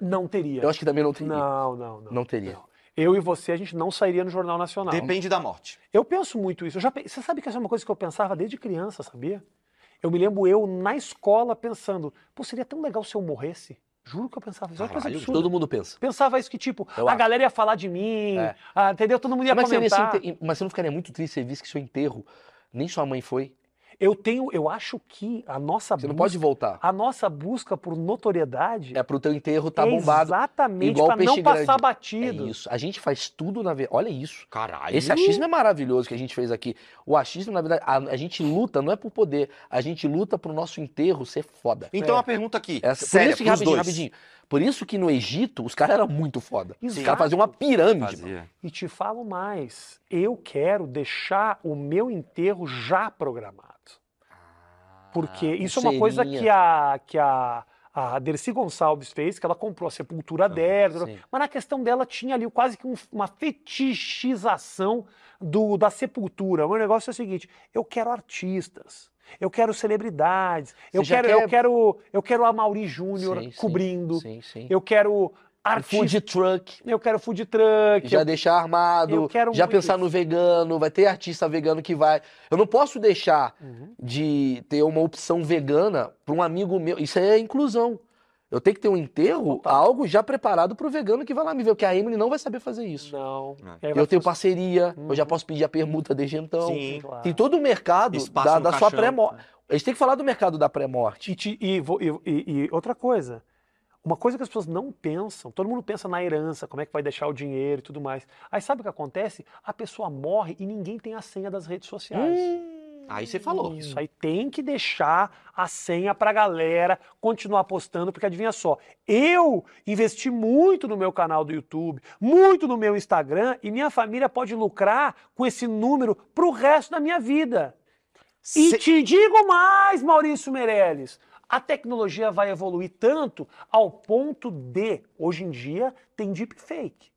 Speaker 2: Não teria.
Speaker 1: Eu acho que também não teria.
Speaker 2: Não, não, não.
Speaker 1: Não teria.
Speaker 2: Eu e você, a gente não sairia no Jornal Nacional.
Speaker 3: Depende da morte.
Speaker 2: Eu penso muito isso. Eu já pe- Você sabe que essa é uma coisa que eu pensava desde criança, sabia? Eu me lembro eu na escola pensando, pô, seria tão legal se eu morresse. Juro que eu
Speaker 1: é
Speaker 2: pensava isso. Olha que coisa
Speaker 3: Caralho,
Speaker 2: absurda.
Speaker 1: Todo mundo pensa.
Speaker 2: Pensava isso que, tipo,
Speaker 1: Eu
Speaker 2: a
Speaker 1: acho.
Speaker 2: galera ia falar de mim,
Speaker 1: É.
Speaker 2: ah, entendeu? Todo mundo ia
Speaker 1: Mas, seria esse
Speaker 2: comentar.
Speaker 1: enterro- mas é você não ficaria muito triste se você visse que seu enterro, nem sua mãe foi?
Speaker 2: Eu tenho, eu acho que a nossa
Speaker 1: Você
Speaker 2: busca,
Speaker 1: não pode voltar.
Speaker 2: a nossa busca por notoriedade
Speaker 1: É pro teu enterro tá
Speaker 2: é
Speaker 1: bombado.
Speaker 2: exatamente
Speaker 1: igual
Speaker 2: pra
Speaker 1: o
Speaker 2: não
Speaker 1: peixe
Speaker 2: passar
Speaker 1: grande. É
Speaker 2: batido.
Speaker 1: isso. A gente faz tudo na... ve- Olha isso.
Speaker 3: Caralho.
Speaker 1: Esse achismo é maravilhoso que a gente fez aqui. O achismo, na verdade, a, a gente luta não é por poder, a gente luta pro nosso enterro ser foda.
Speaker 3: Então
Speaker 2: É.
Speaker 3: a pergunta aqui,
Speaker 1: Essa,
Speaker 3: séria,
Speaker 1: por isso que,
Speaker 3: pros
Speaker 1: rapidinho,
Speaker 3: dois.
Speaker 1: rapidinho. Por isso que no Egito os caras eram muito foda. Os
Speaker 2: Exato.
Speaker 1: caras faziam uma pirâmide. mano.
Speaker 3: Fazia.
Speaker 2: E te falo mais, eu quero deixar o meu enterro já programado.
Speaker 1: Ah,
Speaker 2: Porque isso é uma coisa
Speaker 1: pulseirinha.
Speaker 2: que a, que a, a Dercy Gonçalves fez, que ela comprou a sepultura dela.
Speaker 1: Ah, sim.
Speaker 2: Mas na questão dela tinha ali quase que um- uma fetichização do, da sepultura. O meu negócio é o seguinte: eu quero artistas. Eu quero celebridades, eu
Speaker 1: Você já
Speaker 2: quero, eu
Speaker 1: quer-
Speaker 2: quero, eu quero a Mauri Júnior
Speaker 1: Sim, sim,
Speaker 2: cobrindo,
Speaker 1: Sim, sim.
Speaker 2: eu quero
Speaker 1: Um
Speaker 2: artistas,
Speaker 1: food truck.
Speaker 2: eu quero food truck,
Speaker 1: Já
Speaker 2: eu-
Speaker 1: deixar armado,
Speaker 2: eu quero
Speaker 1: já
Speaker 2: muito
Speaker 1: pensar no vegano, vai ter artista vegano que vai. Eu não posso deixar
Speaker 2: Uhum.
Speaker 1: de ter uma opção vegana para um amigo meu. Isso é inclusão. Eu tenho que ter um enterro,
Speaker 2: Total.
Speaker 1: algo já preparado para o vegano que vai lá me ver, porque a Emily não vai saber fazer isso.
Speaker 2: Não. E aí
Speaker 3: É.
Speaker 2: vai
Speaker 1: Eu tenho
Speaker 2: funcionar.
Speaker 1: parceria, eu já
Speaker 2: Uhum.
Speaker 1: posso pedir a permuta desde então.
Speaker 3: Sim.
Speaker 2: Claro.
Speaker 1: Tem todo o mercado
Speaker 3: Espaço
Speaker 1: da,
Speaker 3: no
Speaker 1: da sua
Speaker 3: caixão. né?
Speaker 1: pré-morte. A gente tem que falar do mercado da pré-morte.
Speaker 2: E, te- e vo- e- e- e outra coisa, uma coisa que as pessoas não pensam, todo mundo pensa na herança, como é que vai deixar o dinheiro e tudo mais. Aí sabe o que acontece? A pessoa morre e ninguém tem a senha das redes sociais.
Speaker 1: Hum.
Speaker 3: Aí você falou.
Speaker 2: Isso aí tem que deixar a senha pra galera continuar apostando, porque adivinha só, eu investi muito no meu canal do YouTube, muito no meu Instagram, e minha família pode lucrar com esse número pro resto da minha vida. E
Speaker 3: Se-
Speaker 2: te digo mais, Maurício Meirelles. A tecnologia vai evoluir tanto ao ponto de, hoje em dia, tem deepfake.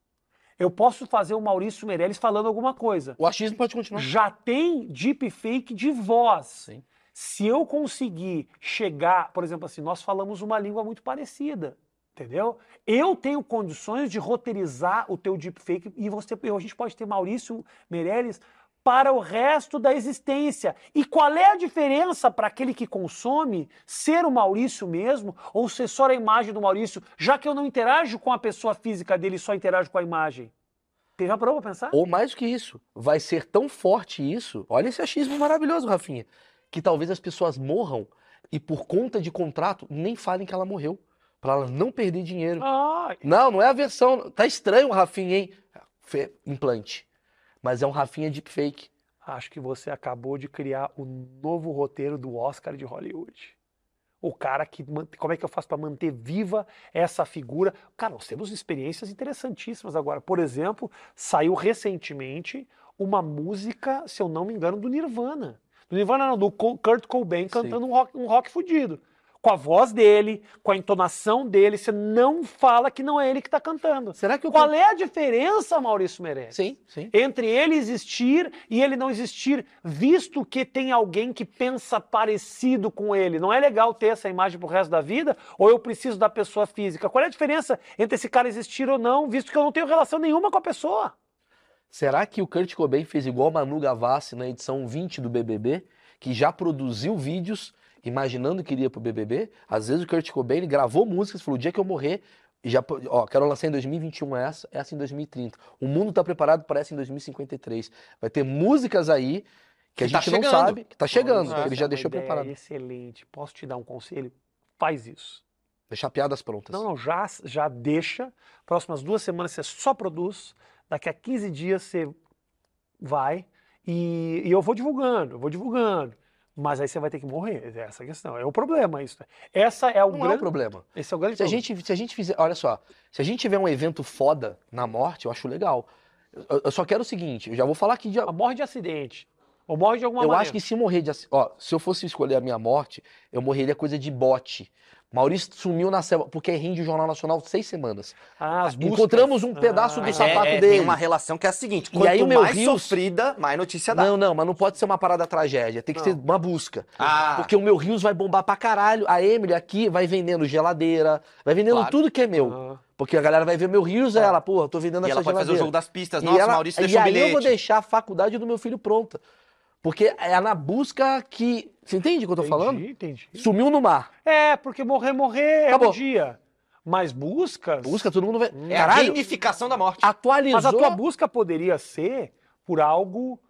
Speaker 2: Eu posso fazer o Maurício Meirelles falando alguma coisa.
Speaker 1: O achismo pode continuar.
Speaker 2: Já tem deepfake de voz.
Speaker 1: Né? Sim.
Speaker 2: Se eu conseguir chegar, por exemplo, assim, nós falamos uma língua muito parecida, entendeu? Eu tenho condições de roteirizar o teu deepfake e você, eu- a gente pode ter Maurício Meirelles para o resto da existência. E qual é a diferença para aquele que consome ser o Maurício mesmo ou ser só a imagem do Maurício, já que eu não interajo com a pessoa física dele, só interajo com a imagem? Tem- Já parou pra pensar?
Speaker 1: Ou mais do que isso, vai ser tão forte isso. Olha esse achismo maravilhoso, Rafinha. Que talvez as pessoas morram e por conta de contrato nem falem que ela morreu. Pra ela não perder dinheiro.
Speaker 2: Ah,
Speaker 1: Não, não é a versão. Tá estranho o Rafinha, hein? Fe- Implante. Mas é um Rafinha deepfake.
Speaker 2: Acho que você acabou de criar o novo roteiro do Oscar de Hollywood. O cara que. man- Como é que eu faço para manter viva essa figura? Cara, nós temos experiências interessantíssimas agora. Por exemplo, saiu recentemente uma música, se eu não me engano, do Nirvana. Do Nirvana, não, do Co- Kurt Cobain cantando um rock, um rock fudido. Com a voz dele, com a entonação dele, você não fala que não é ele que tá cantando.
Speaker 1: Será que eu.
Speaker 2: Qual é a diferença, Maurício Meirelles?
Speaker 1: Sim, sim.
Speaker 2: entre ele existir e ele não existir, visto que tem alguém que pensa parecido com ele. Não é legal ter essa imagem pro resto da vida? Ou eu preciso da pessoa física? Qual é a diferença entre esse cara existir ou não, visto que eu não tenho relação nenhuma com a pessoa?
Speaker 1: Será que o Kurt Cobain fez igual Manu Gavassi na edição 20 do BBB, que já produziu vídeos imaginando que iria pro BBB? Às vezes o Kurt Cobain ele gravou músicas, falou: o dia que eu morrer, já, po- ó, quero lançar em 2021 essa, essa em 2030. O mundo tá preparado para essa em 2053. Vai ter músicas aí que a
Speaker 3: Que tá
Speaker 1: gente não
Speaker 3: chegando.
Speaker 1: sabe, que tá chegando,
Speaker 3: Nossa,
Speaker 1: que ele já
Speaker 2: uma
Speaker 1: deixou
Speaker 2: ideia
Speaker 1: preparado.
Speaker 2: Excelente. Posso te dar um conselho? Faz isso.
Speaker 1: Deixar piadas prontas.
Speaker 2: Não, não, já, já deixa. Próximas duas semanas você só produz. Daqui a 15 dias você vai. E, e eu vou divulgando, eu vou divulgando. Mas aí você vai ter que morrer. Essa é a questão. É o problema isso. Essa é o
Speaker 1: Não é um
Speaker 2: grande,
Speaker 1: problema.
Speaker 2: esse é o grande
Speaker 1: Se a
Speaker 2: problema.
Speaker 1: gente, se a gente fizer, olha só, se a gente tiver um evento foda na morte, eu acho legal. Eu, eu só quero o seguinte, eu já vou falar aqui de.
Speaker 2: Ela morre de acidente. Ou morre de alguma
Speaker 1: Eu
Speaker 2: maneira.
Speaker 1: acho que se morrer de acidente. Ó, se eu fosse escolher a minha morte, eu morreria coisa de bote. Maurício sumiu na selva, porque rende o Jornal Nacional seis semanas.
Speaker 2: Ah, as buscas.
Speaker 1: Encontramos um pedaço do
Speaker 2: Ah,
Speaker 3: Mas é-
Speaker 1: sapato
Speaker 3: é,
Speaker 1: dele.
Speaker 3: Tem uma relação que é a seguinte:
Speaker 1: E
Speaker 3: quanto
Speaker 1: aí o meu
Speaker 3: mais
Speaker 1: Rios-
Speaker 3: sofrida, mais notícia dá.
Speaker 1: Não, não, mas não pode ser uma parada tragédia. Tem que
Speaker 2: Não.
Speaker 1: ser uma busca.
Speaker 3: Ah,
Speaker 1: Porque o meu Rios vai bombar pra caralho. A Emily aqui vai vendendo geladeira, vai vendendo
Speaker 3: Claro.
Speaker 1: tudo que é meu.
Speaker 2: Ah.
Speaker 1: Porque a galera vai ver meu Rios, aí ela, porra, tô vendendo
Speaker 3: e
Speaker 1: essa
Speaker 3: ela pode
Speaker 1: geladeira.
Speaker 3: fazer o jogo das pistas.
Speaker 1: E
Speaker 3: Nossa,
Speaker 1: ela-
Speaker 3: Maurício
Speaker 1: e
Speaker 3: deixou o
Speaker 1: aí
Speaker 3: bilhete.
Speaker 1: eu vou deixar a faculdade do meu filho pronta. Porque é na busca que. Você entende o que eu tô
Speaker 2: Entendi,
Speaker 1: falando?
Speaker 2: entendi.
Speaker 1: Sumiu no mar.
Speaker 2: É, porque morrer, morrer é
Speaker 1: Acabou.
Speaker 2: um dia. Mas buscas.
Speaker 1: Busca, todo mundo vai.
Speaker 3: É a
Speaker 1: Caralho,
Speaker 3: gamificação da morte.
Speaker 1: atualizou.
Speaker 2: Mas a tua busca poderia ser por algo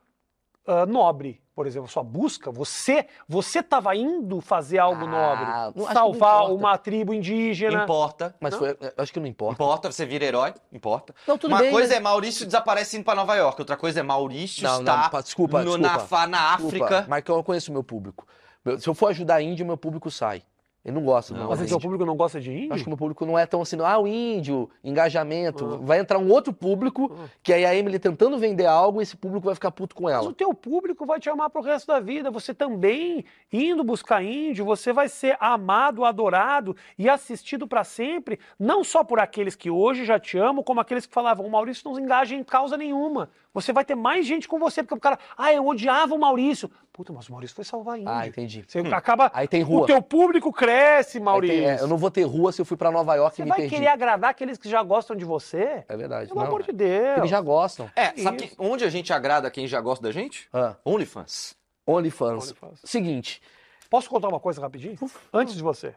Speaker 2: ah, nobre. Por exemplo, sua busca, você você estava indo fazer algo
Speaker 1: Ah, não- acho que
Speaker 2: nobre.
Speaker 1: não
Speaker 2: Salvar
Speaker 1: importa.
Speaker 2: uma tribo indígena.
Speaker 3: Importa.
Speaker 1: Mas
Speaker 2: Não?
Speaker 1: foi, eu acho que não importa.
Speaker 3: Importa, você vira herói. Importa.
Speaker 1: Não, tudo
Speaker 3: Uma
Speaker 1: bem.
Speaker 3: coisa
Speaker 1: mas-
Speaker 3: é Maurício desaparece indo pra Nova York. Outra coisa é Maurício
Speaker 1: Não,
Speaker 3: está
Speaker 1: não, pa- desculpa,
Speaker 3: no-
Speaker 1: desculpa.
Speaker 3: na, fa- na
Speaker 1: Desculpa,
Speaker 3: África.
Speaker 1: Marcão, eu conheço o meu público. Meu- Se eu for ajudar índio, meu público sai. Ele não gosta do
Speaker 3: Não,
Speaker 2: Mas é
Speaker 1: negócio
Speaker 2: o teu
Speaker 1: índio.
Speaker 2: público não gosta de
Speaker 1: Eu Acho que o
Speaker 2: índio?
Speaker 1: meu público não é tão assim, não. ah, o índio, engajamento.
Speaker 2: Ah.
Speaker 1: Vai entrar um outro público,
Speaker 2: Ah.
Speaker 1: que aí a Emily tentando vender algo, esse público vai ficar puto com
Speaker 2: Mas o
Speaker 1: ela.
Speaker 2: teu público vai te amar pro resto da vida. Você também, indo buscar índio, você vai ser amado, adorado e assistido para sempre, não só por aqueles que hoje já te amam, como aqueles que falavam, o Maurício não se engaja em causa nenhuma. Você vai ter mais gente com você, porque o cara, ah, eu odiava o Maurício. Puta, mas o Maurício foi salvar índio.
Speaker 1: Ah, entendi.
Speaker 2: Você acaba.
Speaker 1: Aí tem
Speaker 2: O
Speaker 1: rua.
Speaker 2: teu público cresce,
Speaker 1: Aí
Speaker 2: Maurício.
Speaker 1: tem- é, eu não vou ter rua se eu fui pra Nova York
Speaker 2: Você
Speaker 1: e me
Speaker 2: vai
Speaker 1: perdi.
Speaker 2: querer agradar aqueles que já gostam de você?
Speaker 1: É verdade.
Speaker 2: Pelo
Speaker 1: não.
Speaker 2: amor de Deus.
Speaker 1: Eles já gostam.
Speaker 3: É, sabe
Speaker 2: Isso.
Speaker 3: que onde a gente agrada quem já gosta da gente?
Speaker 1: Ah,
Speaker 3: OnlyFans.
Speaker 1: OnlyFans.
Speaker 2: Olha, faz.
Speaker 1: Seguinte,
Speaker 2: Posso contar uma coisa rapidinho? Antes de você.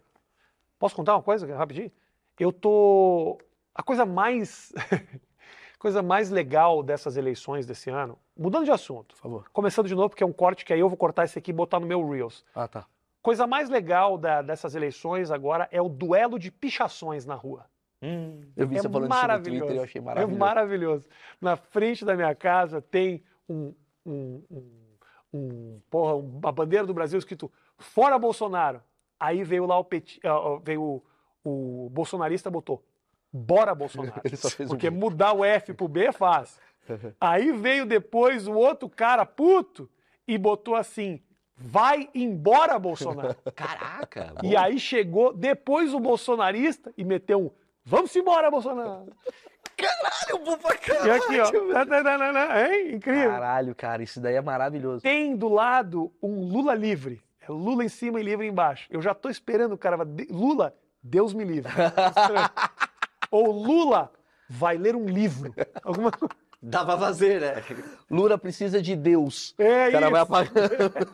Speaker 2: Posso contar uma coisa rapidinho? Eu tô. A coisa mais. [laughs] coisa mais legal dessas eleições desse ano. Mudando de assunto.
Speaker 1: por favor.
Speaker 2: Começando de novo, porque é um corte que aí eu vou cortar esse aqui e botar no meu Reels.
Speaker 1: Ah, tá.
Speaker 2: Coisa mais legal da- dessas eleições agora é o duelo de pichações na rua.
Speaker 1: Eu vi
Speaker 2: É
Speaker 1: você falando isso no
Speaker 2: maravilhoso.
Speaker 1: Twitter e eu achei
Speaker 2: É
Speaker 1: maravilhoso.
Speaker 2: maravilhoso. Na frente da minha casa tem um, um, um, um- porra, uma bandeira do Brasil escrito fora Bolsonaro. Aí veio lá o peti, ah, ah, veio o, o bolsonarista botou bora Bolsonaro.
Speaker 1: [laughs] Ele só fez um
Speaker 2: Porque
Speaker 1: B.
Speaker 2: mudar o F pro B é
Speaker 1: [laughs]
Speaker 2: fácil. Aí veio depois o outro cara puto e botou assim vai embora
Speaker 1: [laughs]
Speaker 2: Bolsonaro.
Speaker 3: [laughs] Caraca.
Speaker 2: E aí chegou depois o bolsonarista e meteu um vamos embora Bolsonaro.
Speaker 3: Caralho, bom pra
Speaker 2: E
Speaker 3: caralho.
Speaker 2: aqui, ó. Tá, Nananana, hein? Incrível.
Speaker 1: Caralho, cara, isso daí é maravilhoso.
Speaker 2: Tem do lado um Lula livre. É Lula em cima e livre embaixo. Eu já tô esperando o cara. vai- de- Lula, Deus
Speaker 1: [laughs]
Speaker 2: me livre. Ou Lula vai ler um livro. Alguma coisa.
Speaker 3: Dá pra fazer, né?
Speaker 1: Lula precisa de Deus.
Speaker 2: É
Speaker 1: O cara vai
Speaker 2: isso. [laughs]
Speaker 1: apagando.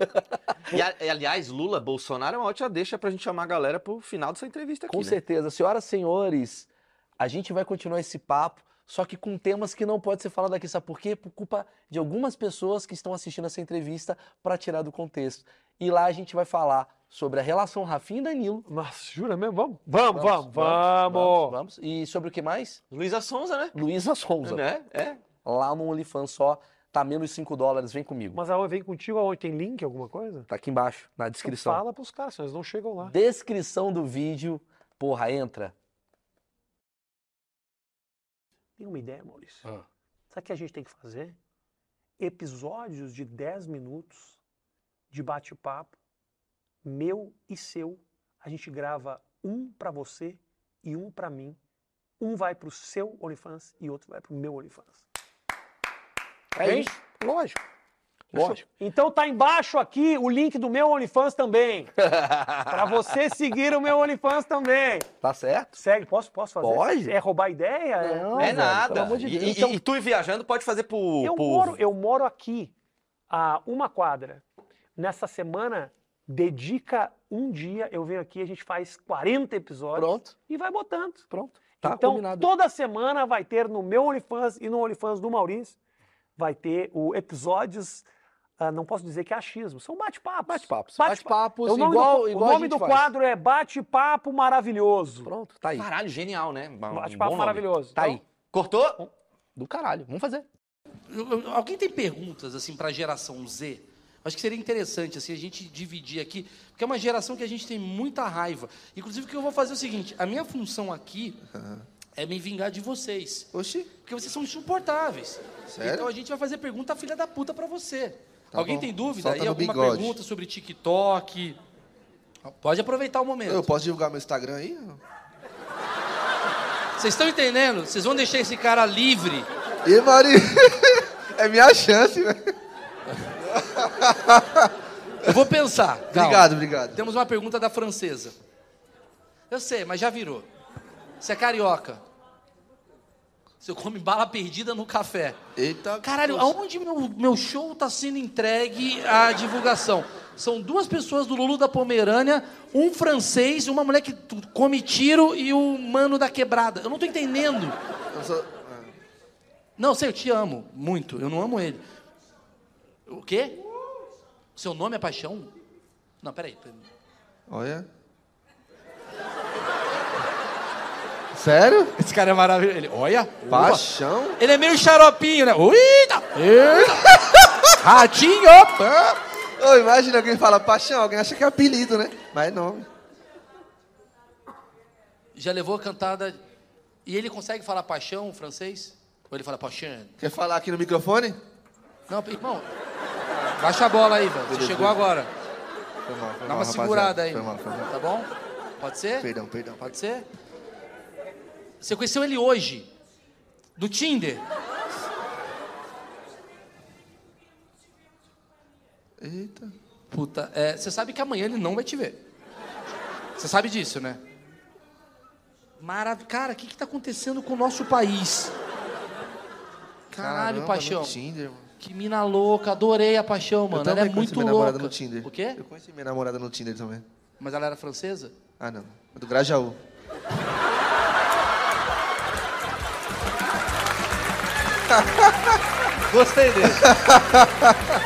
Speaker 3: E, a- e, aliás, Lula, Bolsonaro é uma ótima deixa pra gente chamar a galera pro final dessa entrevista aqui.
Speaker 1: Com
Speaker 3: né?
Speaker 1: certeza. Senhoras e senhores, a gente vai continuar esse papo, só que com temas que não pode ser falado aqui. Sabe por quê? Por culpa de algumas pessoas que estão assistindo essa entrevista para tirar do contexto. E lá a gente vai falar sobre a relação Rafinha e Danilo.
Speaker 2: Nossa, jura mesmo? Vamos? Vamos, vamos, vamos.
Speaker 1: vamos. E sobre o que mais?
Speaker 3: Luísa Sonza, né?
Speaker 1: Luísa Sonza.
Speaker 3: Né? É.
Speaker 1: Lá no OnlyFans só, tá menos 5 dólares, vem comigo.
Speaker 2: Mas aonde vem contigo aonde? Tem link, alguma coisa?
Speaker 1: Tá aqui embaixo, na
Speaker 2: Então
Speaker 1: descrição.
Speaker 2: fala pros caras, senão eles não chegam lá.
Speaker 1: Descrição do vídeo. Porra, entra.
Speaker 2: Tem uma ideia, Maurício?
Speaker 1: Ah.
Speaker 2: Sabe o que a gente tem que fazer? Episódios de 10 minutos de bate-papo, meu e seu. A gente grava um pra você e um pra mim. Um vai pro seu OnlyFans e outro vai pro meu OnlyFans.
Speaker 1: É
Speaker 2: Hein?
Speaker 1: isso. Lógico. Lógico.
Speaker 2: Então tá embaixo aqui o link do meu OnlyFans
Speaker 1: [laughs]
Speaker 2: também. Pra você seguir o meu OnlyFans também.
Speaker 1: Tá certo?
Speaker 2: Segue, posso, posso fazer?
Speaker 1: Pode.
Speaker 2: É roubar ideia? É-
Speaker 1: Não,
Speaker 3: é
Speaker 1: velho,
Speaker 3: nada.
Speaker 1: pelo amor de
Speaker 3: E-
Speaker 1: Deus.
Speaker 3: E,
Speaker 1: Então-
Speaker 3: e tu e viajando pode fazer pro.
Speaker 2: Eu
Speaker 3: pro-
Speaker 2: moro, eu moro aqui, a uma quadra. Nessa semana, dedica um dia, eu venho aqui, a gente faz 40 episódios
Speaker 1: Pronto,
Speaker 2: e vai botando.
Speaker 1: pronto. Tá
Speaker 2: então,
Speaker 1: combinado.
Speaker 2: toda semana vai ter no meu OnlyFans e no OnlyFans do Maurício, vai ter o episódios, ah, não posso dizer que é achismo, são bate-papos.
Speaker 1: Bate-papos.
Speaker 2: Bate-
Speaker 1: Bate-papos,
Speaker 2: O nome
Speaker 1: igual,
Speaker 2: do,
Speaker 1: igual
Speaker 2: o
Speaker 1: a
Speaker 2: nome
Speaker 1: gente
Speaker 2: do
Speaker 1: faz.
Speaker 2: quadro é Bate-Papo Maravilhoso.
Speaker 1: Pronto, tá aí.
Speaker 3: Caralho, genial, né? Um bom
Speaker 2: Bate-Papo
Speaker 3: nome.
Speaker 2: Maravilhoso.
Speaker 1: Tá
Speaker 2: Então,
Speaker 1: aí.
Speaker 3: Cortou?
Speaker 1: Do caralho. Vamos fazer.
Speaker 4: Eu- eu- Alguém tem perguntas assim para a geração Z? Acho que seria interessante assim a gente dividir aqui, porque é uma geração que a gente tem muita raiva. Inclusive o que eu vou fazer é o seguinte: a minha função aqui é é me vingar de vocês.
Speaker 5: Oxi.
Speaker 4: Porque vocês são insuportáveis.
Speaker 5: Sério?
Speaker 4: Então a gente vai fazer pergunta filha da puta pra você.
Speaker 5: Tá
Speaker 4: Alguém
Speaker 5: bom.
Speaker 4: tem dúvida?
Speaker 5: Solta
Speaker 4: aí
Speaker 5: no
Speaker 4: alguma
Speaker 5: bigode.
Speaker 4: pergunta sobre TikTok? Pode aproveitar o momento.
Speaker 5: Eu posso divulgar meu Instagram aí?
Speaker 4: Vocês estão entendendo? Vocês vão deixar esse cara livre.
Speaker 5: Ê, Mari! [laughs] é minha chance, velho.
Speaker 4: Eu vou
Speaker 5: [laughs]
Speaker 4: pensar. Calma.
Speaker 5: Obrigado, obrigado.
Speaker 4: Temos uma pergunta da francesa. Eu sei, mas já virou. Você é carioca. Você come bala perdida no café.
Speaker 5: Eita.
Speaker 4: Caralho,
Speaker 5: poxa.
Speaker 4: aonde meu, meu show tá sendo entregue à divulgação? São duas pessoas do Lulu da Pomerânia, um francês, uma mulher que tu- come tiro e o mano da quebrada. Eu não tô entendendo.
Speaker 5: Eu sou-
Speaker 4: Não, sei, eu te amo muito. Eu não amo ele. O quê? Seu nome é paixão? Não, peraí. peraí.
Speaker 5: Olha. Sério?
Speaker 4: Esse cara é maravilhoso. Ele, olha.
Speaker 5: Paixão?
Speaker 4: Ele é meio xaropinho, né? Eita! Eita! [laughs] Ratinho!
Speaker 5: Ah! Ô, imagina alguém fala paixão, alguém acha que é apelido, né? Mas é nome.
Speaker 4: Já levou a cantada. E ele consegue falar paixão francês? Ou ele fala paixão?
Speaker 5: Quer falar aqui no microfone?
Speaker 4: Não, irmão. Baixa a bola aí, velho. Você
Speaker 5: Beleza,
Speaker 4: chegou
Speaker 5: beleza.
Speaker 4: agora.
Speaker 5: Foi mal,
Speaker 4: Dá
Speaker 5: foi mal,
Speaker 4: uma
Speaker 5: rapaziada.
Speaker 4: segurada aí.
Speaker 5: Foi mal, foi mal.
Speaker 4: Tá bom? Pode ser?
Speaker 5: Perdão, perdão.
Speaker 4: Pode ser? Você conheceu ele hoje? Do Tinder?
Speaker 5: Eita.
Speaker 4: Puta, é, você sabe que amanhã ele não vai te ver. Você sabe disso, né? Maravilha. Cara, o que, que tá acontecendo com o nosso país? Caralho,
Speaker 5: Caramba,
Speaker 4: paixão.
Speaker 5: No Tinder, mano.
Speaker 4: Que mina louca, adorei a paixão,
Speaker 5: eu
Speaker 4: mano. Ela
Speaker 5: também
Speaker 4: é
Speaker 5: conheci
Speaker 4: muito
Speaker 5: minha
Speaker 4: louca.
Speaker 5: namorada no Tinder.
Speaker 4: O quê?
Speaker 5: Eu conheci minha namorada no Tinder também.
Speaker 4: Mas ela era francesa?
Speaker 5: Ah, não. É Do Grajaú.
Speaker 4: Gostei dele.